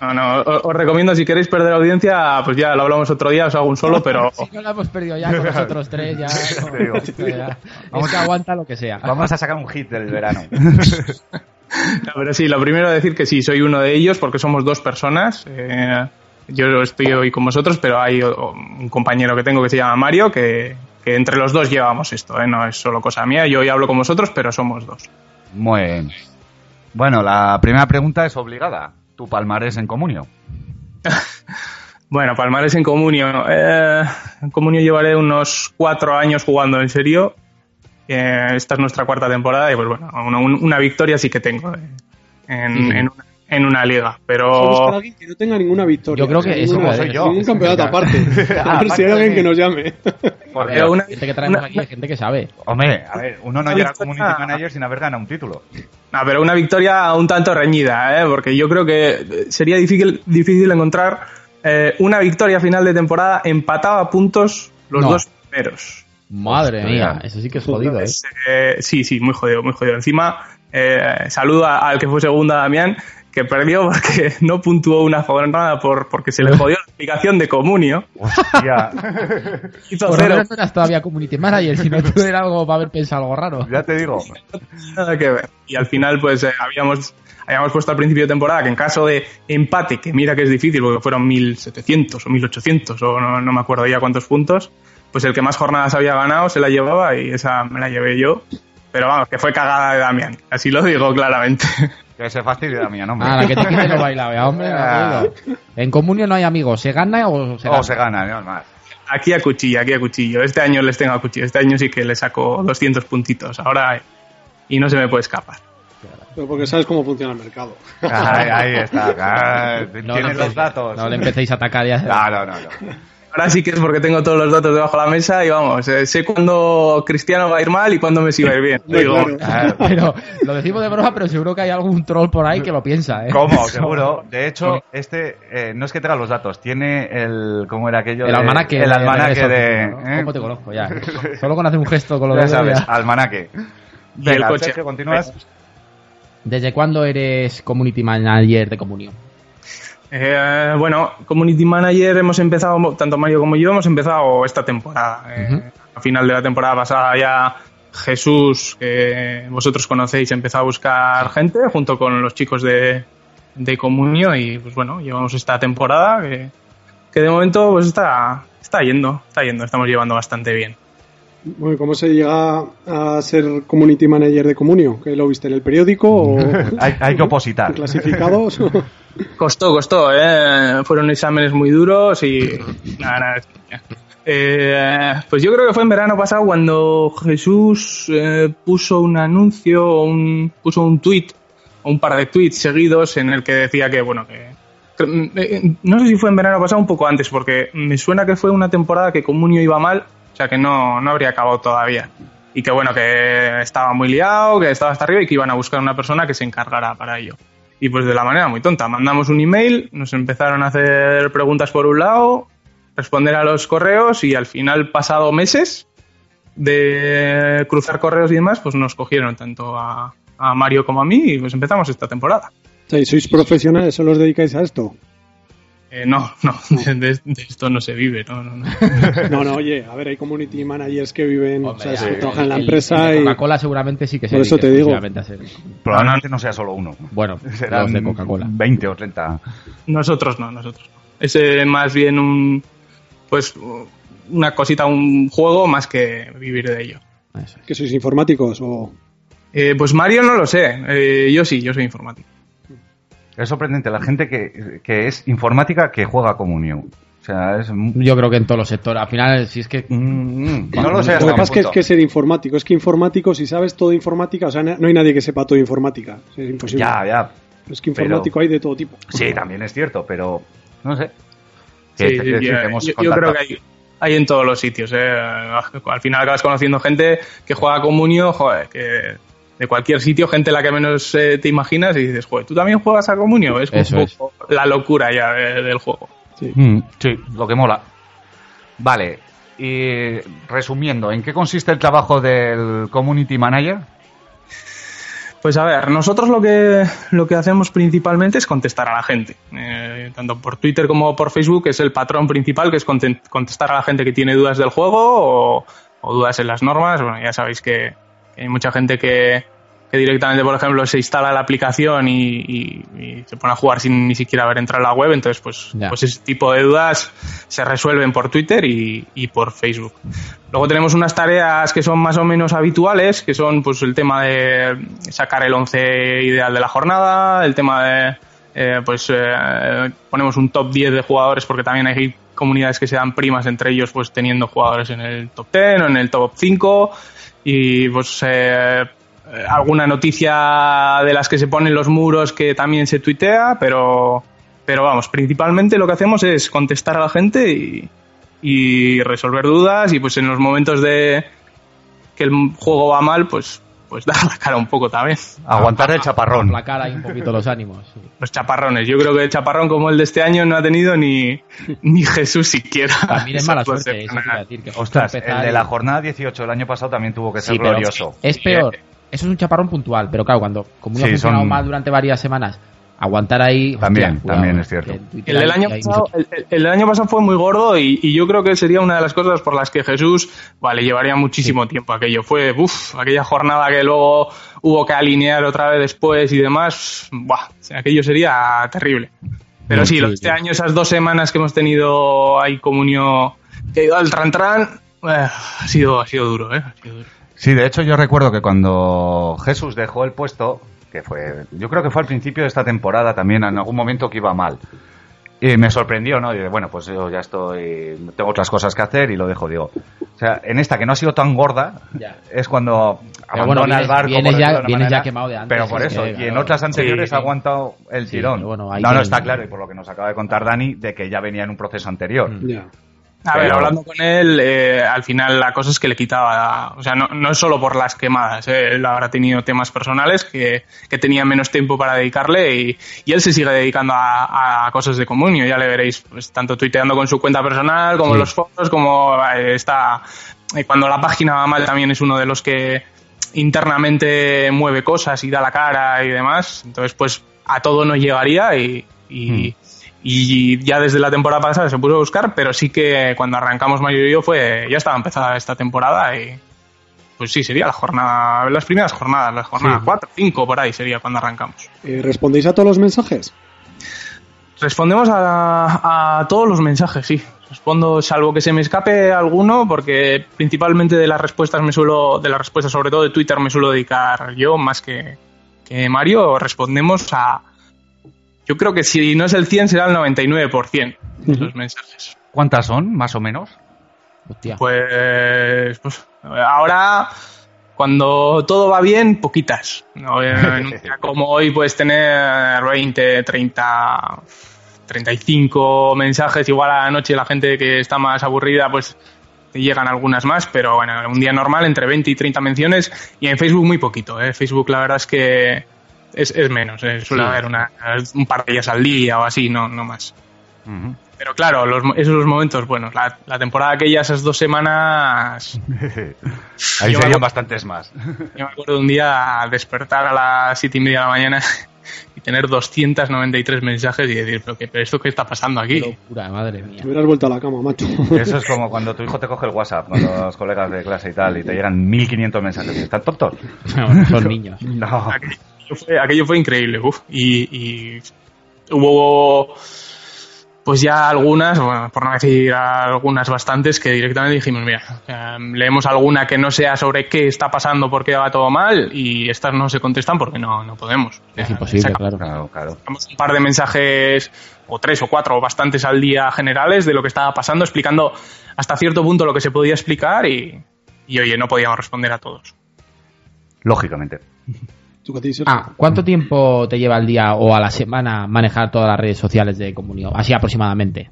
S9: no, no. O- Os recomiendo, si queréis perder audiencia, pues ya lo hablamos otro día, os hago un solo, pero
S4: Si no la hemos perdido ya con nosotros tres, ya. no,
S3: Te digo.
S4: esto ya. Es que aguanta lo que sea.
S3: Vamos a sacar un hit del verano.
S9: No, pero sí, lo primero decir que sí, soy uno de ellos porque somos dos personas. Eh, yo estoy hoy con vosotros, pero hay o- un compañero que tengo que se llama Mario, que, que entre los dos llevamos esto, eh, no es solo cosa mía. Yo hoy hablo con vosotros, pero somos dos.
S3: <laughs> Muy bien. Bueno, la primera pregunta es obligada. ¿Tu palmarés en Comunio?
S9: Bueno, Palmares en Comunio. Eh, en Comunio llevaré unos cuatro años jugando en serio. Eh, esta es nuestra cuarta temporada y pues bueno, una, un- una victoria sí que tengo eh, en,
S4: Sí, sí.
S9: en una, en una liga.
S5: Vamos a
S9: Pero...
S5: buscar a alguien que no tenga ninguna victoria.
S4: Yo creo que eso
S5: Ninguna-
S4: puede
S3: soy yo.
S5: Ningún campeonato aparte.
S4: <laughs>
S5: A ver si hay alguien que nos llame. <laughs>
S3: Por
S9: Pero
S3: Dios.
S9: una-
S4: Gente que traemos
S9: una-
S4: aquí, gente que sabe.
S3: Hombre, a ver, uno no
S9: Una
S3: llega a
S9: victoria-
S3: community manager sin haber ganado un título.
S9: Ah, pero una victoria un tanto reñida, ¿eh? porque yo creo que eh, sería difícil, difícil encontrar eh, una victoria final de temporada empatada a puntos los
S4: No.
S9: dos primeros.
S4: Madre
S3: Hostia.
S4: mía, eso sí que es jodido, ¿eh?
S9: Es, eh, sí, sí, muy jodido, muy jodido. Encima, eh, saludo a- al que fue segunda, Damián, que perdió porque no puntuó una jornada por, porque se le jodió la aplicación de Comunio.
S3: Hostia, <laughs>
S9: Hizo
S4: Por lo
S9: cero,
S4: menos no eras todavía community manager, si no tú era algo para haber pensado algo raro.
S3: ya te digo.
S9: nada que ver. Y al final, pues eh, habíamos, habíamos puesto al principio de temporada que en caso de empate, que mira que es difícil porque fueron 1700 o 1800 o no, no me acuerdo ya cuántos puntos, pues el que más jornadas había ganado se la llevaba y esa me la llevé yo. Pero vamos, que fue cagada de Damián. Así lo digo claramente.
S3: Que se fastidia la mía, no, hombre.
S4: Ah, la que te quite lo
S3: <laughs>
S4: bailaba, ya, hombre.
S3: Ah.
S4: amigo. En comunio no hay amigos, ¿se gana o
S3: <laughs>
S4: se
S3: O
S4: gana?
S3: se gana, no es más.
S9: Aquí a cuchillo, aquí a cuchillo. Este año les tengo a cuchillo. Este año sí que le saco 200 puntitos. Ahora, eh, y no se me puede escapar.
S5: Pero porque sabes cómo funciona el mercado.
S3: Ahí, ahí está. claro.
S4: No,
S3: Tienes
S4: no,
S3: los datos.
S4: No le empecéis a atacar ya.
S3: No, no, no, no.
S9: Ahora sí que es porque tengo todos los datos debajo de la mesa y vamos, eh, sé cuándo Cristiano va a ir mal y cuándo Messi va a ir bien.
S5: <laughs> Hombre,
S9: Digo,
S3: Claro.
S5: claro.
S4: <laughs> Pero lo decimos de broma, pero seguro que hay algún troll por ahí que lo piensa, ¿eh?
S3: ¿Cómo?
S4: <laughs>
S3: Seguro. De hecho, este eh, no es que tenga los datos, tiene el. ¿Cómo era aquello?
S4: El
S3: de-
S4: almanaque.
S3: El
S4: de-
S3: almanaque
S4: de-
S3: de.
S4: ¿no?
S3: ¿eh?
S4: ¿Cómo te
S3: <laughs>
S4: conozco ya? Solo con hacer un gesto con los
S3: Ya
S4: dedos.
S3: sabes,
S4: ya. <laughs>
S3: almanaque.
S9: Y
S3: Venga,
S9: el coche.
S3: Sergio, continúas.
S4: ¿Desde cuándo eres community manager de comunión?
S9: eh, bueno, Community Manager hemos empezado, tanto Mario como yo, hemos empezado esta temporada. Eh,
S4: Ujú.
S9: A final de la temporada pasada ya Jesús, que vosotros conocéis, empezó a buscar gente junto con los chicos de, de Comunio y pues bueno, llevamos esta temporada que, que de momento pues está, está yendo, está yendo, estamos llevando bastante bien.
S5: Bueno, ¿cómo se llega a ser community manager de Comunio? ¿Que lo viste en el periódico o
S9: <laughs>
S3: Hay, hay que
S5: <laughs>
S3: opositar.
S5: clasificados?
S9: Costó, costó, ¿eh? Fueron exámenes muy duros y... nada, nada, es coña. Eh, pues yo creo que fue en verano pasado cuando Jesús eh, puso un anuncio, o un, puso un tweet, o un par de tweets seguidos en el que decía que, bueno, que... cre- eh, No sé si fue en verano pasado, un poco antes, porque me suena que fue una temporada que Comunio iba mal, o sea que no, no habría acabado todavía. Y que bueno, que estaba muy liado, que estaba hasta arriba y que iban a buscar una persona que se encargara para ello. Y pues de la manera muy tonta, mandamos un email, nos empezaron a hacer preguntas por un lado, responder a los correos y al final, pasado meses de cruzar correos y demás, pues nos cogieron tanto a, a Mario como a mí y pues empezamos esta temporada.
S5: Sí, ¿Sois profesionales? ¿Solo os dedicáis a esto?
S9: Eh, no, no, <laughs> de, de- de esto no se vive, no, no, no.
S5: <laughs> No, no, oye, a ver, hay community managers que viven,
S4: Hombre,
S5: o sea,
S4: ya,
S5: se
S4: el-
S5: trabajan en la
S4: el-
S5: empresa
S4: el de
S5: y...
S4: Coca-Cola seguramente sí que se
S5: Por eso
S4: dedica
S5: te digo.
S4: exclusivamente a ser-
S3: Probablemente no sea solo uno.
S4: Bueno, los
S3: Serán
S4: de Coca-Cola.
S3: 20 o 30.
S9: Nosotros no, nosotros no. Es eh, más bien un, pues, una cosita, un juego más que eh, vivir de ello.
S4: Eso es.
S5: ¿Que sois informáticos o...?
S9: Eh, pues Mario no lo sé, eh, yo sí, yo soy informático.
S3: Es sorprendente la gente que, que es informática que juega Comunión. O sea, es. mm,
S4: Yo creo que en todos los sectores. Al final, si es que
S3: mm, no lo sé.
S5: Lo
S3: hasta
S5: que
S3: un
S5: pasa es que es
S3: punto.
S5: que ser informático, es que informático, si sabes todo de informática, o sea, na- no hay nadie que sepa todo de informática, es imposible.
S3: Ya, ya.
S5: es que informático hay de todo tipo.
S3: Sí, también es cierto, pero. No sé. Que te
S9: Sí, sí,
S3: quiero
S9: sí,
S3: decir que
S9: eh,
S3: hemos
S9: yo, yo creo
S3: contactado.
S9: que hay, hay en todos los sitios. eh. Al final acabas conociendo gente que juega Comunio, joder, que de cualquier sitio, gente la que menos eh, te imaginas y dices, joder, ¿tú también juegas a Comunio? Es como
S4: Eso
S9: un
S4: es.
S9: poco la locura ya de- del juego.
S3: Mm, sí, lo que mola. Vale, y resumiendo, ¿en qué consiste el trabajo del community manager?
S9: Pues a ver, nosotros lo que, lo que hacemos principalmente es contestar a la gente. Eh, tanto por Twitter como por Facebook es el patrón principal, que es conten- contestar a la gente que tiene dudas del juego o, o dudas en las normas. Bueno, ya sabéis que, que hay mucha gente que, que directamente, por ejemplo, se instala la aplicación y, y- y se pone a jugar sin ni siquiera haber entrado a la web. Entonces, pues,
S4: Ya.
S9: pues ese tipo de dudas se resuelven por Twitter y, y por Facebook. Luego tenemos unas tareas que son más o menos habituales, que son pues el tema de sacar el once ideal de la jornada, el tema de eh, pues eh, ponemos un top 10 de jugadores porque también hay comunidades que se dan primas entre ellos pues teniendo jugadores en el top 10 o en el top 5 y pues eh, eh, alguna noticia de las que se ponen los muros que también se tuitea, pero pero vamos, principalmente lo que hacemos es contestar a la gente y, y resolver dudas y pues en los momentos <laughs> de que el juego va mal, pues pues <laughs> dar la cara un poco también.
S3: Aguantar el chaparrón.
S4: aplacar ahí un poquito los ánimos.
S9: Los chaparrones. Yo creo que el chaparrón como el de este año no ha tenido ni, ni Jesús siquiera.
S4: También es
S9: Esa
S4: mala
S9: clase
S4: suerte,
S9: de
S4: eso te iba a
S9: jornada.
S4: decir. Que
S3: Ostras,
S4: empezar
S3: el de
S4: y-
S3: la jornada 18 del año pasado también tuvo que ser
S4: Sí, pero-
S3: glorioso.
S4: Es peor. Eso es un chaparrón puntual, pero claro, cuando como
S3: eh. Sí,
S4: ha funcionado
S3: son-
S4: mal durante varias semanas, Aguantar ahí.
S3: También,
S4: hostia, cuidado,
S3: también es
S4: eh,
S3: cierto.
S4: que en Twitter
S9: El del,
S4: hay-
S9: año
S4: hay
S9: pasado,
S4: mucho-
S9: el, el- el del año pasado fue muy gordo y, y yo creo que sería una de las cosas por las que Jesús, vale, llevaría muchísimo tiempo aquello. Fue, uff, aquella jornada que luego hubo que alinear otra vez después y demás, buah, aquello sería terrible. Pero
S4: Sí,
S9: sí, lo
S4: sí,
S9: de este
S4: sí.
S9: año, esas dos semanas que hemos tenido ahí comunión, que ha ido al tran tran, eh, ha, sido, ha sido duro, ¿eh? Ha sido duro.
S3: Sí, de hecho yo recuerdo que cuando Jesús dejó el puesto, que fue, yo creo que fue al principio de esta temporada también, en algún momento que iba mal. Y me sorprendió, ¿no? Y dije, bueno, pues yo ya estoy, tengo otras cosas que hacer y lo dejo, digo. O sea, en esta que no ha sido tan gorda,
S4: Ya.
S3: es cuando
S4: Pero
S3: abandona
S4: bueno,
S3: el
S4: vienes-
S3: barco.
S4: vienes
S3: por
S4: ya-
S3: decirlo de una
S4: vienes ya
S3: manera.
S4: quemado de antes,
S3: Pero por
S4: es
S3: eso,
S4: que,
S3: y en
S4: claro,
S3: otras anteriores
S4: sí, sí.
S3: ha aguantado el
S4: Sí,
S3: tirón.
S4: pero bueno, ahí
S3: no, no,
S4: tienen-
S3: está claro, y por lo que nos acaba de contar Dani, de que ya venía en un proceso anterior.
S4: Mm.
S5: Ya.
S9: A
S3: Pero-
S9: ver, hablando con él, eh, al final la cosa es que le quitaba, o sea, no, no es solo por las quemadas, eh, él habrá tenido temas personales que, que tenía menos tiempo para dedicarle y, y él se sigue dedicando a, a cosas de comunio, ya le veréis, pues, tanto tuiteando con su cuenta personal, como
S4: Sí.
S9: los fotos, como eh, está, eh, cuando la página va mal también es uno de los que internamente mueve cosas y da la cara y demás, entonces pues a todo nos llegaría y... y y ya desde la temporada pasada se puso a buscar, pero sí que cuando arrancamos Mario y yo fue, ya estaba empezada esta temporada y pues sí, sería la jornada, las primeras jornadas, las jornadas 4, 5 por ahí sería cuando arrancamos.
S5: Eh, ¿Respondéis a todos los mensajes?
S9: Respondemos a, a todos los mensajes, sí. Respondo, salvo que se me escape alguno, porque principalmente de las respuestas me suelo, de las respuestas sobre todo de Twitter me suelo dedicar yo más que, que Mario. Respondemos a, yo creo que si no es el 100 será el 99% de los mensajes.
S3: ¿Cuántas son, más o menos?
S4: Hostia.
S9: Pues, pues, ahora, cuando todo va bien, poquitas. No, eh,
S3: <laughs>
S9: en un día como hoy puedes tener 20, 30, 35 mensajes. Igual a la noche la gente que está más aburrida, pues te llegan algunas más, pero bueno, un día normal entre 20 y 30 menciones. Y en Facebook muy poquito. ¿eh? Facebook la verdad es que es, es menos. eh, Suele haber una, un par de días al día o así, no, no más.
S3: Ujú.
S9: Pero claro, los, esos momentos buenos. La, la temporada aquella, esas dos semanas,
S3: Ahí
S9: Yo
S3: serían
S9: hago-
S3: bastantes más.
S9: yo me acuerdo de un día despertar a las siete y media de la mañana y tener 293 mensajes y decir, pero, qué, pero esto qué está pasando
S4: Qué
S9: aquí.
S4: locura, madre mía. <laughs>
S5: Te hubieras vuelto a la cama, macho.
S3: Eso es como cuando tu hijo te coge el WhatsApp con los colegas de clase y tal y te llegan 1500 mensajes. ¿Están tontos?
S4: Bueno, son niños.
S3: No.
S9: Aquello fue, aquello fue increíble, uf. Y, y hubo pues ya algunas, bueno, por no decir algunas bastantes, que directamente dijimos, mira, eh, leemos alguna que no sea sobre qué está pasando, por qué va todo mal, y estas no se contestan porque no, no podemos.
S4: Es
S9: Eh,
S4: imposible,
S9: saca-
S4: claro.
S3: Claro, claro.
S9: Sacamos un par de mensajes, o tres o cuatro, o bastantes al día generales, de lo que estaba pasando, explicando hasta cierto punto lo que se podía explicar y, y, oye, no podíamos responder a todos.
S3: Lógicamente.
S5: <laughs> ¿Tú qué te dices?
S4: Ah, ¿cuánto tiempo te lleva al día o a la semana manejar todas las redes sociales de comunión? Así aproximadamente.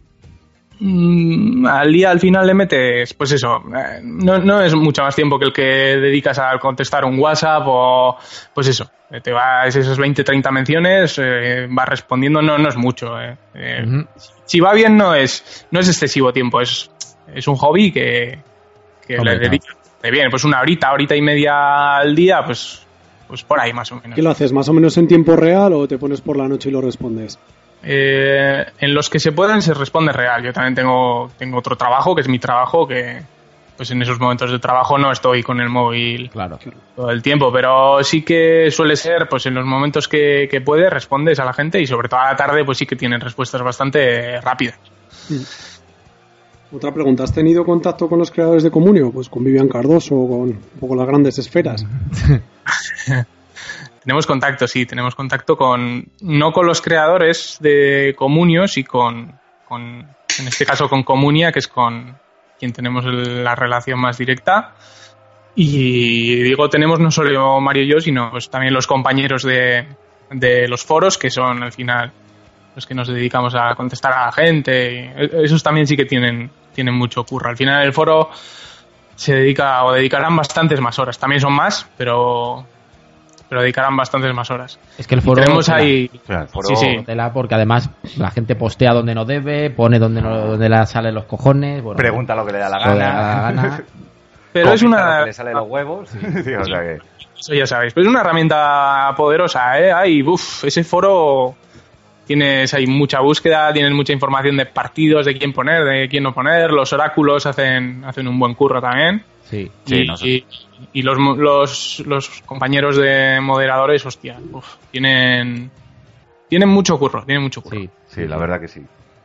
S9: Mm, al día al final le metes, pues eso, eh, no, no es mucho más tiempo que el que dedicas a contestar un WhatsApp o pues eso, eh, te vas esas 20, 30 menciones, eh, vas respondiendo, no, no es mucho. eh. Eh,
S4: Ujú.
S9: Si va bien no es, no es excesivo tiempo, es, es un hobby que, que
S4: Hombre,
S9: le dedicas de bien, pues una horita, horita y media al día, pues, pues por ahí más o menos.
S5: ¿Qué lo haces? ¿Más o menos en tiempo real o te pones por la noche y lo respondes?
S9: Eh, en los que se puedan se responde real. Yo también tengo, tengo otro trabajo, que es mi trabajo, que pues en esos momentos de trabajo no estoy con el móvil
S4: Claro.
S9: todo el tiempo, pero sí que suele ser, pues en los momentos que, que puede, respondes a la gente y sobre todo a la tarde, pues sí que tienen respuestas bastante rápidas.
S5: Otra pregunta, ¿has tenido contacto con los creadores de Comunio? Pues con Vivian Cardoso o con, o con las grandes esferas.
S9: Tenemos contacto, sí, tenemos contacto con, no con los creadores de Comunio, sí con, con- en este caso con Comunia, que es con quien tenemos el- la relación más directa. Y digo, tenemos no solo Mario y yo, sino pues también los compañeros de, de los foros, que son al final los que nos dedicamos a contestar a la gente. y e- esos también sí que tienen, tienen mucho curro. Al final el foro se dedica o dedicarán bastantes más horas. También son más, pero, pero dedicarán bastantes más horas.
S4: Es que el foro.
S9: tenemos
S4: tela,
S9: ahí...
S3: Claro,
S9: Sí, sí.
S4: tela, porque además la gente postea donde no debe, pone donde no donde le salen los cojones. bueno,
S3: Pregunta lo que le da la
S4: lo de
S3: gana. <laughs>
S4: gana.
S9: Pero es
S3: Comenta lo
S9: una...
S3: que le sale de los huevos. <laughs> Sí, o sea que-
S9: Eso ya sabéis. Pero es una herramienta poderosa, ¿eh? Ay, uff, ese foro Tienes hay mucha búsqueda, tienes mucha información de partidos, de quién poner, de quién no poner. Los oráculos hacen, hacen un buen curro también.
S4: Sí.
S1: Sí,
S9: y,
S1: no sé.
S9: y- y los, mo- los, los compañeros de moderadores, hostia, uf, tienen, tienen mucho curro, tienen mucho curro.
S4: Sí.
S3: Sí, la verdad que sí.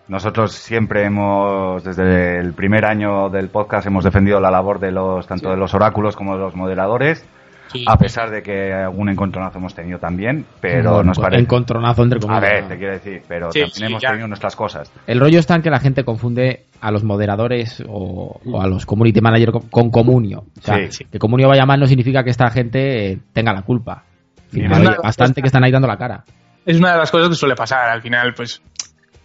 S3: Nosotros siempre hemos, desde el primer año del podcast, hemos defendido la labor de los, tanto de los oráculos como de los moderadores,
S9: Sí.
S3: a pesar de que algún encontronazo hemos tenido también, pero
S4: Bueno,
S3: nos parece...
S4: Encontronazo entre
S3: A
S4: comillas.
S3: ver,
S4: ¿no?
S3: te quiero decir, pero
S9: Sí,
S3: también
S9: sí,
S3: hemos
S9: ya.
S3: tenido nuestras cosas.
S4: El rollo está en que la gente confunde a los moderadores o, o a los community manager con, con comunio. O sea,
S3: Sí.
S4: que comunio vaya mal no significa que esta gente eh, tenga la culpa. En fin,
S3: Ni
S4: me
S3: nada.
S4: duele bastante que están ahí dando la cara.
S9: Es una de las cosas que suele pasar al final, pues.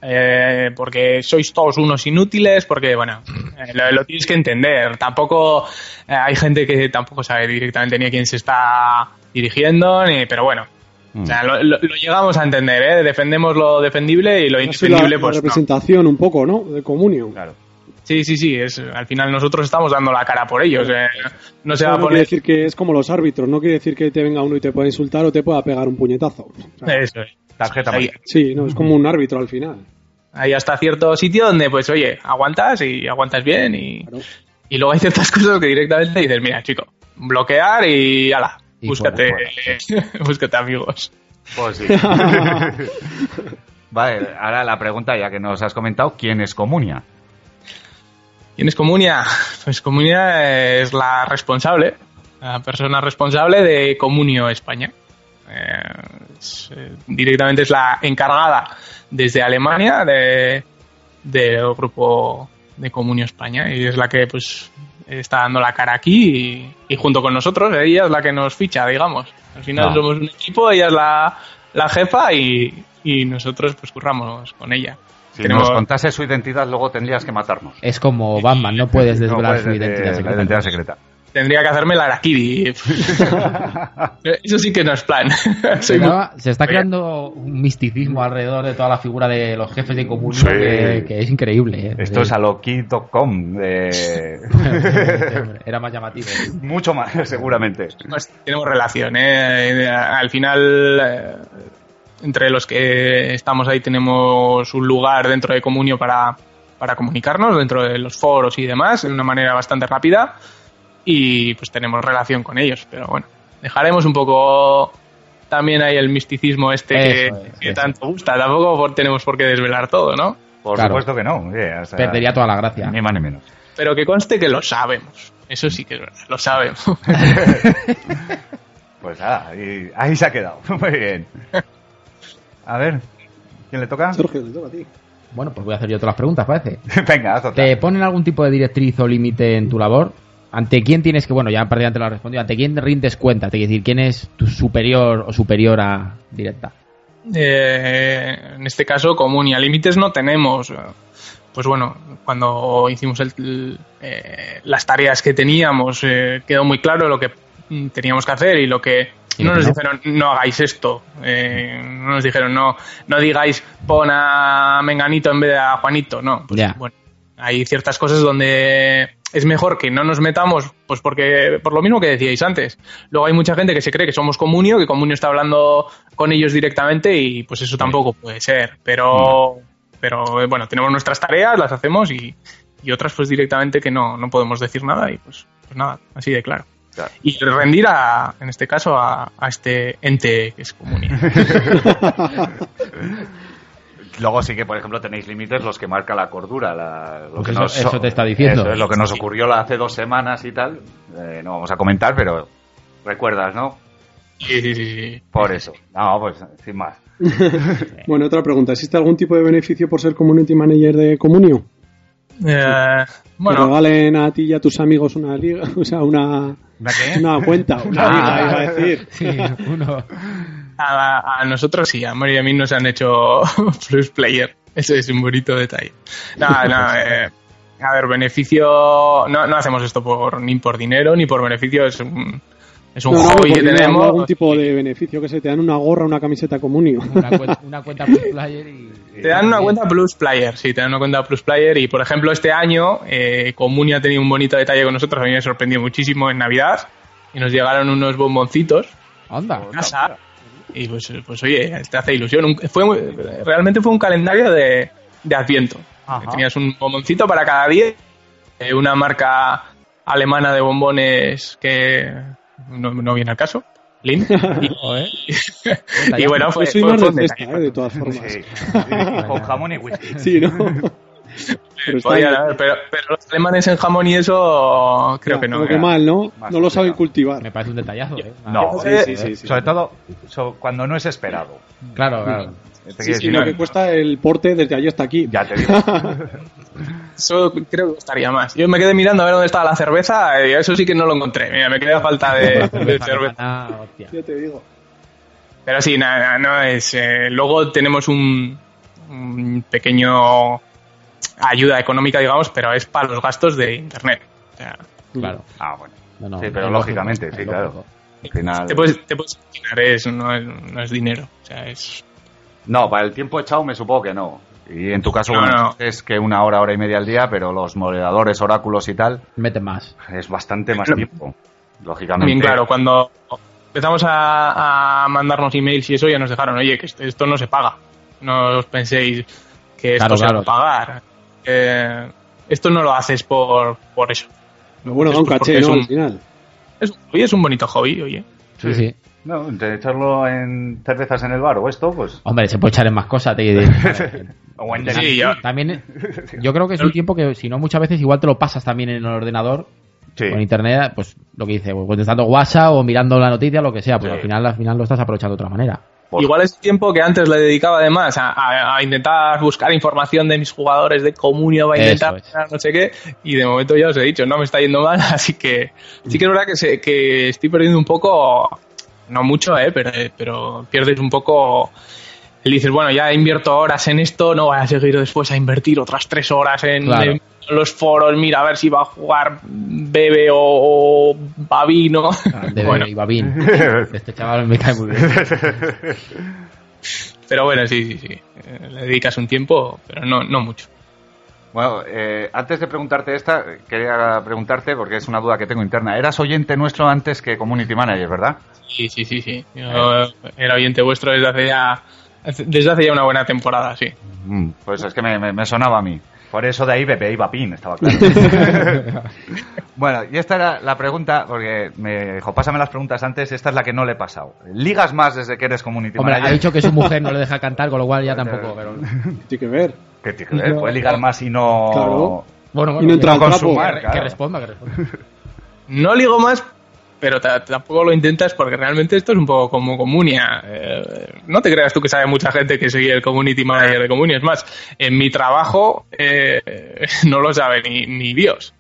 S9: eh, porque sois todos unos inútiles, porque, bueno, eh, lo, lo tienes que entender. Tampoco eh, hay gente que tampoco sabe directamente ni a quién se está dirigiendo, ni, pero bueno. O sea, lo, lo- lo llegamos a entender, ¿eh? Defendemos lo defendible y lo
S5: Así la,
S9: indefendible,
S5: la
S9: pues. no.
S5: representación un poco, ¿no? De comunio.
S3: Claro.
S9: Sí, sí, sí. Es, al final nosotros estamos dando la cara por ellos. eh, No se va
S5: Eso no
S9: a
S5: quiere
S9: poner.
S5: decir que es como los árbitros, no quiere decir que te venga uno y te pueda insultar o te pueda pegar un puñetazo. O sea,
S9: Eso es.
S3: Tarjeta
S9: Ahí-
S3: amarilla.
S5: Sí, no, es como un árbitro al final.
S9: hay hasta cierto sitio donde, pues, oye, aguantas y aguantas bien y,
S5: Claro.
S9: y luego hay ciertas <laughs> cosas que directamente dices, mira, chico, bloquear y ala,
S4: Y
S9: búscate,
S4: fuera,
S9: <laughs> búscate amigos.
S3: Pues sí. <laughs> vale, ahora la pregunta ya que nos has comentado, ¿quién es Comunia?
S9: ¿Quién es Comunia? <laughs> Pues Comunia es la responsable, la persona responsable de Comunio España. Eh, es, eh, directamente es la encargada desde Alemania de- del grupo de Comunio España y es la que pues está dando la cara aquí y, y junto con nosotros ella es la que nos ficha, digamos. Al final
S3: No.
S9: somos un equipo, ella es la, la jefa y, y nosotros pues curramos con ella.
S3: Si
S9: Tenemos-
S3: nos contase su identidad, luego tendrías que matarnos.
S4: Es como Batman, no puedes
S3: No
S4: desvelar
S3: puedes
S4: su
S3: decir
S4: identidad
S3: la
S4: secreta.
S3: identidad secreta.
S9: Tendría que hacerme la
S4: <laughs>
S9: Arakiri. Eso sí que no es plan. Soy
S4: Se,
S9: muy-
S4: da- se está
S9: Oye.
S4: creando un misticismo alrededor de toda la figura de los jefes de comunio
S3: Sí.
S4: que, que es increíble. ¿eh?
S3: Esto es a lo Kid.com.
S4: <laughs> Era más llamativo.
S3: Mucho más, seguramente.
S9: <laughs> pues, tenemos relación. ¿eh? Al final, eh, entre los que estamos ahí, tenemos un lugar dentro de Comunio para, para comunicarnos, dentro de los foros y demás, de una manera bastante rápida. Y pues tenemos relación con ellos. Pero bueno, dejaremos un poco también ahí el misticismo este
S4: Eso
S9: que,
S4: es,
S9: que
S4: eso.
S9: tanto gusta. Tampoco por- tenemos por qué desvelar todo, ¿no?
S3: Por
S4: Claro.
S3: supuesto que no. eh, o sea,
S4: Perdería toda la gracia.
S3: Ni más ni menos.
S9: Pero que conste que lo sabemos. Eso sí que es verdad, lo sabemos. <laughs>
S3: Pues nada, ahí, ahí se ha quedado. <laughs> Muy bien. A ver, ¿quién le toca?
S5: Sergio, te toca a ti.
S4: Bueno, pues voy a hacer yo todas las preguntas, parece.
S3: <laughs> Venga, haz otra.
S4: ¿Te ponen algún tipo de directriz o límite en tu labor? ¿Ante quién tienes que, bueno, ya prácticamente lo has respondido, ¿ante quién rindes cuenta? Te quiero decir, ¿quién es tu superior o superiora directa?
S9: Eh, en este caso, común y a límites no tenemos. Pues bueno, cuando hicimos el- eh, las tareas que teníamos, eh, quedó muy claro lo que mm, teníamos que hacer y lo que
S4: Y lo que
S9: no
S4: no.
S9: nos dijeron no hagáis esto, eh, no nos dijeron no, no digáis pon a Menganito en vez de a Juanito, no. Pues,
S4: Ya.
S9: bueno, hay ciertas cosas donde es mejor que no nos metamos, pues porque por lo mismo que decíais antes. Luego hay mucha gente que se cree que somos comunio, que comunio está hablando con ellos directamente y pues eso tampoco puede ser. Pero, pero eh, bueno, tenemos nuestras tareas, las hacemos y, y otras pues directamente que no, no podemos decir nada y pues, pues nada, así de claro.
S3: Claro.
S9: Y rendir a, en este caso, a, a este ente que
S5: <laughs>
S9: es comunio.
S3: Luego sí que, por ejemplo, tenéis límites los que marca la cordura. la- lo
S4: Pues
S3: que
S4: eso-
S3: nos-
S4: eso te está diciendo.
S3: Eso es lo que nos ocurrió la- hace dos semanas y tal. Eh, no vamos a comentar, pero recuerdas, ¿no?
S9: Sí, sí, sí, sí.
S3: Por eso. No, pues sin más.
S5: Bueno, otra pregunta. ¿Existe algún tipo de beneficio por ser community manager de comunio?
S9: Eh,
S5: ¿Te
S9: bueno,
S5: regalen a ti y a tus amigos una liga, <laughs> o sea, una,
S3: ¿Una
S9: ¿Eh?
S3: qué?
S5: una cuenta,
S9: Ah.
S5: una liga, iba a decir.
S4: Sí, <laughs> uno.
S9: A, a nosotros sí, a Mario y a mí nos han hecho <laughs> plus player. Ese es un bonito detalle. No, no, eh, a ver, beneficio. No, no hacemos esto por ni por dinero ni por beneficio. Es un, es un
S5: No, no,
S9: hobby
S5: porque
S9: que
S5: no,
S9: tenemos.
S5: algún tipo de beneficio que se te dan una gorra, una camiseta comunio. <laughs>
S9: Pues,
S4: Una cuenta, una cuenta por player y... eh,
S9: Te dan una cuenta Plus Player, sí, te dan una cuenta Plus Player. Y por ejemplo, este año, eh, Comuni ha tenido un bonito detalle con nosotros. A mí me sorprendió muchísimo en Navidad. Y nos llegaron unos bomboncitos
S4: Anda.
S9: casa Y pues, pues oye, te hace ilusión. Un- fue, realmente fue un calendario de, de adviento.
S3: Ajá.
S9: Tenías un bomboncito para cada día, eh, una marca alemana de bombones que no, no viene al caso, Lind. Y,
S4: Joder.
S9: <laughs> y bueno,
S5: Yo
S9: fue,
S5: soy
S9: fue-
S5: pues más de
S9: fue un
S5: fiesta,
S9: detalle.
S5: ¿eh? de todas formas.
S3: Sí. Con jamón y whisky.
S5: Sí,
S9: <laughs>
S5: ¿no? pero está
S9: Podían
S5: bien. ¿eh?
S9: haber, pero, pero los alemanes en jamón y eso creo
S5: Ya,
S9: que no.
S5: como
S9: era.
S5: mal, ¿no?
S3: Más
S5: no lo saben
S3: complicado.
S5: cultivar.
S4: Me parece un detallazo, ¿eh?
S3: No,
S9: Sí,
S5: sí, sí, sí.
S3: sobre todo so- cuando no es esperado.
S4: Claro, claro.
S3: Te
S9: Sí,
S3: quiero
S9: sí,
S5: Y
S3: decir,
S5: lo
S9: no,
S5: que cuesta el porte desde allí hasta aquí.
S3: este Ya te digo.
S9: Eso creo que estaría más. Yo me quedé mirando a ver dónde estaba la cerveza y eso sí que no lo encontré. Mira, me quedé a
S4: <laughs>
S5: <laughs>
S9: falta de, de cerveza.
S4: Ah, hostia.
S5: Ya te digo.
S9: Pero sí, nada, no es. eh, luego tenemos un, un pequeño ayuda económica, digamos, pero es para los gastos de internet. O sea,
S4: Claro.
S3: Ah, bueno.
S4: No, no,
S3: Sí,
S4: es
S3: pero
S4: lógico,
S3: lógicamente,
S4: es
S3: sí,
S4: lógico.
S3: claro. Al final-
S9: te puedes, te puedes imaginar, es, no, es, no es dinero. O sea, es.
S3: No, para el tiempo echado me supongo que no. Y en tu caso
S9: No,
S3: bueno,
S9: no.
S3: es que una hora, hora y media al día, pero los moderadores, oráculos y tal,
S4: Mete más.
S3: es bastante más
S9: Claro.
S3: tiempo. Lógicamente.
S9: Bien claro, cuando empezamos a, a mandarnos emails y eso ya nos dejaron, oye, que esto, esto no se paga. No os penséis que esto
S4: Claro,
S9: se va
S4: claro.
S9: a pagar. Eh, esto no lo haces por, por eso.
S5: Lo bueno da
S9: Esto
S5: un
S9: porque
S5: caché,
S9: es
S5: ¿no?
S9: un-
S5: Al final.
S9: Es, un- oye, es un bonito hobby, oye.
S4: Sí, sí.
S3: No, entre echarlo en cervezas en el bar o esto, pues.
S4: Hombre, se puede echar en más cosas. Te,
S3: <laughs>
S4: te-
S3: O en
S9: Sí,
S3: sí,
S9: ya.
S3: <laughs>
S4: también yo creo que es un tiempo que, si no, muchas veces igual te lo pasas también en el ordenador
S3: sí.
S4: con internet, pues lo que dice, pues, contestando WhatsApp o mirando la noticia, lo que sea, pues
S3: Sí.
S4: al final al final lo estás aprovechando de otra manera.
S3: Por-
S9: Igual es tiempo que antes le dedicaba además a, a- a intentar buscar información de mis jugadores de comunio, a
S4: Eso
S9: intentar
S4: es.
S9: no sé qué, y de momento ya os he dicho, no me está yendo mal, <laughs> así que sí que es verdad que, se- que estoy perdiendo un poco, no mucho, eh, pero, pero pierdes un poco y dices, bueno, ya invierto horas en esto, no voy a seguir después a invertir otras tres horas en,
S4: Claro.
S9: en los foros, mira a ver si va a jugar Bebe o, o Babino.
S4: Ah,
S3: Ah,
S4: De
S9: <laughs> Bueno.
S4: Ibabín.
S3: <laughs>
S4: Este chaval me cae muy bien.
S9: Pero bueno, sí, sí, sí. Eh, Le dedicas un tiempo, pero no, no mucho.
S3: Bueno, eh, antes de preguntarte esta, eh, quería preguntarte, porque es una duda que tengo interna. Eras oyente nuestro antes que community manager, ¿verdad?
S9: Sí, sí, sí, sí. Yo eh, era oyente vuestro desde hace ya, hace- desde hace ya una buena temporada, sí.
S3: Mm, Pues es que me, me- me sonaba a mí. Por eso de ahí bebé iba pin, estaba claro. <laughs> bueno, y esta era la pregunta, porque me dijo, pásame las preguntas antes, esta es la que no le he pasado. ¿Ligas más desde que eres community
S4: Hombre, ha
S3: manager?
S4: dicho que su mujer no le deja cantar, con
S3: <laughs>
S4: lo cual ya tampoco. pero-
S5: Tiene que ver.
S3: Que te- joder, puedes ligar más y no...
S5: Claro.
S4: Bueno, bueno,
S5: Y no entra
S4: que-
S5: al trapo.
S4: que-
S3: Claro.
S4: que responda, que responda.
S9: No ligo más, pero ta- tampoco lo intentas porque realmente esto es un poco como comunia. Eh, no te creas tú que sabe mucha gente que soy el community manager de comunia. Es más, en mi trabajo eh, <laughs> no lo sabe ni, ni Dios.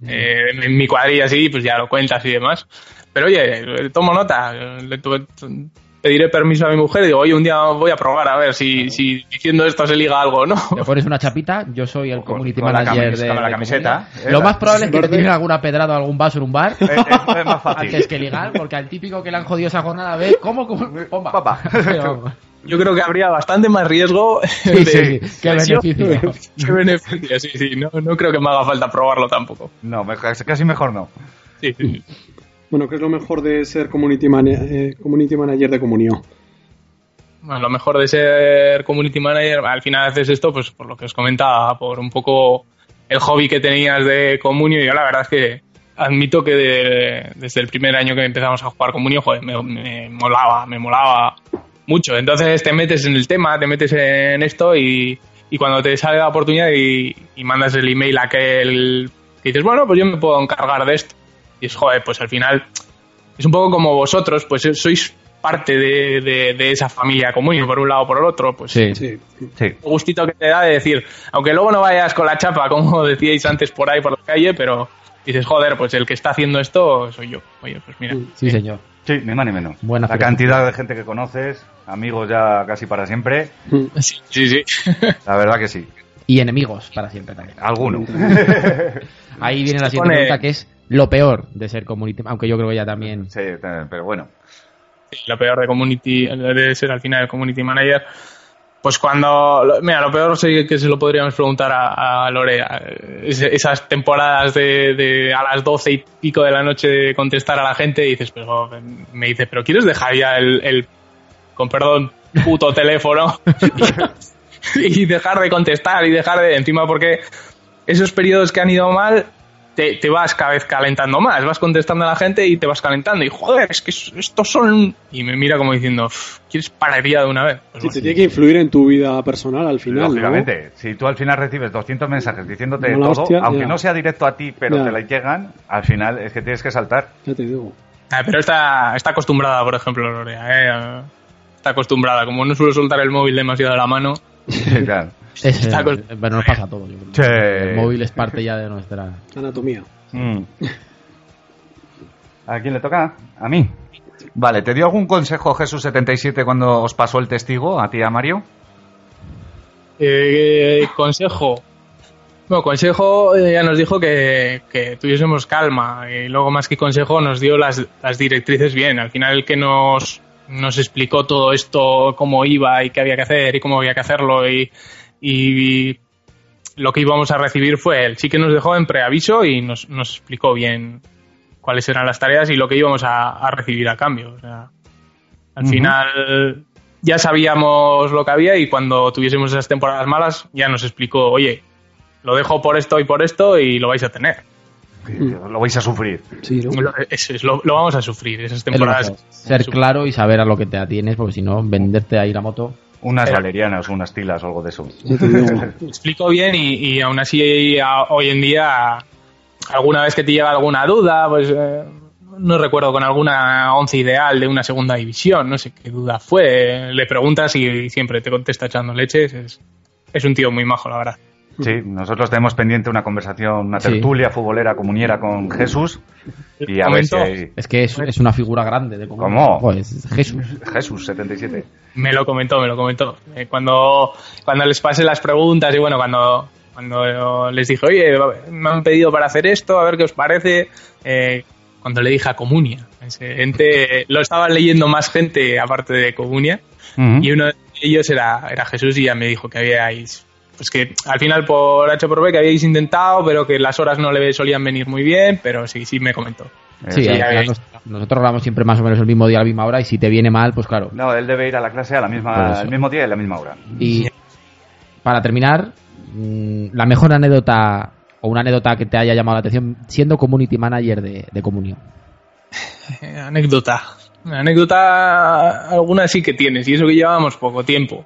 S4: Mm.
S9: Eh, en mi cuadrilla sí, pues ya lo cuentas y demás. Pero oye, eh, tomo nota. Eh, Le tuve- t- pediré permiso a mi mujer y digo, oye, un día voy a probar a ver si, si diciendo esto se liga algo
S4: <laughs>
S9: o no.
S4: Le pones una chapita, yo soy el
S3: Con-
S4: community
S3: con la
S4: manager
S3: camis-
S4: de.
S3: con la
S4: de
S3: camiseta,
S4: comunidad.
S3: eh,
S4: Lo
S3: la-
S4: más probable es que
S5: verde.
S4: te tiren alguna pedrada o algún vaso en un <laughs> bar
S3: Eh, eh, es más fácil.
S4: antes que ligar, porque al típico que le han jodido esa jornada ve ¿Cómo? ¿Cómo? Pomba.
S3: Pomba.
S4: Pero-
S9: Yo creo que habría bastante más riesgo
S4: <laughs> Sí, sí, sí. Qué
S9: lesión.
S4: beneficio.
S9: <laughs> Qué beneficio, sí, sí. No, no creo que me haga falta probarlo tampoco.
S3: <laughs> No, me- casi mejor no.
S9: Sí, sí.
S5: Bueno, ¿qué es lo mejor de ser community, mana- eh, community manager de comunión?
S9: Bueno, lo mejor de ser community manager, al final haces esto, pues por lo que os comentaba, por un poco el hobby que tenías de Comunio. Yo la verdad es que admito que de- desde el primer año que empezamos a jugar Comunio, joder, me, me molaba, me molaba mucho. Entonces te metes en el tema, te metes en esto y, y cuando te sale la oportunidad y, y mandas el email a aquel que dices, bueno, pues yo me puedo encargar de esto. Y es, joder, pues al final es un poco como vosotros, pues sois parte de, de- de esa familia común, por un lado o por el otro, pues
S4: Sí.
S5: Sí.
S3: Sí.
S9: el gustito que te da de decir, aunque luego no vayas con la chapa, como decíais antes por ahí por la calle, pero dices, joder, pues el que está haciendo esto soy yo. Oye, pues mira.
S4: Sí, señor.
S3: Sí, ni más ni menos.
S4: Buena
S3: la
S4: filosofía.
S3: cantidad de gente que conoces, amigos ya casi para siempre,
S9: Sí, sí, sí.
S3: la verdad que sí.
S4: Y enemigos para siempre también. <laughs>
S3: Alguno.
S4: Ahí viene la siguiente
S9: Se pone-
S4: pregunta que es lo peor de ser community, aunque yo creo que ella también.
S3: Sí, eh, pero bueno.
S9: lo peor de community de ser al final el community manager pues cuando lo- mira lo peor sí que se lo podríamos preguntar a, a Lore a- es- esas temporadas de, de a las doce y pico de la noche de contestar a la gente y dices pero me dices pero quieres dejar ya el, el con perdón, puto <laughs> teléfono. y dejar de contestar y dejar de encima porque esos periodos que han ido mal te, te vas cada vez calentando más, vas contestando a la gente y te vas calentando y joder, es que es- estos son y me mira como diciendo, "Uf, ¿quieres pararía de una vez? Pues
S5: Sí,
S9: bueno.
S5: te tiene que influir en tu vida personal al final. ¿no?
S3: Lógicamente, si tú al final recibes 200 mensajes diciéndote
S5: Como la
S3: todo,
S5: hostia,
S3: aunque
S5: ya.
S3: no sea directo a ti, pero
S5: Ya.
S3: te la llegan, al final es que tienes que
S4: <laughs>
S3: saltar.
S5: Ya te digo.
S9: Ah, pero está, está acostumbrada, por ejemplo, Lorea, ¿eh? A- Está acostumbrada, como no suelo soltar el móvil demasiado de la mano.
S3: Sí, claro.
S4: Es,
S9: Está
S4: eh,
S9: con-
S4: pero nos pasa a todos. yo creo.
S3: Sí.
S4: El móvil es parte ya de nuestra.
S5: Anatomía.
S3: Mm. ¿A quién le toca? A mí. Vale, ¿te dio algún consejo Jesús77 cuando os pasó el testigo a ti, a Mario?
S9: Eh, consejo. Bueno, consejo eh, ya nos dijo que, que tuviésemos calma y luego más que consejo nos dio las, las directrices bien. Al final el que nos, nos explicó todo esto, cómo iba y qué había que hacer y cómo había que hacerlo y, y lo que íbamos a recibir fue él. Sí que nos dejó en preaviso y nos, nos explicó bien cuáles eran las tareas y lo que íbamos a, a recibir a cambio. O sea, al
S3: Ujú.
S9: final ya sabíamos lo que había y cuando tuviésemos esas temporadas malas ya nos explicó, oye, lo dejo por esto y por esto y lo vais a tener.
S3: Lo vais a sufrir.
S5: Sí, ¿no?
S9: Lo, eso es, lo, lo vamos a sufrir, esas
S4: es lo
S9: temporadas.
S4: mejor. Ser claro y saber a lo que te atienes, porque si no, venderte ahí la moto. Eh.
S3: Unas valerianas, unas tilas, algo de eso.
S5: Ya te digo.
S9: Lo explico bien y, y aún así a- hoy en día alguna vez que te llega alguna duda, pues eh, no recuerdo con alguna once ideal de una segunda división, no sé qué duda fue, le preguntas y siempre te contesta echando leches, es, es un tío muy majo, la verdad.
S3: Sí, nosotros tenemos pendiente una conversación, una
S4: Sí.
S3: tertulia futbolera comuniera con Jesús. Y a ver si
S9: Momento.
S3: hay...
S4: Es que es, es una figura grande de
S3: ¿Cómo? Eh,
S4: Joder, es Jesús.
S3: Jesús77.
S9: Me lo comentó, me lo comentó. Eh, cuando, cuando les pasé las preguntas y bueno, cuando, cuando les dije, oye, me han pedido para hacer esto, a ver qué os parece. eh, cuando le dije a Comunia, ese ente, lo estaban leyendo más gente aparte de Comunia.
S3: ¿Mm? Eh,
S9: Y uno de ellos era, era Jesús y ya me dijo que habíais. Pues que al final por H por B que habíais intentado, pero que las horas no le solían venir muy bien, pero sí, sí me comentó.
S4: Sí,
S9: Sí,
S4: al
S9: ya
S4: final
S9: veis.
S4: nos- nosotros grabamos siempre más o menos el mismo día a la misma hora y si te viene mal, pues claro.
S3: No, él debe ir a la clase a la
S4: Por
S3: misma,
S4: eso.
S3: al mismo día y a la misma hora.
S4: Y para terminar, mm, la mejor anécdota o una anécdota que te haya llamado la atención siendo community manager de, de Comunión.
S9: Eh, <laughs> anécdota. Anécdota alguna sí que tienes, y eso que llevábamos poco tiempo.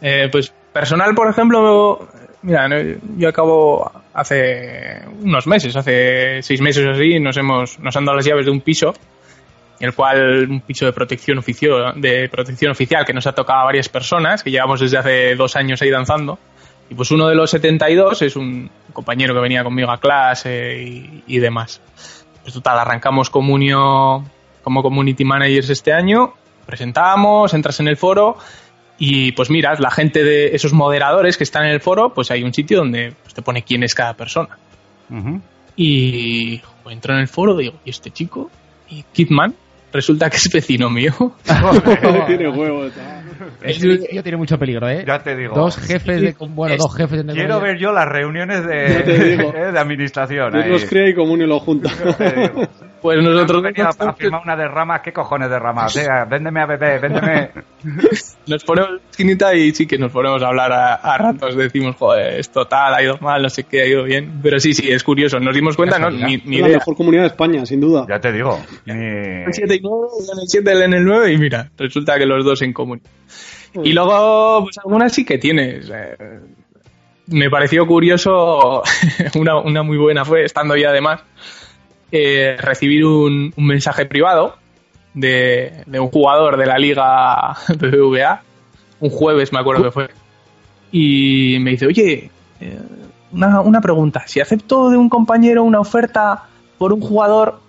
S9: Eh, pues personal, por ejemplo, mira, no- yo acabo hace unos meses, hace seis meses o así, nos, hemos, nos han dado las llaves de un piso, el cual un piso de protección, oficio, de protección oficial que nos ha tocado a varias personas, que llevamos desde hace dos años ahí danzando. Y pues uno de los 72 es un compañero que venía conmigo a clase y- y demás. Pues total, arrancamos Comunio como community managers este año, presentamos, entras en el foro y pues miras, la gente de esos moderadores que están en el foro, pues hay un sitio donde pues, te pone quién es cada persona.
S3: Ujú.
S9: Y jo, entro en el foro, digo, ¿y este chico? ¿Y Kidman? Resulta que es vecino mío.
S5: <laughs>
S9: <laughs>
S5: tiene huevo. tal.
S9: Es-
S4: Este tío tiene mucho peligro, ¿eh?
S3: <laughs> Ya te digo.
S4: Dos jefes de... Bueno, dos jefes de...
S3: Quiero ver yo las reuniones
S5: Ya te
S3: de, <laughs>
S5: digo.
S3: eh, de administración.
S5: Dios
S3: ahí.
S5: los crea y Comunio lo junta.
S3: Te digo.
S9: Pues nosotros...
S3: Venía a- a firmar una derrama, ¿qué cojones derrama? Venga, véndeme a bebé, véndeme.
S5: <laughs>
S9: nos ponemos en la esquinita y sí que nos ponemos a hablar a, a ratos. Decimos, joder, esto tal, ha ido mal, no sé qué, ha ido bien. Pero sí, sí, es curioso. Nos dimos cuenta, ¿no? Ni, ni
S5: Es la
S9: idea.
S5: mejor comunidad de España, sin duda.
S3: Ya te digo. Ni-
S9: En
S3: <laughs>
S9: el 7 y 9, en el 7 él en el 9 y mira, resulta que los dos en común. Y luego, pues algunas sí que tienes. eh, me pareció curioso, <laughs> una, una muy buena fue, estando ya además, eh, recibir un, un mensaje privado de, de un jugador de la liga <laughs> BBVA, un jueves me acuerdo que fue, y me dice, oye, eh, una, una pregunta, si acepto de un compañero una oferta por un jugador,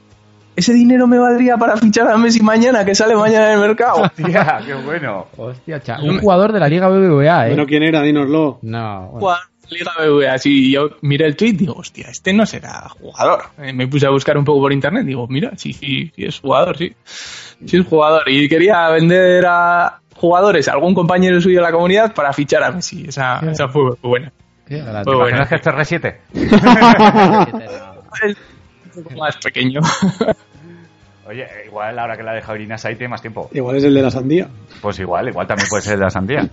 S9: ¿ese dinero me valdría para fichar a Messi mañana, que sale mañana en el mercado?
S3: Hostia, qué bueno.
S4: Hostia, cha- Un jugador de la Liga BBVA, ¿eh?
S5: Bueno, ¿quién era? Dínoslo.
S4: No, bueno.
S9: jugador de Liga BBVA. Así yo miré el tweet y digo, hostia, este no será jugador. Eh, me puse a buscar un poco por internet digo, mira, sí, sí, sí es jugador, sí. Sí es jugador. Y quería vender a jugadores, a algún compañero suyo de la comunidad para fichar a Messi. Esa, esa fue muy buena.
S4: Qué grande.
S9: Fue buena.
S3: ¿Imaginas que este es R7?
S4: <laughs>
S9: Un poco más pequeño.
S3: Oye, eh, igual ahora que la deja orinas ahí tiene más tiempo.
S5: Igual es el de la sandía.
S3: Pues igual, igual también puede ser la sandía.
S9: <laughs>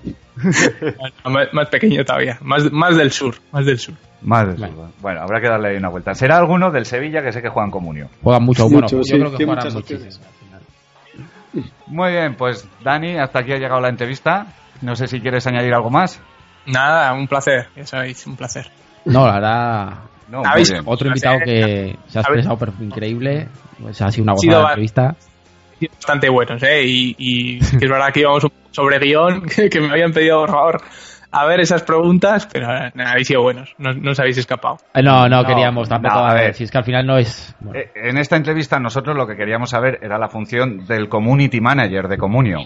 S9: Más, más pequeño todavía, más, más del sur, más del sur.
S3: Más de eso. Bueno, habrá que darle ahí una vuelta. Será alguno del Sevilla que sé que juegan comunio.
S4: Juegan mucho,
S5: Mucho,
S4: bueno,
S5: sí,
S4: yo creo que
S5: tiene
S4: jugarán
S5: muchas opciones.
S4: muchísimo. al final.
S3: Muy bien, pues Dani, hasta aquí ha llegado la entrevista. No sé si quieres añadir algo más.
S9: Nada, un placer, ya sabéis, un placer.
S4: No, la verdad,
S3: No,
S9: Habéis-
S3: muy bien.
S4: otro
S9: Pues,
S4: invitado
S9: eh,
S4: que se ha
S9: a ver.
S4: expresado pero increíble, pues ha sido una
S9: Ha sido
S4: gozada de
S9: va-
S4: entrevista.
S9: Bastante buenos, ¿eh? Y, y <laughs> sí que es verdad que íbamos un poco sobre guión, <laughs> que, que me habían pedido, por favor, a ver esas preguntas, pero eh, nada, habéis sido buenos, no, no os habéis escapado.
S4: Eh, No, no,
S3: No,
S4: queríamos tampoco.
S3: no, a
S4: a ver,
S3: ver.
S4: si es que al final no es. bueno,
S3: Eh, En esta entrevista nosotros lo que queríamos saber era la función del community manager de Comunio.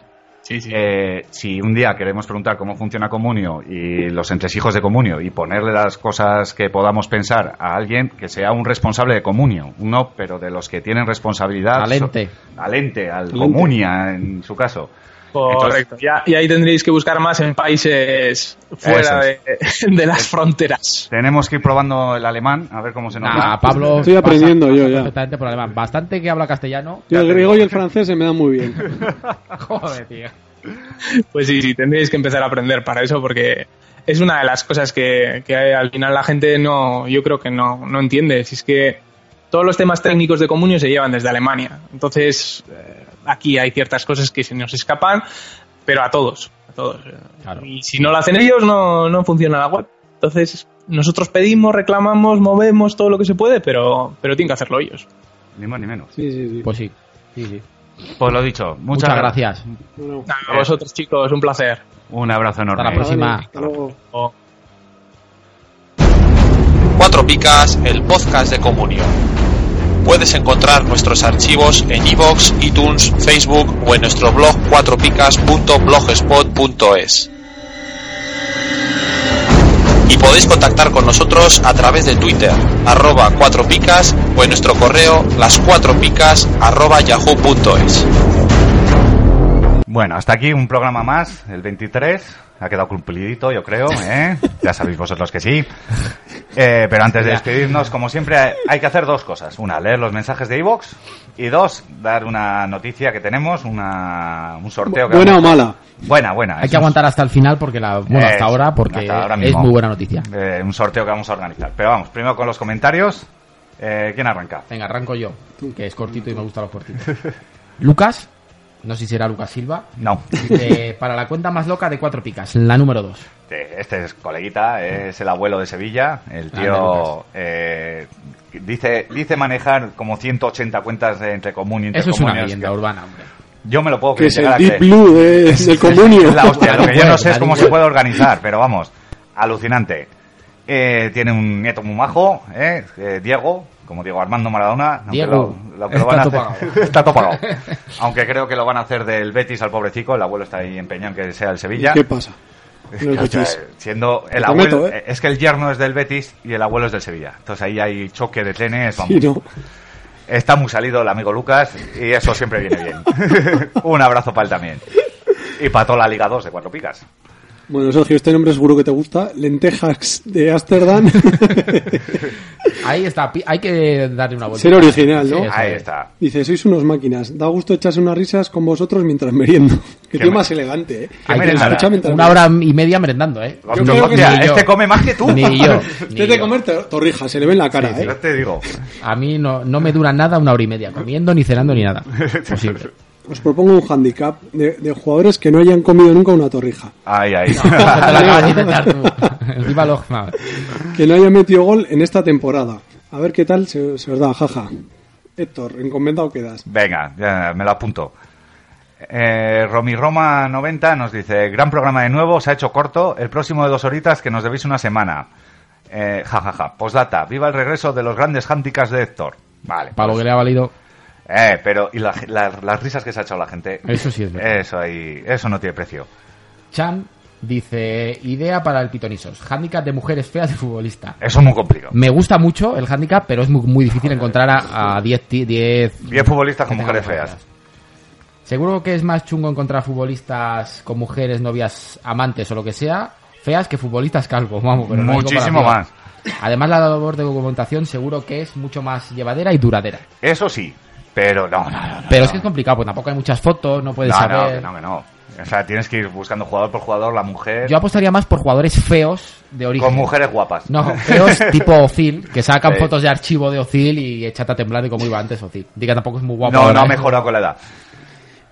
S9: Sí, sí.
S3: Eh, si un día queremos preguntar cómo funciona Comunio y los entresijos de Comunio y ponerle las cosas que podamos pensar a alguien que sea un responsable de Comunio, uno pero de los que tienen responsabilidad.
S4: Al ente.
S3: so- al ente, al
S5: ente.
S3: Comunia en su caso.
S9: Correcto. Ya- y ahí tendréis que buscar más en países fuera de, de <laughs> las fronteras.
S3: Tenemos que ir probando el alemán a ver cómo se nos
S4: nada,
S3: da.
S4: Pablo.
S5: <laughs> Estoy
S4: pasa-
S5: aprendiendo
S4: pasa
S5: yo ya.
S4: Perfectamente por alemán. Bastante que habla castellano.
S3: <laughs>
S5: Yo el griego y el francés se me dan muy bien.
S4: Joder, tío.
S9: Pues sí, sí, tendréis que empezar a aprender para eso porque es una de las cosas que, que al final la gente no, yo creo que no, no entiende. Si es que todos los temas técnicos de comunio se llevan desde Alemania. Entonces, eh, aquí hay ciertas cosas que se nos escapan, pero a todos, a todos.
S4: Claro.
S9: Y si no lo hacen ellos, no, no funciona la web. Entonces, nosotros pedimos, reclamamos, movemos todo lo que se puede, pero, pero tienen que hacerlo ellos.
S3: Ni más ni menos.
S5: Sí, sí, sí.
S4: Pues sí. sí, sí.
S3: Pues lo dicho, muchas,
S4: Muchas, gracias.
S5: Bueno,
S9: Nada, A vosotros, chicos, un placer.
S3: Un abrazo enorme.
S4: Hasta la próxima.
S5: hasta luego.
S9: Oh.
S1: Cuatro Picas, el podcast de Comunio. Puedes encontrar nuestros archivos en iVoox, iTunes, Facebook o en nuestro blog cuatropicas.blogspot.es. Y podéis contactar con nosotros a través de Twitter, arroba cuatro picas o en nuestro correo las cuatro picas arroba yahoo.es.
S3: Bueno, hasta aquí un programa más, el 23. Ha quedado cumplidito, yo creo, ¿eh? Ya sabéis vosotros que sí. Eh, pero antes de despedirnos, como siempre, hay- hay que hacer dos cosas. Una, leer los mensajes de iVox. Y dos, dar una noticia que tenemos, una, un sorteo que...
S5: Buena o
S3: vamos-
S5: mala.
S3: Buena, buena.
S4: Hay
S3: Es
S4: que
S3: un-
S4: aguantar hasta el final porque la. Bueno,
S3: Es-
S4: hasta ahora porque
S3: hasta ahora
S4: es
S3: mismo.
S4: muy buena noticia.
S3: eh, un sorteo que vamos a organizar. Pero vamos, primero con los comentarios. Eh, ¿Quién arranca?
S4: Venga, arranco yo, que es cortito y me gustan los
S3: <laughs>
S4: cortitos. Lucas, no sé si será Lucas Silva,
S3: No.
S4: dice, para la cuenta más loca de cuatro picas, la número dos.
S3: Este este es coleguita, es el abuelo de Sevilla. El
S4: Ah, Grande,
S3: tío eh, dice, dice manejar como 180 cuentas de entre común y entre
S4: Eso es una
S3: comunios,
S4: leyenda
S3: que
S4: urbana, hombre.
S3: Yo me lo puedo
S5: Que es
S3: llegar
S5: el
S3: a
S5: Deep
S3: creer.
S5: Blue
S3: <laughs>
S5: de- del comunio.
S3: Es la hostia.
S5: <laughs>
S3: Lo que yo no sé es cómo se
S4: Web.
S3: puede organizar, pero vamos, alucinante. Eh, tiene un nieto muy majo, ¿eh? Eh, Diego, como Diego Armando Maradona. aunque lo-
S4: Diego,
S3: lo que lo van a
S4: está
S3: hacer- <laughs>
S4: topado.
S3: está topado. Aunque creo que lo van a hacer del Betis al pobre chico. El abuelo está ahí empeñado en que sea el Sevilla.
S5: ¿Qué pasa? No
S3: O sea,
S5: escuchéis.
S3: siendo el
S5: Lo
S3: abuelo,
S5: prometo, ¿eh?
S3: es que el yerno es del Betis y el abuelo es del Sevilla. Entonces ahí hay choque de trenes. vamos.
S5: <laughs> Sí, no.
S3: Está muy salido el amigo Lucas y eso siempre viene
S4: <laughs>
S3: bien. Un abrazo para él también. Y para toda la Liga 2 de Cuatro Picas.
S5: Bueno, Sergio, este nombre seguro que te gusta. Lentejas de Ámsterdam. <laughs>
S4: Ahí está, pi- hay que darle una vuelta.
S5: Ser original,
S4: Sí,
S5: ¿no?
S4: eso
S3: Ahí
S4: es.
S3: está.
S5: Dice, sois unos máquinas. Da gusto echarse unas risas con vosotros mientras meriendo. <laughs> Qué,
S3: Qué
S5: tío
S3: me-
S5: más elegante, ¿eh?
S3: qué
S5: Ay,
S3: merendada.
S5: escucha mientras
S4: Una
S5: <laughs> meriendo.
S4: hora y media merendando, ¿eh?
S3: Hostia,
S5: creo que
S3: hostia,
S4: ni yo.
S3: este come más que tú.
S4: Ni
S3: <laughs>
S4: yo. ni
S5: Desde
S4: yo.
S5: comer tor- torrijas, se le ve en la cara, ¿eh?
S3: Yo te digo.
S4: A mí no, no me dura nada una hora y media, comiendo, ni cenando, ni nada.
S3: <laughs>
S4: Posible.
S5: Os propongo un handicap de, de jugadores que no hayan comido nunca una torrija.
S3: Ay,
S4: <laughs>
S3: ay.
S4: Te lo acabas de inventar tú. <laughs> Encima lo- no.
S5: Que no haya metido gol en esta temporada. A ver qué tal se, se os da, jaja. Héctor, encomendado quedas.
S3: Venga, ya me lo apunto. Eh, Roma 90 nos dice, gran programa de nuevo, se ha hecho corto, el próximo de dos horitas que nos debéis una semana. Eh, ja, ja, ja. Postdata, viva el regreso de los grandes hándicaps de Héctor. Vale.
S4: Para lo que le ha valido.
S3: Eh, pero, y la- la- las risas que se ha echado la gente.
S4: Eso sí es verdad.
S3: Eso ahí, eso no tiene precio.
S4: Chan dice, idea para el pitonisos. Handicap de mujeres feas de futbolista.
S3: Eso es muy complicado.
S4: Me gusta mucho el handicap, pero es muy, muy difícil encontrar a a 10 ti- 10
S3: Diez futbolistas con
S4: que
S3: mujeres
S4: tengan
S3: feas.
S4: Seguro que es más chungo encontrar futbolistas con mujeres, novias, amantes o lo que sea, feas que futbolistas calvos, vamos, pero no hay
S3: Muchísimo
S4: comparación. Además la labor de documentación seguro que es mucho más llevadera y duradera.
S3: Eso sí, Pero no, no, no. no,
S4: Pero
S3: no.
S4: es que es complicado, porque tampoco hay muchas fotos, no puedes
S3: No, no,
S4: saber.
S3: que no, que no. O sea, tienes que ir buscando jugador por jugador, la mujer.
S4: Yo apostaría más por jugadores feos de origen.
S3: con mujeres guapas.
S4: No,
S3: <laughs>
S4: feos tipo Ozil, que sacan
S3: Sí.
S4: fotos de archivo de Ozil y echate a temblar de cómo iba antes Ozil. Diga, tampoco es muy guapo.
S3: no,
S4: ahora,
S3: no ha
S4: ¿eh?
S3: mejorado con la edad.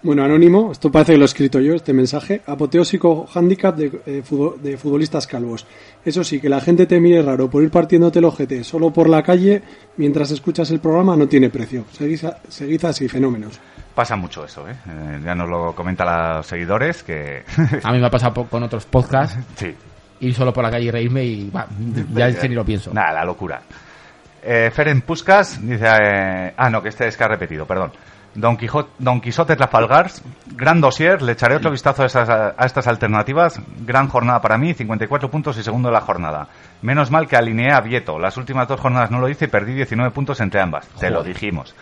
S5: Bueno, anónimo, esto parece que lo he escrito yo, este mensaje. Apoteósico handicap de, eh, futbo- de futbolistas calvos. Eso sí, que la gente te mire raro por ir partiéndote el ojete solo por la calle mientras escuchas el programa no tiene precio. Seguid, a- seguid así, fenómenos.
S3: Pasa mucho eso, ¿eh? Eh, Ya nos lo comentan los seguidores que. <laughs>
S4: A mí me ha pasado po- con otros podcasts,
S3: sí.
S4: ir solo por la calle y reírme y va, ya es que ni lo pienso.
S3: Nada, la locura. Eh, Feren Puskas dice. eh, ah, no, que este es que ha repetido, perdón. Don, Quijote, Don Quijote Trafalgars, gran dossier, le echaré otro vistazo a, esas- a estas alternativas. Gran jornada para mí, 54 puntos y segundo de la jornada. Menos mal que alineé a Vieto, las últimas dos jornadas no lo hice y perdí 19 puntos entre ambas. Te lo dijimos.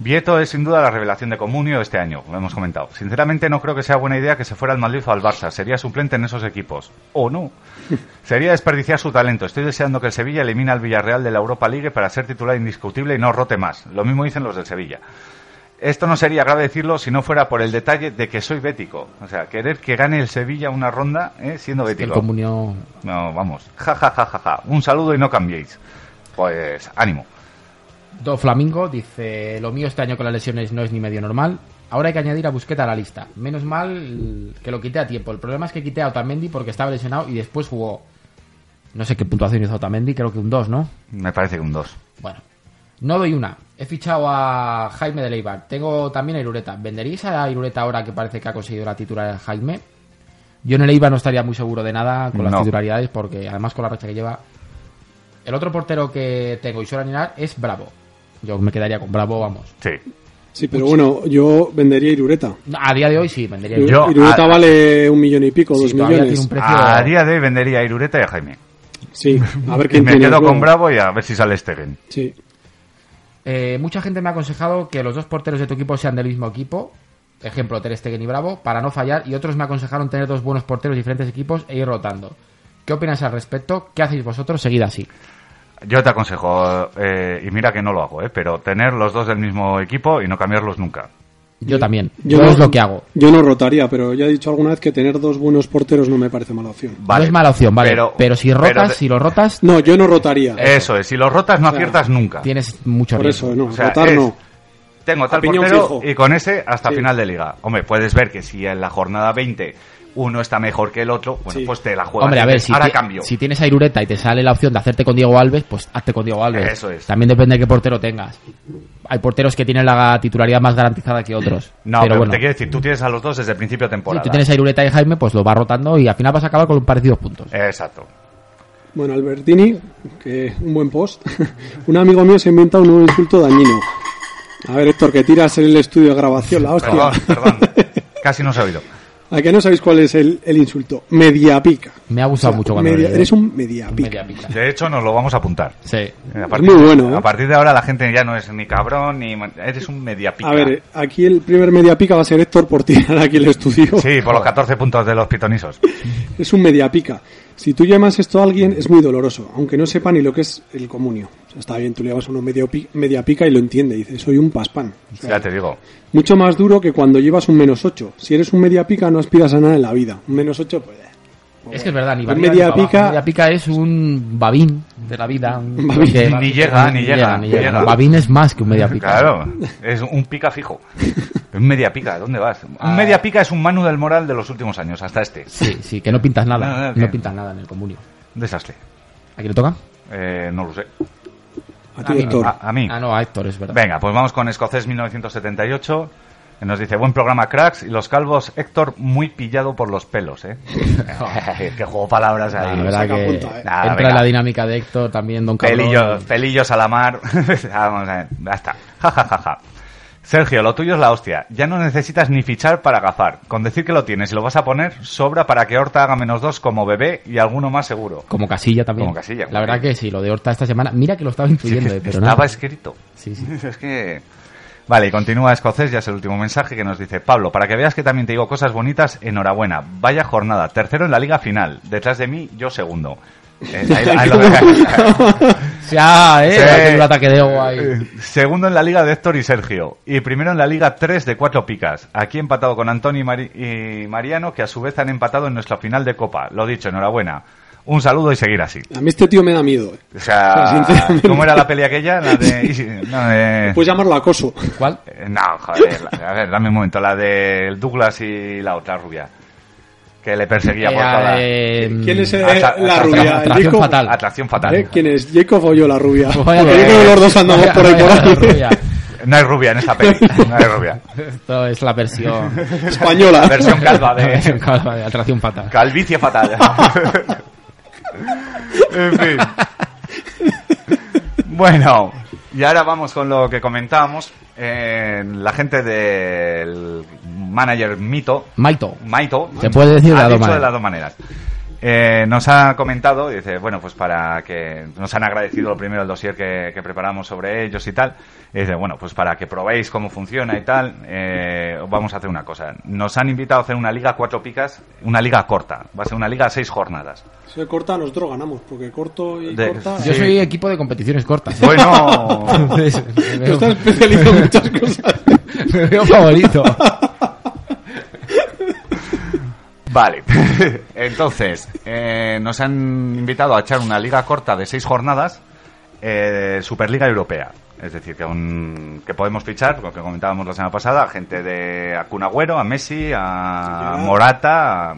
S3: Vieto es sin duda la revelación de Comunio este año, lo hemos comentado. Sinceramente no creo que sea buena idea que se fuera al Madrid o al Barça, sería suplente en esos equipos. O no.
S4: <laughs>
S3: Sería desperdiciar su talento. Estoy deseando que el Sevilla elimine al Villarreal de la Europa League para ser titular indiscutible y no rote más. Lo mismo dicen los del Sevilla. Esto no sería grave decirlo si no fuera por el detalle de que soy bético. O sea, querer que gane el Sevilla una ronda eh, siendo
S4: El
S3: bético.
S4: comunio.
S3: No, vamos. Ja, ja, ja, ja, ja. Un saludo y no cambiéis. Pues ánimo.
S4: Do Flamingo dice: Lo mío este año con las lesiones no es ni medio normal. Ahora hay que añadir a Busqueta a la lista. Menos mal que lo quité a tiempo. El problema es que quité a Otamendi porque estaba lesionado y después jugó. No sé qué puntuación hizo Otamendi, creo que un 2, ¿no?
S3: Me parece que un 2.
S4: Bueno, no doy una. He fichado a Jaime de Leibar. Tengo también a Irureta. ¿Venderéis a Irureta ahora que parece que ha conseguido la titularidad Jaime? Yo en el Eibar no estaría muy seguro de nada con las
S3: No.
S4: titularidades porque además con la racha que lleva. El otro portero que tengo y suelo alinear es Bravo. Yo me quedaría con Bravo, vamos.
S3: Sí.
S5: Sí, pero bueno, yo vendería Irureta.
S4: A día de hoy sí, vendería
S5: Iru-
S4: yo. ah,
S3: Yo-
S5: Irureta
S3: a-
S5: vale un millón y pico,
S4: Sí,
S5: dos
S4: todavía
S5: millones.
S4: tiene un precio.
S3: A día de hoy vendería a Irureta y a Jaime.
S5: Sí,
S4: <laughs>
S5: a ver
S3: Y
S5: quién
S3: me
S5: tiene
S3: quedo
S5: luego.
S3: con Bravo y a ver si sale Stegen.
S5: Sí.
S4: Eh, mucha gente me ha aconsejado que los dos porteros de tu equipo sean del mismo equipo, ejemplo Ter Stegen y Bravo, para no fallar, y otros me aconsejaron tener dos buenos porteros de diferentes equipos e ir rotando. ¿Qué opinas al respecto? ¿Qué hacéis vosotros? Seguid así.
S3: Yo te aconsejo, eh, y mira que no lo hago, eh, pero tener los dos del mismo equipo y no cambiarlos nunca.
S4: Yo también. Yo, es lo que hago.
S5: Yo no rotaría, pero ya he dicho alguna vez que tener dos buenos porteros no me parece mala opción.
S3: Vale,
S4: no es mala opción, vale. Pero,
S3: pero-
S4: si rotas,
S3: pero te-
S4: si lo rotas,
S5: No, yo no rotaría.
S4: Eh,
S3: Eso es, si los rotas no aciertas nunca.
S4: tienes mucho
S5: Por
S4: riesgo.
S5: eso, no,
S3: O sea,
S5: rotar
S3: es-
S5: no.
S3: Tengo tal
S5: Opinión
S3: portero
S5: fijo.
S3: y con ese hasta
S5: Sí.
S3: final de liga. Hombre, puedes ver que si en la jornada 20 uno está mejor que el otro, bueno,
S5: Sí.
S3: pues te la juegas.
S4: Hombre, a ver,
S3: Dices,
S4: si,
S3: ahora
S4: ti-
S3: cambio.
S4: si tienes a Irureta y te sale la opción de hacerte con Diego Alves, pues hazte con Diego Alves.
S3: Eso es.
S4: También depende de qué portero tengas. Hay porteros que tienen la titularidad más garantizada que otros.
S3: No, pero,
S4: bueno.
S3: te quiero decir, tú tienes a los dos desde el principio de
S4: Si
S3: temporada.
S4: tú tienes a Irureta y Jaime, pues lo va rotando y al final vas a acabar con parecidos puntos.
S3: Exacto.
S5: Bueno, Albertini, que un buen post. <laughs> un amigo mío se inventa un nuevo insulto dañino. A ver, Héctor, que tiras el estudio de grabación, la hostia.
S3: Perdón,
S5: <laughs>
S3: perdón. Casi no se ha oído.
S5: ¿A que no sabéis cuál es el, el insulto? Mediapica.
S4: Me ha gustado
S5: O sea,
S4: mucho cuando
S5: media-
S4: lo leí. ¿eh?
S5: Eres un mediapica.
S4: Media pica.
S3: De hecho, nos lo vamos a apuntar.
S4: Sí.
S3: A
S5: muy bueno, ¿eh?
S3: A partir de ahora la gente ya no es ni cabrón, ni... man- Eres un media pica.
S5: A ver, eh. aquí el primer mediapica va a ser Héctor por tirar aquí el estudio.
S3: Sí, por los 14 puntos de los pitonisos.
S5: <laughs> Es un mediapica. Si tú llamas esto a alguien es muy doloroso, aunque no sepa ni lo que es el comunio. O sea, está bien, tú le llamas a uno mediapi- mediapica y lo entiende. Dice, soy un paspán. O sea,
S3: Ya te digo.
S5: Mucho más duro que cuando llevas un menos 8. Si eres un media pica no aspiras a nada en la vida. Un menos 8, pues... eh.
S4: Es que es verdad, ni
S5: Un
S4: va
S5: media
S4: ni para
S5: pica-
S4: abajo. media pica es un babín de la vida. un-
S5: Babín.
S4: que-
S3: Ni llega, ni llega, ni llega.
S4: Un babín es más que un media pica.
S3: Claro, es un pica fijo. Un media pica, ¿dónde vas?
S5: Ah.
S3: Un media pica es un Manu del Moral de los últimos años, hasta este.
S4: Sí, sí, que no pintas
S3: No, no,
S4: nada. No
S3: bien.
S4: pintas nada en el comunio.
S3: Un desastre.
S4: ¿A quién le toca?
S3: Eh, no lo sé.
S5: A ti,
S4: mí no.
S5: Héctor.
S3: A, a mí.
S4: Ah, no, a Héctor, es verdad.
S3: Venga, pues vamos con Escocés 1978. que Nos dice, buen programa, cracks. Y los calvos, Héctor, muy pillado por los pelos,
S4: <laughs>
S3: ¿eh? que juego palabras
S4: Ah,
S3: ahí.
S4: la verdad
S5: saca
S4: que
S5: punta, eh.
S3: Nada,
S4: entra
S3: venga.
S4: en la dinámica de Héctor también, Don Carlos.
S3: Pelillos, pelillos a la mar. <laughs> Vamos a ver, ya está. Ja, ja, ja, ja. Sergio, lo tuyo es la hostia. Ya no necesitas ni fichar para gafar. Con decir que lo tienes y lo vas a poner, sobra para que Horta haga menos dos como bebé y alguno más seguro.
S4: Como Casilla también.
S3: Como Casilla,
S4: La verdad
S3: muy bien.
S4: que sí, lo de Horta esta semana. Mira que lo estaba incluyendo, eh, pero
S3: Estaba
S4: nada.
S3: escrito. <laughs>
S4: Sí, sí. <laughs>
S3: Es que... Vale, y continúa Escocés, ya es el último mensaje que nos dice Pablo, para que veas que también te digo cosas bonitas, enhorabuena, vaya jornada, tercero en la liga final, detrás de mí yo segundo. Eh, ahí- ahí lo deja.
S4: Ya, eh,
S3: Sí.
S4: va a tener un ataque de ego ahí.
S3: Eh, Segundo en la liga de Héctor y Sergio. Y primero en la liga 3 de 4 picas. Aquí empatado con Antonio y, Mari- y Mariano, que a su vez han empatado en nuestra final de Copa. Lo dicho, enhorabuena. Un saludo y seguir así.
S5: A mí este tío me da miedo. eh.
S3: O sea,
S5: Sinceramente.
S3: ¿cómo era la peli aquella? La de...
S5: <laughs>
S3: y si- no,
S4: Eh.
S3: de-
S5: Puedes llamarlo acoso.
S4: ¿Cuál?
S3: eh, no, joder. la- a ver, dame un momento. La de Douglas y la otra rubia. Que le perseguía por
S4: Eh,
S3: toda la...
S4: eh,
S5: ¿Quién
S4: <laughs>
S5: es eh,
S3: Atra-
S5: la
S3: atracción-
S5: rubia? ¿El
S4: atracción
S5: Jacob?
S4: fatal.
S3: Atracción fatal.
S5: ¿Eh? ¿Quién es? ¿Jacob o yo la rubia? Porque
S4: <laughs> Vaya,
S5: yo creo que los dos andamos
S4: vaya,
S5: por ahí por
S4: vaya,
S5: ahí.
S4: rubia.
S3: No hay rubia en esta peli. No hay rubia.
S4: Esto es la
S5: <laughs>
S4: versión.
S5: <laughs> Española.
S3: Versión calva
S4: la
S5: <laughs>
S4: versión
S3: de...
S4: calva de <laughs> atracción fatal.
S3: Calvicie fatal. <laughs> en fin. <laughs> Bueno, y ahora vamos con lo que comentábamos. Eh, la gente del manager Mito,
S4: Maito.
S3: Maito.
S4: Se puede decir de
S3: ha
S4: las dos
S3: dicho de
S4: maneras.
S3: las dos maneras. Eh, nos ha comentado, dice, bueno, pues para que nos han agradecido lo primero el dossier que, que preparamos sobre ellos y tal. Y dice, bueno, pues para que probéis cómo funciona y tal, eh, vamos a hacer una cosa. Nos han invitado a hacer una liga cuatro picas, una liga corta. Va a ser una liga a seis
S4: <laughs>
S3: jornadas.
S5: Se corta, nosotros ganamos. Porque corto y
S3: De-
S5: corta.
S4: Yo
S3: Sí.
S4: soy equipo de competiciones cortas. ¿eh?
S3: Bueno,
S4: <laughs> Entonces, me
S5: Tú
S4: veo-
S5: estás especializado en muchas cosas.
S4: <laughs> me veo
S5: <laughs>
S4: favorito.
S3: Vale. <laughs> Entonces, eh, nos han invitado a echar una liga corta de seis jornadas, eh, Superliga Europea. Es decir, que, un- que podemos fichar, lo que comentábamos la semana pasada, a gente de a Kun Agüero, a Messi, a Morata, a,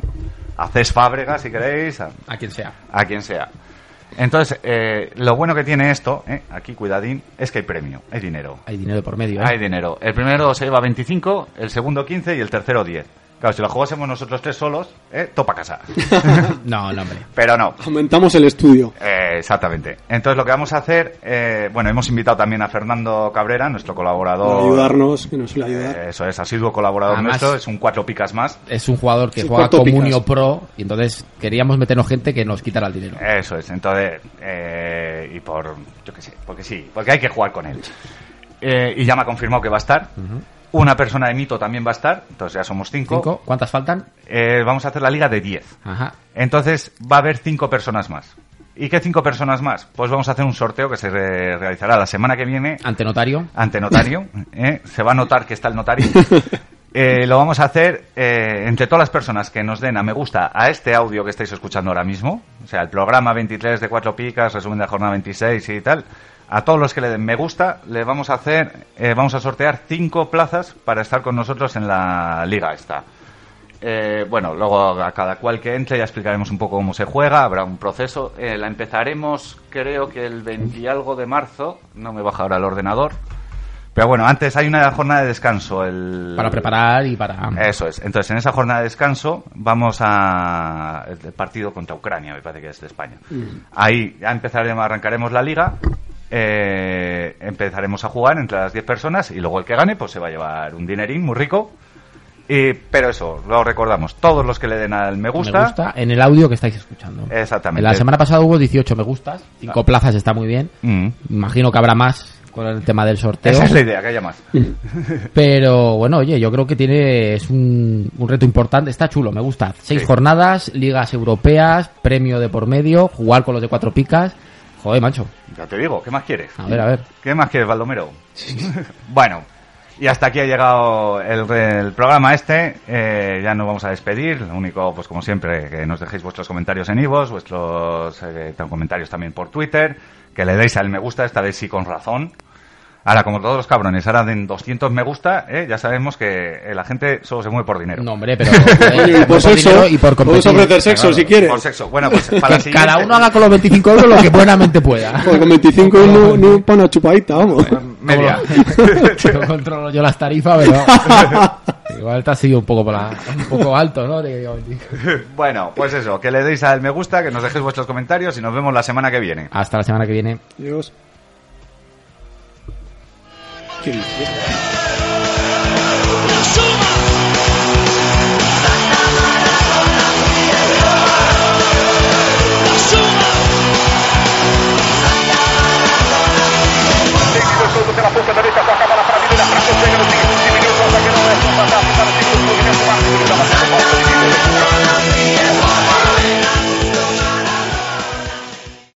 S3: a Cés Fábregas, si queréis, a,
S4: A quien sea.
S3: a quien sea. Entonces, eh, lo bueno que tiene esto, eh, aquí cuidadín, es que hay premio, hay dinero.
S4: Hay dinero de por medio. ¿eh?
S3: Hay dinero. El primero se lleva 25, el segundo 15 y el tercero 10. Claro, si lo jugásemos nosotros tres solos, ¿eh? topa
S4: <laughs>
S3: casa.
S4: No, no, hombre.
S3: Pero no.
S5: Aumentamos el estudio.
S3: Eh, exactamente. Entonces lo que vamos a hacer, eh, bueno, hemos invitado también a Fernando Cabrera, nuestro
S4: Oh.
S5: Para
S3: colaborador.
S5: ayudarnos, que nos suele ayudar.
S3: Eh, eso es, asiduo colaborador
S4: Además-
S3: nuestro, es un cuatro picas más.
S4: Es un jugador que
S5: Sí,
S4: juega
S5: corto picas.
S4: Comunio Pro y entonces queríamos meternos gente que nos quitara el dinero.
S3: Eso es, entonces, eh, y por, yo qué sé, porque sí, porque hay que jugar con él. Eh, y ya me ha confirmado que va a estar. Una persona de mito también va a estar, entonces ya somos cinco.
S4: Cinco. ¿Cuántas faltan?
S3: Eh, vamos a hacer la liga de 10.
S4: Ajá.
S3: Entonces va a haber cinco personas más. ¿Y qué cinco personas más? Pues vamos a hacer un sorteo que se re- realizará la semana que viene
S4: Ante notario.
S3: ante notario. ¿eh? Se va a notar que está el notario. Eh, lo vamos a hacer eh, entre todas las personas que nos den a me gusta a este audio que estáis escuchando ahora mismo, o sea, el programa 23 de Cuatro Picas, resumen de la jornada 26 y tal. A todos los que le den me gusta, le vamos a hacer, eh, vamos a sortear cinco plazas para estar con nosotros en la liga esta. Eh, bueno, luego a cada cual que entre ya explicaremos un poco cómo se juega, habrá un proceso. Eh, la empezaremos creo que el 20 y algo de marzo, no me baja ahora el ordenador. Pero bueno, antes hay una jornada de descanso. El...
S4: Para preparar y para.
S3: Eso es. Entonces, en esa jornada de descanso vamos a el partido contra Ucrania, me parece que es de España.
S4: Mm.
S3: Ahí ya empezaremos, arrancaremos la liga, eh, empezaremos a jugar entre las 10 personas y luego el que gane pues se va a llevar un dinerín muy rico. Y, pero eso, lo recordamos, todos los que le den al me gusta,
S4: Me gusta en el audio que estáis escuchando.
S3: Exactamente.
S4: La semana pasada hubo 18 me gustas, 5 plazas está muy bien.
S3: Mm.
S4: Imagino que habrá más con el tema del sorteo.
S3: Esa es la idea, que haya más.
S4: Pero bueno, oye, yo creo que tiene es un, un reto importante. Está chulo, me gusta. Seis
S3: Sí.
S4: jornadas, ligas europeas, premio de por medio, jugar con los de cuatro picas. Joder, macho.
S3: Ya te digo, ¿qué más quieres?
S4: A ver, a ver.
S3: ¿Qué más quieres, Baldomero? <laughs> bueno, y hasta aquí ha llegado el, el programa este. Eh, ya nos vamos a despedir. Lo único, pues como siempre, que nos dejéis vuestros comentarios en Ivos, vuestros eh, tan- comentarios también por Twitter, que le deis al me gusta, esta vez sí con razón. Ahora, como todos los cabrones, ahora den 200 me gusta, eh, ya sabemos que eh, la gente solo se mueve por dinero.
S4: No, hombre,
S3: <laughs>
S4: pero.
S5: Oye,
S4: <laughs> joder,
S5: y por
S3: pues
S5: sexo,
S4: dinero y por
S5: podemos
S4: competir.
S5: ofrecer
S3: Claro,
S5: sexo si quieres.
S3: Por sexo. Bueno, pues para la
S4: <laughs> Que cada
S3: siguiente-
S4: uno haga con los 25 euros
S3: <laughs>
S4: lo que buenamente pueda.
S5: Joder,
S4: <laughs>
S5: con 25 no, no para una chupadita, vamos.
S3: Pues, Media.
S4: <laughs> Yo controlo yo las tarifas,
S3: <laughs>
S4: pero igual te ha sido un poco, por la- un poco alto, ¿no? Te digo,
S3: Bueno, pues eso, que le deis al me gusta, que nos dejéis vuestros comentarios y nos vemos la semana que viene.
S4: Hasta la semana que viene.
S5: Dios. ¿Qué dices?
S2: Now shoot!